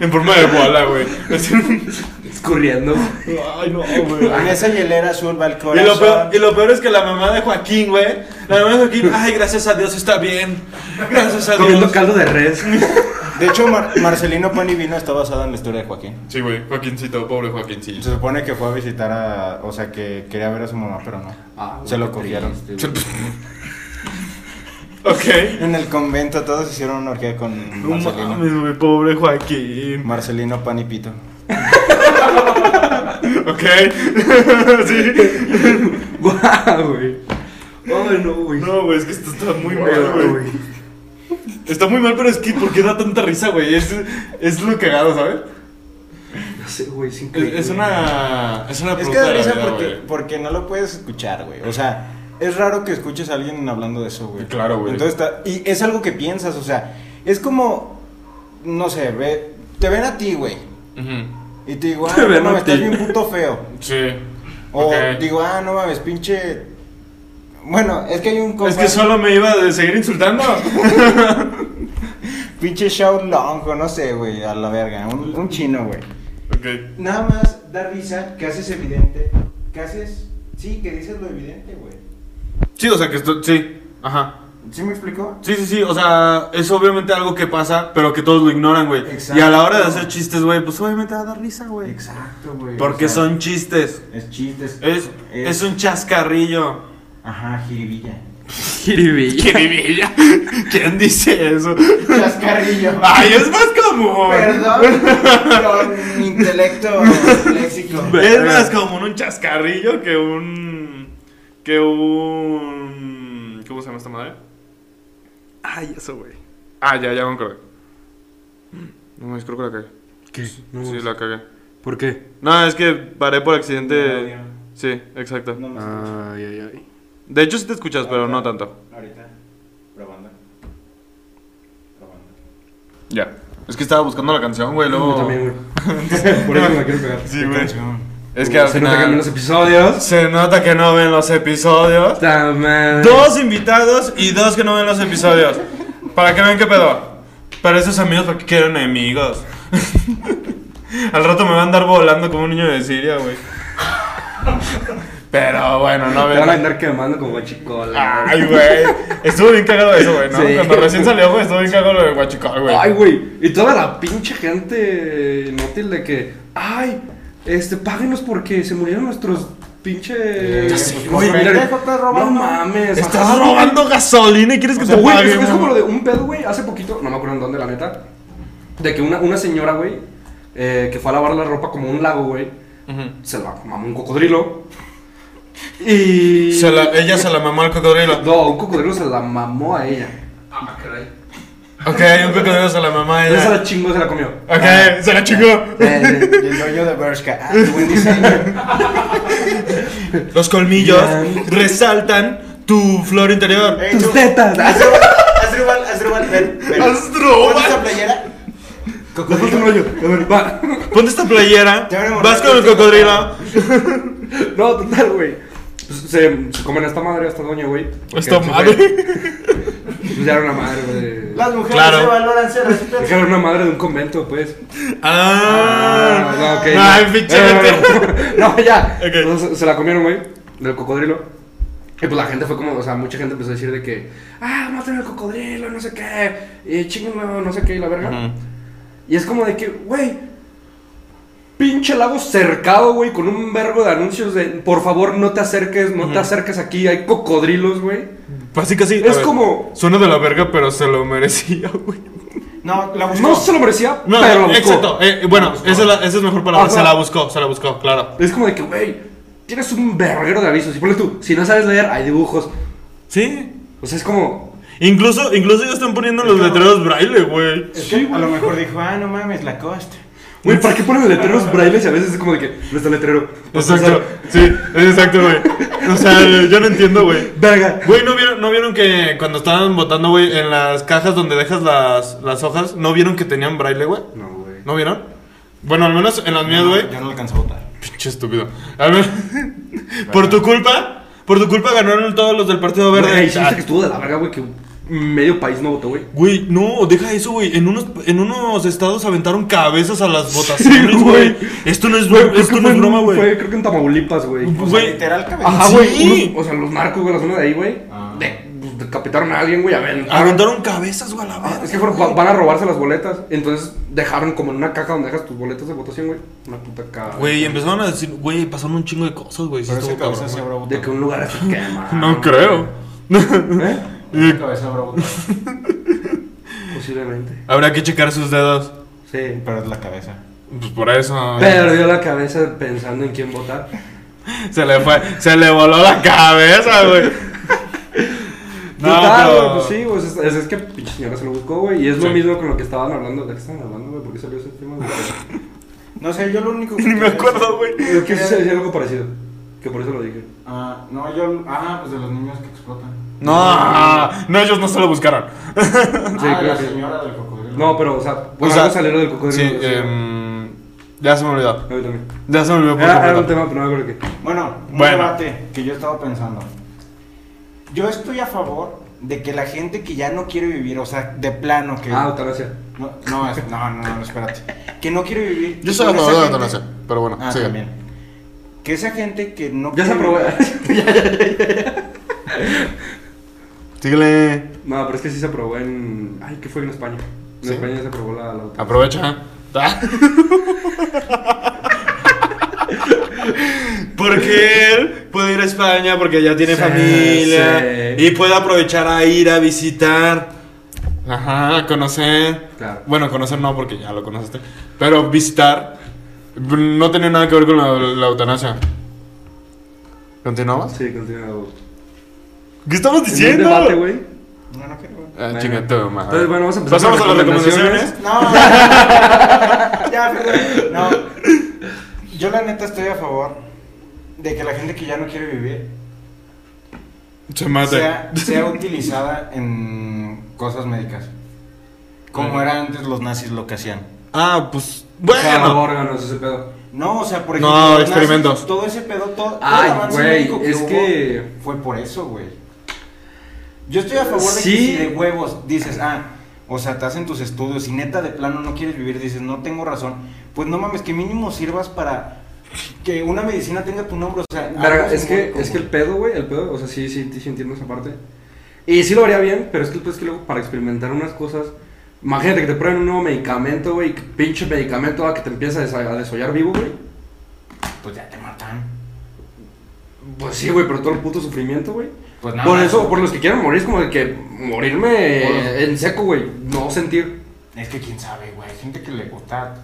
Speaker 12: En forma de bola, güey.
Speaker 2: Escurriendo.
Speaker 3: Ay, no, güey.
Speaker 4: En esa hielera azul va el
Speaker 3: Y lo, peor,
Speaker 4: corazón.
Speaker 3: y lo peor es que la mamá de Joaquín, güey. La mamá de Joaquín, ay, gracias a Dios está bien. Gracias a
Speaker 2: Comiendo
Speaker 3: Dios.
Speaker 2: caldo de res.
Speaker 4: De hecho, Mar- Marcelino Pan y Vino está basado en la historia de Joaquín.
Speaker 12: Sí, güey. Joaquincito, pobre Joaquincito.
Speaker 4: Se supone que fue a visitar a. O sea, que quería ver a su mamá, pero no.
Speaker 2: Ah,
Speaker 4: se lo cogieron.
Speaker 12: Ok.
Speaker 4: En el convento todos hicieron una orgía con
Speaker 3: No
Speaker 4: Marcelino.
Speaker 3: mames, güey, pobre Joaquín.
Speaker 4: Marcelino Pan y Pito.
Speaker 12: Ok.
Speaker 2: Guau, güey. Ay, no, güey.
Speaker 3: No, güey, es que esto está muy mal,
Speaker 2: Guau,
Speaker 3: güey.
Speaker 2: güey.
Speaker 3: Está muy mal, pero es que, ¿por qué da tanta risa, güey? Es, es lo cagado, ¿sabes?
Speaker 2: No sé, güey, sin
Speaker 3: Es, es una. Es una
Speaker 4: Es que da
Speaker 3: de la
Speaker 4: risa
Speaker 3: vida,
Speaker 4: porque,
Speaker 3: güey.
Speaker 4: porque no lo puedes escuchar, güey. O sea, es raro que escuches a alguien hablando de eso, güey.
Speaker 12: Claro, güey.
Speaker 4: Entonces, está- y es algo que piensas, o sea, es como, no sé, ve, te ven a ti, güey.
Speaker 12: Ujú.
Speaker 4: Y te digo, ah,
Speaker 2: Te ven
Speaker 4: no
Speaker 2: a
Speaker 4: mames, estás
Speaker 2: ti.
Speaker 4: bien puto feo.
Speaker 12: Sí.
Speaker 4: O
Speaker 12: Ok.
Speaker 4: digo, ah, no mames, pinche... Bueno, es que hay un compa,
Speaker 3: Es que solo me iba a seguir insultando.
Speaker 4: pinche Shao Long, o no sé, güey, a la verga, un, un chino, güey.
Speaker 12: Ok.
Speaker 4: Nada más da risa que haces evidente, que haces, sí, que dices lo evidente, güey.
Speaker 3: Sí, o sea, que esto. Sí, ajá.
Speaker 4: ¿Sí me explico?
Speaker 3: Sí, sí, sí, o sea, es obviamente algo que pasa, pero que todos lo ignoran, güey.
Speaker 4: Exacto.
Speaker 3: Y a la hora de hacer chistes, güey, pues obviamente va a dar risa, güey.
Speaker 4: Exacto, güey.
Speaker 3: Porque
Speaker 4: o sea,
Speaker 3: son chistes.
Speaker 4: Es chistes.
Speaker 3: Es, es un chascarrillo.
Speaker 4: Ajá, jiribilla.
Speaker 2: jiribilla.
Speaker 3: Jiribilla. ¿Quién dice eso?
Speaker 4: Chascarrillo.
Speaker 3: Ay, es más común.
Speaker 4: Perdón por mi intelecto léxico.
Speaker 3: Es más común un chascarrillo que un. Que un.
Speaker 12: ¿Cómo se llama esta madre?
Speaker 3: Ay, eso, güey.
Speaker 12: Ah, ya, ya me acordé. No, mames, creo que la cagué.
Speaker 2: ¿Qué? No,
Speaker 12: Sí, la cagué.
Speaker 2: ¿Por qué?
Speaker 12: No, es que paré por
Speaker 3: Este,
Speaker 12: accidente. Sí, exacto.
Speaker 4: No me escucho.
Speaker 2: Ay, ay, ay.
Speaker 12: De hecho, sí te escuchas, pero no tanto.
Speaker 4: Ahorita. Probando. Probando.
Speaker 12: Ya.
Speaker 3: Es que estaba buscando la canción, güey,
Speaker 2: Yo también, güey. Por eso me la quiero pegar.
Speaker 12: Sí, güey. Es
Speaker 2: Es
Speaker 12: que al
Speaker 2: se nota que en los
Speaker 12: final.
Speaker 2: episodios.
Speaker 3: Se nota que no ven los episodios.
Speaker 2: Ta madre.
Speaker 3: Dos invitados y dos que no ven los episodios. Para que vean qué pedo. Para esos amigos, porque quiero enemigos. Al rato me va a andar volando como un niño de Siria, güey. Pero bueno, no
Speaker 2: Te van a
Speaker 3: ven.
Speaker 2: andar quemando como guachicola.
Speaker 3: Ay, güey. Estuvo bien cagado eso, güey, ¿no?
Speaker 2: Sí.
Speaker 3: Cuando recién salió, güey, estuvo bien cagado lo de Huachicol, güey.
Speaker 2: Ay, güey. Y toda la pinche gente inútil de que, ay, este, páguenos porque se murieron nuestros pinche.
Speaker 4: Ya sé,
Speaker 2: Güey,
Speaker 4: güey.
Speaker 2: mira,
Speaker 4: Pendejo, estás
Speaker 2: No
Speaker 4: robando.
Speaker 2: mames.
Speaker 3: Estás
Speaker 2: ajá.
Speaker 3: robando gasolina y quieres que te
Speaker 2: Güey,
Speaker 3: pague.
Speaker 2: es, es como
Speaker 3: güey.
Speaker 2: lo de un pedo, güey. Hace poquito, no me acuerdo en dónde, la neta. De que una, una señora, güey, eh, que fue a lavar la ropa como un lago, güey. Se la mamó un cocodrilo. Y.
Speaker 3: Se la- ella se la mamó al cocodrilo.
Speaker 2: No, un cocodrilo se la mamó a ella.
Speaker 3: Ok, un cocodrilo se la mamó a
Speaker 2: Ella se
Speaker 3: ella.
Speaker 2: la chingó, se la comió.
Speaker 3: Ok, se la chingó.
Speaker 2: Eh,
Speaker 4: Y el hoyo de Bershka. Ah, qué buen diseño.
Speaker 3: Los colmillos resaltan tu flor interior.
Speaker 4: Ey,
Speaker 2: Tus
Speaker 4: Eh, tú,
Speaker 2: tetas.
Speaker 4: Asdrúbal, Asdrúbal, ven, ven.
Speaker 3: Asdrúbal.
Speaker 4: ¿Pon esa playera?
Speaker 2: Nos falta un hoyo. A ver, va.
Speaker 3: Ponte esta playera,
Speaker 4: Ya veremos.
Speaker 3: vas con el cocodrilo.
Speaker 2: No, total, güey. Pues, se, se comen a esta madre, a esta doña, güey. porque
Speaker 3: Esta
Speaker 2: se
Speaker 3: madre.
Speaker 2: fue. Pues ya era una madre, güey.
Speaker 4: Las mujeres
Speaker 3: Claro.
Speaker 4: se valoran, se respetan.
Speaker 2: Es que era una madre de un convento, pues.
Speaker 3: Ah,
Speaker 2: no, ok. Eh,
Speaker 3: Ay,
Speaker 2: no.
Speaker 3: pinche
Speaker 2: No, no,
Speaker 3: vete.
Speaker 2: No, no, ya.
Speaker 3: Ok.
Speaker 2: Entonces, se la comieron, güey, del cocodrilo. Y pues la gente fue como, o sea, mucha gente empezó a decir de que, ah, mataron al cocodrilo, no sé qué, y chingo, no sé qué, y la verga. Y es como de que, güey, pinche lago cercado, güey, con un vergo de anuncios de, por favor, no te acerques, no te acerques aquí, hay cocodrilos, güey.
Speaker 3: Así casi.
Speaker 2: Es como-
Speaker 3: Suena de la verga, pero se lo merecía, güey.
Speaker 4: No, la buscó.
Speaker 2: No se lo merecía,
Speaker 3: No,
Speaker 2: pero lo buscó. Ah,
Speaker 3: exacto. eh, bueno, esa es, la, esa es mejor palabra.
Speaker 2: Ajá.
Speaker 3: Se la buscó, se la buscó, claro.
Speaker 2: Es como de que, güey, tienes un verguero de avisos. Y ponle tú, si no sabes leer, hay dibujos.
Speaker 3: Sí.
Speaker 2: O sea, es como,
Speaker 3: Incluso, incluso ya están poniendo los letreros braille, güey.
Speaker 4: Es que a lo mejor dijo, ah, no mames, la costa.
Speaker 2: Güey, ¿para qué ponen letreros brailes y a veces es como de que no está el letrero? No está el
Speaker 3: Exacto,
Speaker 2: letrero.
Speaker 3: sí, es exacto, güey. O sea, yo no entiendo, güey.
Speaker 2: Verga.
Speaker 5: Güey, ¿no vieron, ¿no vieron que cuando estaban votando, güey, en las cajas donde dejas las, las hojas, ¿no vieron que tenían braille, güey?
Speaker 2: No, güey.
Speaker 5: ¿No vieron? Bueno, al menos en las mías, güey.
Speaker 4: Yo no alcanzo a votar.
Speaker 5: Pinche estúpido. Al menos- por tu culpa, por tu culpa ganaron todos los del Partido
Speaker 2: Güey,
Speaker 5: Verde. Ah,
Speaker 2: sí, viste que estuvo de la verga, güey, que medio país no votó, güey.
Speaker 5: Güey, no, deja eso, güey. En unos, en unos estados aventaron cabezas a las votaciones, güey.
Speaker 2: güey.
Speaker 5: Esto no es,
Speaker 2: Güey,
Speaker 5: bro-
Speaker 2: creo
Speaker 5: esto
Speaker 2: que
Speaker 5: no
Speaker 2: fue
Speaker 5: es
Speaker 2: en-
Speaker 5: broma, güey.
Speaker 2: fue, Creo que en Tamaulipas, güey.
Speaker 4: O sea,
Speaker 5: Pues, Güey.
Speaker 4: literal cabeza.
Speaker 2: Ajá,
Speaker 5: Sí.
Speaker 2: güey. unos- O sea, los narcos, güey, la zona de ahí, güey. de- pues, decapitaron a alguien, güey, a
Speaker 5: Ah,
Speaker 2: ver.
Speaker 5: Aventaron cabezas, güey, a la
Speaker 2: Ah,
Speaker 5: verga.
Speaker 2: Es que fueron- va- van a robarse las boletas. Entonces dejaron como en una caja donde dejas tus boletas de votación, güey. Una puta caja.
Speaker 5: Güey, empezaron a decir, güey, pasaron un chingo de cosas, güey. Sí
Speaker 4: Pero ese
Speaker 5: estuvo cabrón,
Speaker 4: cabeza sí
Speaker 5: güey.
Speaker 4: habrá votado.
Speaker 2: De que un lugar así quema.
Speaker 3: No creo.
Speaker 2: ¿Eh?
Speaker 4: Ese cabeza habrá votado.
Speaker 2: Posiblemente.
Speaker 5: Habrá que checar sus dedos.
Speaker 2: Sí.
Speaker 4: Pero es la cabeza.
Speaker 3: Pues por
Speaker 5: Ah.
Speaker 3: eso.
Speaker 2: Perdió la cabeza pensando en quién votar.
Speaker 3: Se le fue, se le voló la cabeza, güey.
Speaker 2: No,
Speaker 3: pero-
Speaker 2: güey, pues sí, güey, es, es- es que pinche señora se lo buscó, güey. Y es lo mismo con lo que estaban hablando. ¿De qué estaban hablando, güey? ¿Por qué salió ese tema? güey?
Speaker 4: No sé, yo lo único que.
Speaker 5: Ni me acuerdo, güey.
Speaker 2: Es que sí se decía algo parecido. Que por eso lo dije.
Speaker 4: Ah, no, yo. Ah, pues de los niños que explotan.
Speaker 3: No, no, ellos no se lo buscaron.
Speaker 2: Sí,
Speaker 4: ah,
Speaker 2: creo
Speaker 4: la
Speaker 2: que-
Speaker 4: señora del cocodrilo.
Speaker 2: No, pero, o sea,
Speaker 3: O
Speaker 2: por
Speaker 3: sea,
Speaker 2: Pues algo salieron del cocodrilo.
Speaker 3: Sí,
Speaker 2: o sea,
Speaker 3: em, ya se me olvidó.
Speaker 2: a mí también.
Speaker 3: Ya se me olvidó. por
Speaker 2: Ah, Era, era un
Speaker 3: completo.
Speaker 2: tema, pero no me acuerdo qué.
Speaker 4: Bueno, un
Speaker 3: Bueno.
Speaker 4: debate que yo estaba pensando. Yo estoy a favor de que la gente que ya no quiere vivir, o sea, de plano que.
Speaker 2: Ah, eutanasia.
Speaker 4: no, no, es- no, no, no, espérate. Que no quiere vivir.
Speaker 5: Yo soy
Speaker 4: con
Speaker 5: a
Speaker 4: esa
Speaker 5: favor de
Speaker 4: gente-
Speaker 5: la eutanasia, pero bueno,
Speaker 4: Ah,
Speaker 5: sigue.
Speaker 4: también. Que esa gente que no
Speaker 2: Ya se aprobó.
Speaker 4: vivir-
Speaker 5: Síguele.
Speaker 2: No, pero es que sí se aprobó en. Ay, ¿qué fue en España? En
Speaker 5: ¿Sí?
Speaker 2: España ya se aprobó la, la eutanasia.
Speaker 3: Aprovecha. Ah,
Speaker 5: Porque él puede ir a España porque ya tiene
Speaker 2: Sí,
Speaker 5: familia.
Speaker 2: sí.
Speaker 5: Y puede aprovechar a ir a visitar.
Speaker 3: Ajá, conocer.
Speaker 2: Claro.
Speaker 3: Bueno, conocer no, porque ya lo conociste. Pero visitar no tenía nada que ver con la, la eutanasia. ¿Continuamos?
Speaker 2: Sí, continúa. güey.
Speaker 5: ¿Qué estamos
Speaker 2: En un
Speaker 5: diciendo?
Speaker 2: debate, güey.
Speaker 4: No, no quiero.
Speaker 3: Ah,
Speaker 2: Bueno.
Speaker 3: chinga tu madre.
Speaker 2: Entonces, bueno, vamos a empezar
Speaker 3: Pasamos
Speaker 2: con
Speaker 3: a las
Speaker 2: recomendaciones.
Speaker 3: recomendaciones.
Speaker 4: No, no, no. ya, perdón. No. Yo la neta estoy a favor de que la gente que ya no quiere vivir
Speaker 3: Se
Speaker 2: Ah,
Speaker 3: mate.
Speaker 4: sea, sea utilizada en cosas médicas. Como era antes los nazis lo que hacían.
Speaker 5: Ah, pues.
Speaker 2: Cada
Speaker 5: Bueno.
Speaker 2: órganos, ese pedo.
Speaker 4: No, o sea, por
Speaker 5: No,
Speaker 4: ejemplo, los nazis,
Speaker 5: experimentos.
Speaker 4: todo ese pedo, todo, todo
Speaker 2: Ay,
Speaker 4: el avance
Speaker 2: güey,
Speaker 4: médico que
Speaker 2: es
Speaker 4: hubo
Speaker 2: que-
Speaker 4: fue por eso, güey. Yo estoy a favor de que
Speaker 2: Sí.
Speaker 4: si de huevos dices, ah, o sea, te hacen tus estudios y neta de plano no quieres vivir, dices, no tengo razón, pues no mames, que mínimo sirvas para que una medicina tenga tu nombre, o sea,
Speaker 2: Verga,
Speaker 4: algo
Speaker 2: es que,
Speaker 4: simbólico,
Speaker 2: es que el
Speaker 4: güey.
Speaker 2: pedo, güey, el pedo, o sea, sí, sí, sí entiendo esa parte. Y sí lo haría bien, pero es que el pedo es que luego para experimentar unas cosas, imagínate que te prueben un nuevo medicamento, güey, que pinche medicamento ah, que te empieza a desa- a desollar vivo, güey.
Speaker 4: Pues ya te matan.
Speaker 2: Pues sí, güey, pero todo el puto sufrimiento, güey.
Speaker 4: Pues nada
Speaker 2: por
Speaker 4: más.
Speaker 2: eso, por los que quieren morir, es como de que morirme eh, en seco, güey, no sentir.
Speaker 4: Es que quién sabe, güey, hay gente que le gusta.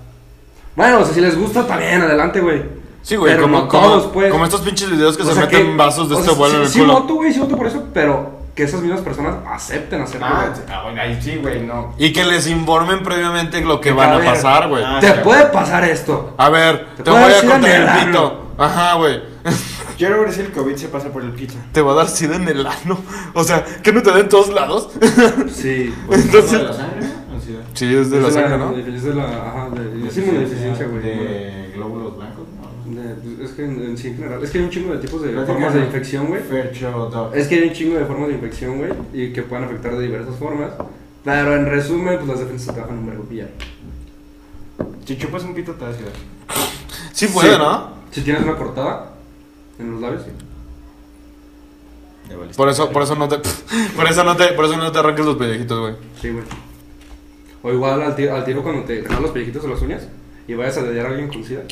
Speaker 2: Bueno, o sea, si les gusta, está bien, adelante, güey.
Speaker 3: Sí, güey,
Speaker 2: Pero
Speaker 3: como,
Speaker 2: no
Speaker 3: como-
Speaker 2: todos, pues.
Speaker 3: como estos pinches videos que
Speaker 2: O
Speaker 3: se
Speaker 2: sea,
Speaker 3: meten vasos de
Speaker 2: o
Speaker 3: este
Speaker 2: sea,
Speaker 3: vuelo
Speaker 2: sí-
Speaker 3: en el
Speaker 2: sí
Speaker 3: culo.
Speaker 2: voto, güey, sí voto por eso, pero que esas mismas personas acepten hacerlo,
Speaker 4: Ah,
Speaker 2: güey.
Speaker 4: ah, bueno, ahí sí, güey, no.
Speaker 5: Y que les informen previamente lo que van
Speaker 2: A
Speaker 5: a
Speaker 2: ver.
Speaker 5: pasar, güey.
Speaker 4: Ah,
Speaker 2: Te
Speaker 4: sí.
Speaker 2: puede pasar esto.
Speaker 3: A ver, te,
Speaker 2: Te
Speaker 3: voy
Speaker 2: puedo
Speaker 3: a
Speaker 2: decir
Speaker 3: contar
Speaker 2: en
Speaker 3: el
Speaker 2: el ano.
Speaker 3: pito. Ajá, güey.
Speaker 4: Quiero ver si el COVID se pasa por el pito.
Speaker 5: Te va a dar sida en el ano. O sea, que no te den todos lados.
Speaker 2: Pues, Sí.
Speaker 5: Entonces.
Speaker 4: ¿De la sangre? ¿O sí?
Speaker 5: Sí, es de la
Speaker 2: Es
Speaker 5: sangre, ¿no?
Speaker 2: Es de la. Ajá, de. Es inmunodeficiencia, güey.
Speaker 4: De glóbulos blancos, ¿no?
Speaker 2: De- pues, Es que en, en sí, en general. Es que hay un chingo de tipos de
Speaker 4: Platícanos.
Speaker 2: formas de infección, güey.
Speaker 4: Fercho, doc.
Speaker 2: Es que hay un chingo de formas de infección, güey. Y que pueden afectar de diversas formas. Pero en resumen, pues las defensas se trabajan en un verbo y ya.
Speaker 4: Si chupas un pito te vas a quedar.
Speaker 5: Sí puede,
Speaker 2: Sí.
Speaker 5: ¿no?
Speaker 2: Si tienes una cortada en los labios, sí.
Speaker 5: Por eso, por eso no te. Por eso no te, por eso no te arranques los pellejitos, güey.
Speaker 2: Sí, güey. O igual al tiro, al tiro cuando te jalas los pellejitos o las uñas y vayas a dediar a alguien con sida.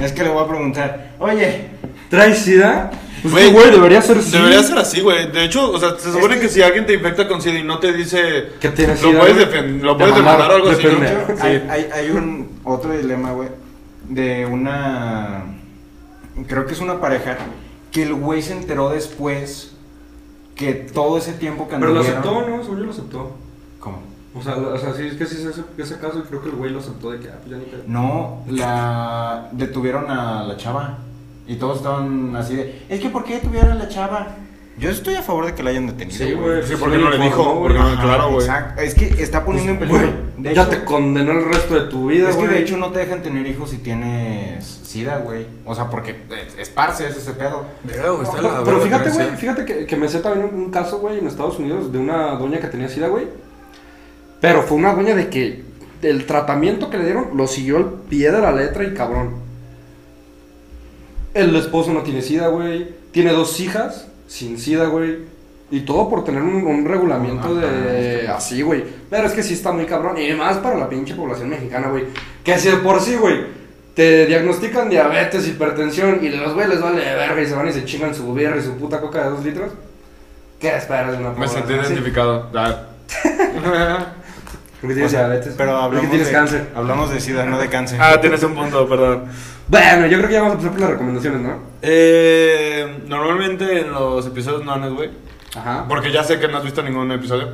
Speaker 4: Es que le voy a preguntar, oye,
Speaker 2: ¿Traes sida? Pues
Speaker 5: Güey,
Speaker 2: que, güey, debería ser sida.
Speaker 5: Debería ser así, güey. De hecho, o sea, se supone que si alguien te infecta con sida y no te dice.
Speaker 2: Que tienes
Speaker 5: Lo
Speaker 2: sida,
Speaker 5: puedes,
Speaker 2: güey.
Speaker 5: defen- lo
Speaker 2: De
Speaker 5: puedes
Speaker 2: mamar,
Speaker 5: demandar o algo así, ¿no?
Speaker 2: depende.
Speaker 4: yo- hay, hay- hay un otro dilema, güey, de una, creo que es una pareja, que el güey se enteró después que todo ese tiempo que
Speaker 2: Pero lo
Speaker 4: anduvieron-
Speaker 2: aceptó, ¿no? Según yo lo aceptó.
Speaker 4: ¿Cómo?
Speaker 2: O O sea, la- o sea, sí, es que sí es ese, ese caso y creo que el güey lo aceptó de que, ah, pues ya ni pedo.
Speaker 4: No, la detuvieron a la chava. Y todos estaban así de, es que ¿por qué detuvieron a la chava? Yo estoy a favor de que la hayan detenido.
Speaker 2: Sí, güey.
Speaker 3: Sí, porque no le dijo, porque no,
Speaker 4: Ajá,
Speaker 3: claro, güey.
Speaker 4: Exacto. Es que está poniendo en peligro. De
Speaker 2: Pues, Güey, ya
Speaker 4: hecho,
Speaker 2: te condenó el resto de tu vida,
Speaker 4: es que
Speaker 2: güey.
Speaker 4: de hecho no te dejan tener hijos si tienes sida, güey. O sea, porque es- esparces ese pedo.
Speaker 2: Pero, pero fíjate, güey, fíjate que, que me sé también un, un caso, güey, en Estados Unidos de una doña que tenía sida, güey. Pero fue una doña de que el tratamiento que le dieron lo siguió al pie de la letra y cabrón. El esposo no tiene sida, güey. Tiene dos hijas sin sida, güey. Y todo por tener un, un regulamiento de... así, güey. Pero es que sí está muy cabrón. Y más para la pinche población mexicana, güey. Que si de por sí, güey. Te diagnostican diabetes, hipertensión y los güeyes les vale verga y se van y se chingan su birra y su puta coca de dos litros. ¿Qué esperas de una
Speaker 3: Me
Speaker 2: población
Speaker 3: sentí
Speaker 4: Ah,
Speaker 2: así?
Speaker 3: identificado. Ah. Ya.
Speaker 2: Porque tienes diabetes.
Speaker 4: Pero
Speaker 2: porque
Speaker 4: hablamos
Speaker 2: tienes
Speaker 4: de,
Speaker 2: cáncer.
Speaker 4: Hablamos de sida, no de cáncer.
Speaker 3: Ah, tienes un punto, perdón.
Speaker 2: Bueno, yo creo que ya vamos a empezar por las recomendaciones, ¿no?
Speaker 3: Eh, normalmente en los episodios nones, güey.
Speaker 2: Ajá.
Speaker 3: Porque ya sé que no has visto ningún episodio.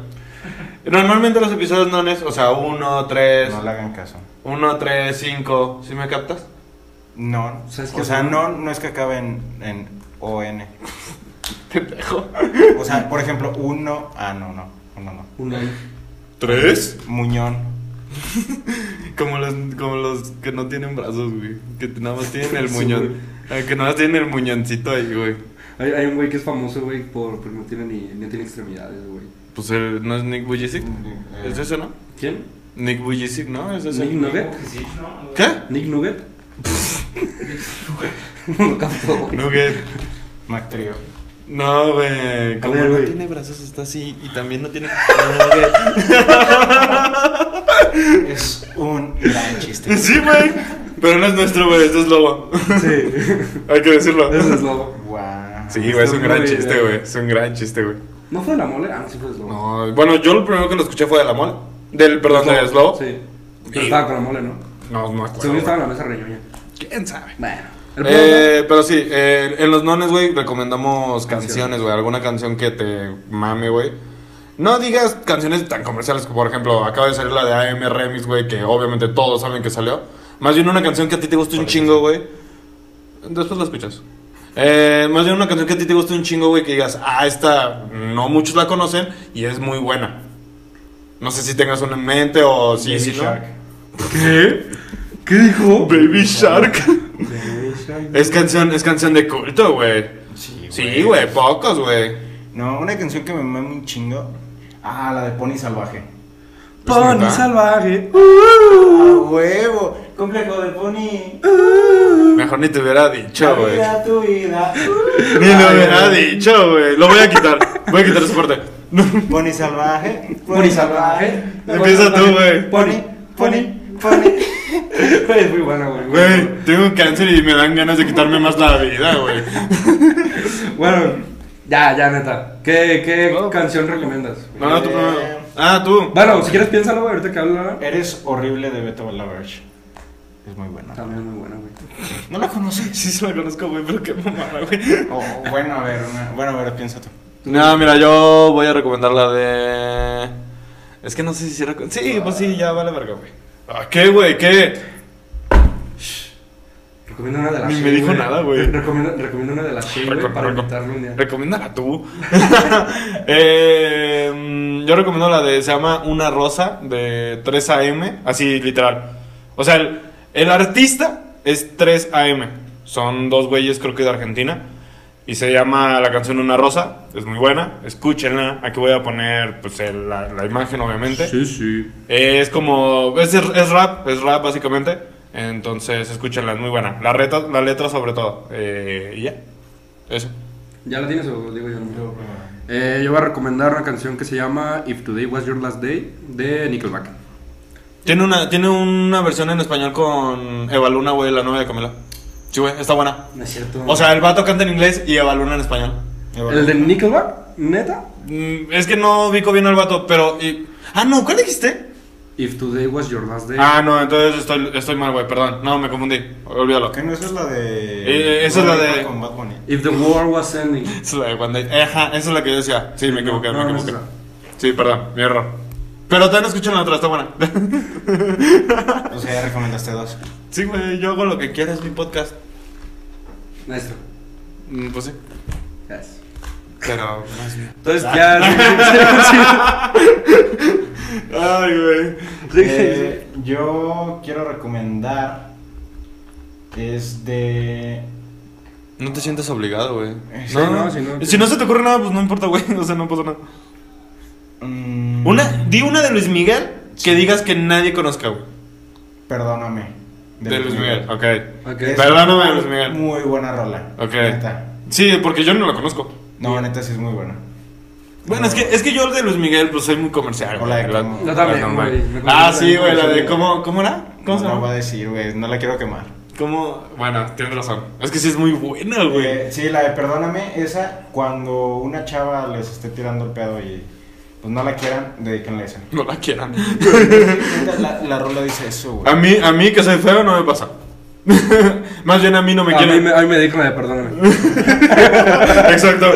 Speaker 3: Normalmente los episodios nones, o sea, 1, 3,
Speaker 4: No le hagan caso.
Speaker 3: 1, 3, 5, ¿sí me captas?
Speaker 4: No,
Speaker 2: O sea, es
Speaker 4: o
Speaker 2: que-
Speaker 4: sea, no, no es que acabe en, en ON.
Speaker 3: Pendejo.
Speaker 4: O sea, por ejemplo, uno. Ah, no, no, uno no.
Speaker 2: Un año.
Speaker 3: ¿Tres?
Speaker 4: Muñón.
Speaker 3: Como los, como los que no tienen brazos, güey. Que nada más tienen el muñón. Eh, que nada más tienen el muñoncito ahí, güey.
Speaker 2: Hay, hay un güey que es famoso, güey, por, porque no tiene ni no tiene extremidades, güey.
Speaker 3: Pues el- no es Nick Bujicic.
Speaker 4: Eh.
Speaker 3: ¿Es ese, no?
Speaker 2: ¿Quién?
Speaker 3: Nick Bujicic, ¿no? ¿Es ese?
Speaker 2: ¿Nick Pues Nugget?
Speaker 3: ¿Qué?
Speaker 2: ¿Nick Nugget? no lo capto, güey.
Speaker 3: Nugget.
Speaker 4: Mactrío.
Speaker 3: No, güey. Como
Speaker 2: ver,
Speaker 3: no
Speaker 2: güey.
Speaker 3: tiene brazos, está así. Y también no tiene.
Speaker 4: Es un gran chiste.
Speaker 3: sí, güey. Pero no es nuestro, güey. Esto es lobo.
Speaker 2: Sí.
Speaker 3: Hay que decirlo.
Speaker 2: Eso es lobo.
Speaker 4: Guau.
Speaker 3: Sí, güey. Es un
Speaker 2: Está
Speaker 3: gran
Speaker 2: muy
Speaker 3: chiste,
Speaker 2: bien.
Speaker 3: güey. Es un gran chiste, güey.
Speaker 2: ¿No fue la mole? Ah, no, sí fue lobo.
Speaker 3: No, bueno, yo lo primero que lo escuché fue de la mole. Del, perdón, de Slobo.
Speaker 2: Sí. Pero estaba con la mole, ¿no?
Speaker 3: No, no me acuerdo.
Speaker 2: Según yo
Speaker 3: güey.
Speaker 2: estaba en la mesa reñoña.
Speaker 3: ¿Quién sabe?
Speaker 2: Bueno. El punto-
Speaker 3: Eh, pero sí, eh, en los nones, güey, recomendamos canciones, güey. Alguna canción que te mame, güey. No digas canciones tan comerciales como, por ejemplo, acaba de salir la de AM Remix, güey, que obviamente todos saben que salió. Más bien una canción que a ti te guste un chingo, güey. Después la escuchas. Eh, más bien una canción que a ti te guste un chingo, güey, que digas, ah, esta no muchos la conocen y es muy buena. No sé si tengas una en mente o si, si no.
Speaker 2: ¿Qué? ¿Qué dijo?
Speaker 3: Baby Shark. Es canción, es canción de culto, güey. Sí, güey, pocos, güey.
Speaker 4: No, una canción que me mama un chingo. Ah, la de Pony Salvaje.
Speaker 2: Pony
Speaker 3: ¿Verdad?
Speaker 2: salvaje.
Speaker 4: ¡Ah, huevo! Complejo de Pony.
Speaker 3: Mejor ni te hubiera dicho, güey.
Speaker 4: Vida, tu vida.
Speaker 3: Ni lo hubiera dicho, güey. Lo voy a quitar. Voy a quitar ese parte.
Speaker 4: Pony Salvaje.
Speaker 2: Pony salvaje.
Speaker 3: Empieza tú, güey.
Speaker 2: Pony, pony.
Speaker 4: Pony, Pony.
Speaker 2: Es muy buena, güey.
Speaker 3: Güey, tengo cáncer y me dan ganas de quitarme más la vida, güey.
Speaker 2: Bueno, ya, ya, neta. ¿Qué, qué canción recomiendas?
Speaker 3: No, no, tú primero. Ah, tú.
Speaker 2: Bueno, si quieres piénsalo, güey, ahorita que habla.
Speaker 4: Eres horrible de Beto Balabarch. Es muy buena.
Speaker 2: También es muy buena, güey.
Speaker 4: No la conoces.
Speaker 3: Sí, se la conozco, güey, pero qué mamada, güey.
Speaker 4: Oh, bueno, a ver, una- bueno, a ver, piensa tú.
Speaker 3: No, mira, yo voy a recomendar la de. Es que no sé si se reco- Sí, pues sí, ya vale verga, güey. Ah, ¿Qué, güey? ¿Qué?
Speaker 2: Recomiendo una de las
Speaker 3: Ni
Speaker 2: Shea,
Speaker 3: me dijo nada, güey.
Speaker 2: Recomiendo, recomiendo una de las Shea, güey,
Speaker 3: Recom-
Speaker 2: para
Speaker 3: recom-
Speaker 2: invitarlo un día.
Speaker 3: Recomiéndala tú. Eh, mm, yo recomiendo la de. Se llama Una Rosa de 3 AM. Así, literal. O sea, el, el artista es 3 AM. Son dos güeyes, creo que de Argentina. Y se llama la canción Una Rosa. Es muy buena. Escúchenla. Aquí voy a poner pues, el- la, la imagen, obviamente.
Speaker 2: sí.
Speaker 3: Eh, es como. Es, es rap, es rap básicamente. Entonces, escúchenla, es muy buena. La, reta, la letra, sobre todo. Eh, y ya. Eso.
Speaker 2: ¿Ya la tienes o digo yo? Eh, yo voy a recomendar una canción que se llama If Today Was Your Last Day de Nickelback.
Speaker 3: Tiene una, tiene una versión en español con Eva Luna, güey, la novia de Camila. Sí, güey, está buena.
Speaker 2: No es cierto.
Speaker 3: O sea, el vato canta en inglés y Eva Luna en español.
Speaker 2: ¿el de Nickelback? ¿Neta?
Speaker 3: Mm, es que no ubico bien al vato, pero. y- Ah, no, ¿cuál dijiste?
Speaker 2: If Today Was Your Last Day.
Speaker 3: Ah, no, entonces estoy, estoy mal, güey, perdón. No, me confundí. Olvídalo.
Speaker 4: ¿Qué no? Esa es la de.
Speaker 3: Eh, esa es la de-
Speaker 4: Con Bad Bunny.
Speaker 2: If the war was ending.
Speaker 3: Esa es la de One Day- Ajá, esa es la que yo decía. Sí, me equivoqué,
Speaker 2: No,
Speaker 3: me
Speaker 2: no,
Speaker 3: equivoqué.
Speaker 2: no.
Speaker 3: Sí, perdón, mi error. Pero también escuchen la otra, está buena.
Speaker 4: O sea, ya recomendaste dos.
Speaker 3: Sí, güey, yo hago lo que quiera, es mi podcast.
Speaker 2: Maestro.
Speaker 3: Mm, Pues sí.
Speaker 2: Gracias.
Speaker 3: Pero.
Speaker 2: Entonces
Speaker 3: Ah.
Speaker 2: ya.
Speaker 3: Ay, güey.
Speaker 2: sí, sí, sí.
Speaker 4: Eh, yo quiero recomendar. Este.
Speaker 3: No te sientas obligado, güey.
Speaker 4: Sí,
Speaker 3: no,
Speaker 2: no,
Speaker 3: no,
Speaker 2: si no-
Speaker 3: Si no se te ocurre nada, pues no importa, güey. O sea, no pasa nada.
Speaker 4: mm,
Speaker 3: Una, di una de Luis Miguel que digas que nadie conozca, güey.
Speaker 4: Perdóname.
Speaker 3: De, Luis Miguel, ok.
Speaker 2: Ok.
Speaker 4: Es
Speaker 3: Perdóname,
Speaker 4: muy-
Speaker 3: Luis Miguel.
Speaker 4: Muy buena rola.
Speaker 3: Ok.
Speaker 4: Neta.
Speaker 3: Sí, porque yo no lo conozco.
Speaker 4: No, neta sí es muy buena.
Speaker 3: Bueno, es que, es que yo de Luis Miguel, pues soy muy comercial.
Speaker 4: O la de
Speaker 3: güey, la-
Speaker 4: cómo-
Speaker 2: Yo también,
Speaker 3: la normal.
Speaker 2: güey, me acuerdo
Speaker 3: Ah,
Speaker 2: de la
Speaker 3: sí,
Speaker 2: de
Speaker 3: güey, la
Speaker 2: cómo
Speaker 3: de
Speaker 2: se-
Speaker 3: cómo, ¿cómo era? ¿Cómo se
Speaker 4: no, voy a
Speaker 3: llama?
Speaker 4: decir, güey. No la quiero quemar.
Speaker 3: ¿Cómo? Bueno, tienes razón. Es que sí es muy buena, güey.
Speaker 4: Eh, sí, la de Perdóname, esa cuando una chava les esté tirando el pedo y pues no la quieran, dedíquenle esa.
Speaker 3: No la quieran.
Speaker 4: Neta, La, la rola dice eso,
Speaker 3: A
Speaker 4: güey.
Speaker 3: mí, a mí que soy feo no me pasa. Más bien a mí no me
Speaker 2: A mí
Speaker 3: quieren.
Speaker 2: me, a mí me dijo la de perdóname.
Speaker 3: Exacto.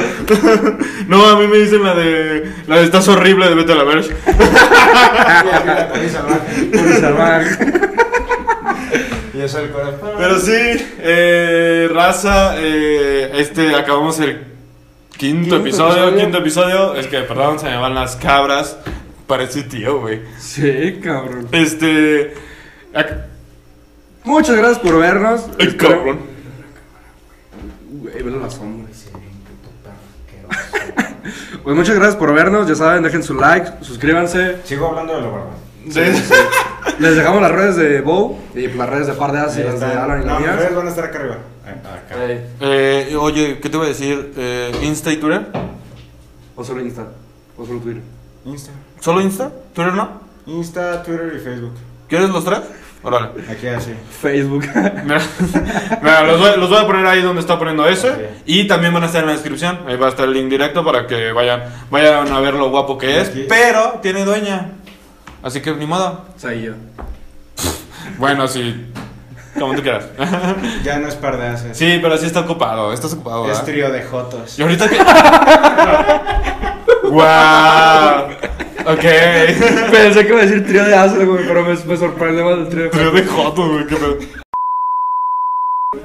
Speaker 3: no, a mí me dicen la de. La de estás horrible de vete a la verga. Ah.
Speaker 4: Y a mí la Tony Salvaje.
Speaker 2: Por salvar.
Speaker 4: Y yo soy el corazón.
Speaker 3: Pero sí, eh, raza, eh, este, acabamos el quinto,
Speaker 2: Quinto
Speaker 3: episodio,
Speaker 2: episodio.
Speaker 3: quinto episodio. Es que, perdón, se me van las cabras. Parece tío, güey.
Speaker 2: Sí, cabrón.
Speaker 3: Este. ac-
Speaker 2: Muchas gracias por vernos.
Speaker 3: Ay,
Speaker 2: Espero-
Speaker 3: cabrón.
Speaker 2: Güey, velo las sombras. Pues muchas gracias por vernos. Ya saben, dejen su like, suscríbanse.
Speaker 4: Sigo hablando de lo bárbaro.
Speaker 2: Les dejamos las redes de Bow y las redes de Par de As y
Speaker 4: Ahí
Speaker 2: las de
Speaker 4: está.
Speaker 2: Alan y
Speaker 4: No,
Speaker 2: las
Speaker 4: mis
Speaker 2: mías.
Speaker 4: redes van a estar acá arriba. Acá.
Speaker 2: Eh,
Speaker 3: Eh, oye, ¿qué te voy a decir? Eh, ¿Insta y Twitter?
Speaker 2: O solo Insta. O solo Twitter.
Speaker 4: Insta.
Speaker 3: ¿Solo Insta? ¿Twitter no?
Speaker 4: Insta, Twitter y Facebook.
Speaker 3: ¿Quieres los tres? Órale.
Speaker 4: Aquí así.
Speaker 2: Facebook.
Speaker 3: Mira, mira, los, voy, los voy a poner ahí donde está poniendo ese. Y también van a estar en la descripción. Ahí va a estar el link directo para que vayan, vayan a ver lo guapo que es.
Speaker 4: Aquí.
Speaker 3: Pero tiene dueña. Así que ni modo.
Speaker 2: Soy yo.
Speaker 3: Bueno, sí. Como tú quieras.
Speaker 4: Ya no es par de haces.
Speaker 3: Sí, pero sí está ocupado. Estás ocupado.
Speaker 4: Es
Speaker 3: ¿verdad?
Speaker 4: trío de Jotos.
Speaker 3: Y ahorita que. ¡Wow! Ok.
Speaker 2: Pensé que iba a decir trío de As, güey, pero me, me sorprende más el trío de
Speaker 3: Pero de joto, güey. qué pedo.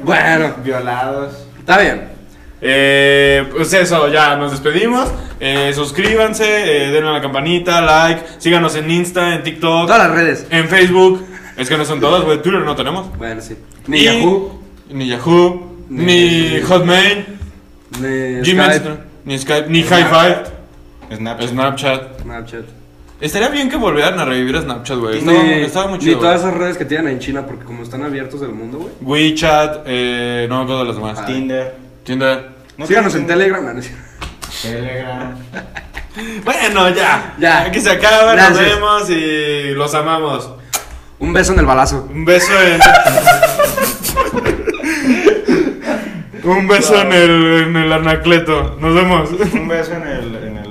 Speaker 2: Bueno,
Speaker 4: Violados.
Speaker 2: está bien.
Speaker 3: Eh, pues eso, ya nos despedimos. Eh, suscríbanse, eh, denle a la campanita, like, síganos en Insta, en TikTok,
Speaker 2: Todas las redes.
Speaker 3: en Facebook. Es que no son todas, güey. Twitter no tenemos.
Speaker 2: Bueno, sí. Ni
Speaker 3: Y-
Speaker 2: Yahoo,
Speaker 3: Ni Yahoo, ni,
Speaker 2: Ni-
Speaker 3: Hotmail,
Speaker 2: ni
Speaker 3: Gmail,
Speaker 2: Skype,
Speaker 3: ni Skype, ni Hi-Fi,
Speaker 4: Snapchat.
Speaker 3: Snapchat.
Speaker 2: Snapchat.
Speaker 3: Estaría bien que volvieran a revivir a Snapchat, güey.
Speaker 2: ni,
Speaker 3: Estaba, estaba muy
Speaker 2: ni
Speaker 3: chido.
Speaker 2: todas
Speaker 3: güey.
Speaker 2: esas redes que tienen en China, porque como están abiertos del mundo, güey.
Speaker 3: WeChat, eh, no me acuerdo de las demás.
Speaker 2: Ah.
Speaker 4: Tinder.
Speaker 3: Tinder.
Speaker 4: No
Speaker 2: Síganos en
Speaker 4: tienes
Speaker 2: Telegram. no, no es cierto.
Speaker 4: Telegram.
Speaker 3: Bueno, ya.
Speaker 2: Ya.
Speaker 3: Aquí se acaba, nos
Speaker 2: Gracias.
Speaker 3: vemos y los amamos.
Speaker 2: Un beso en el balazo.
Speaker 3: Un beso en. Un beso en el, en el anacleto. Nos vemos.
Speaker 4: Un beso en el, en el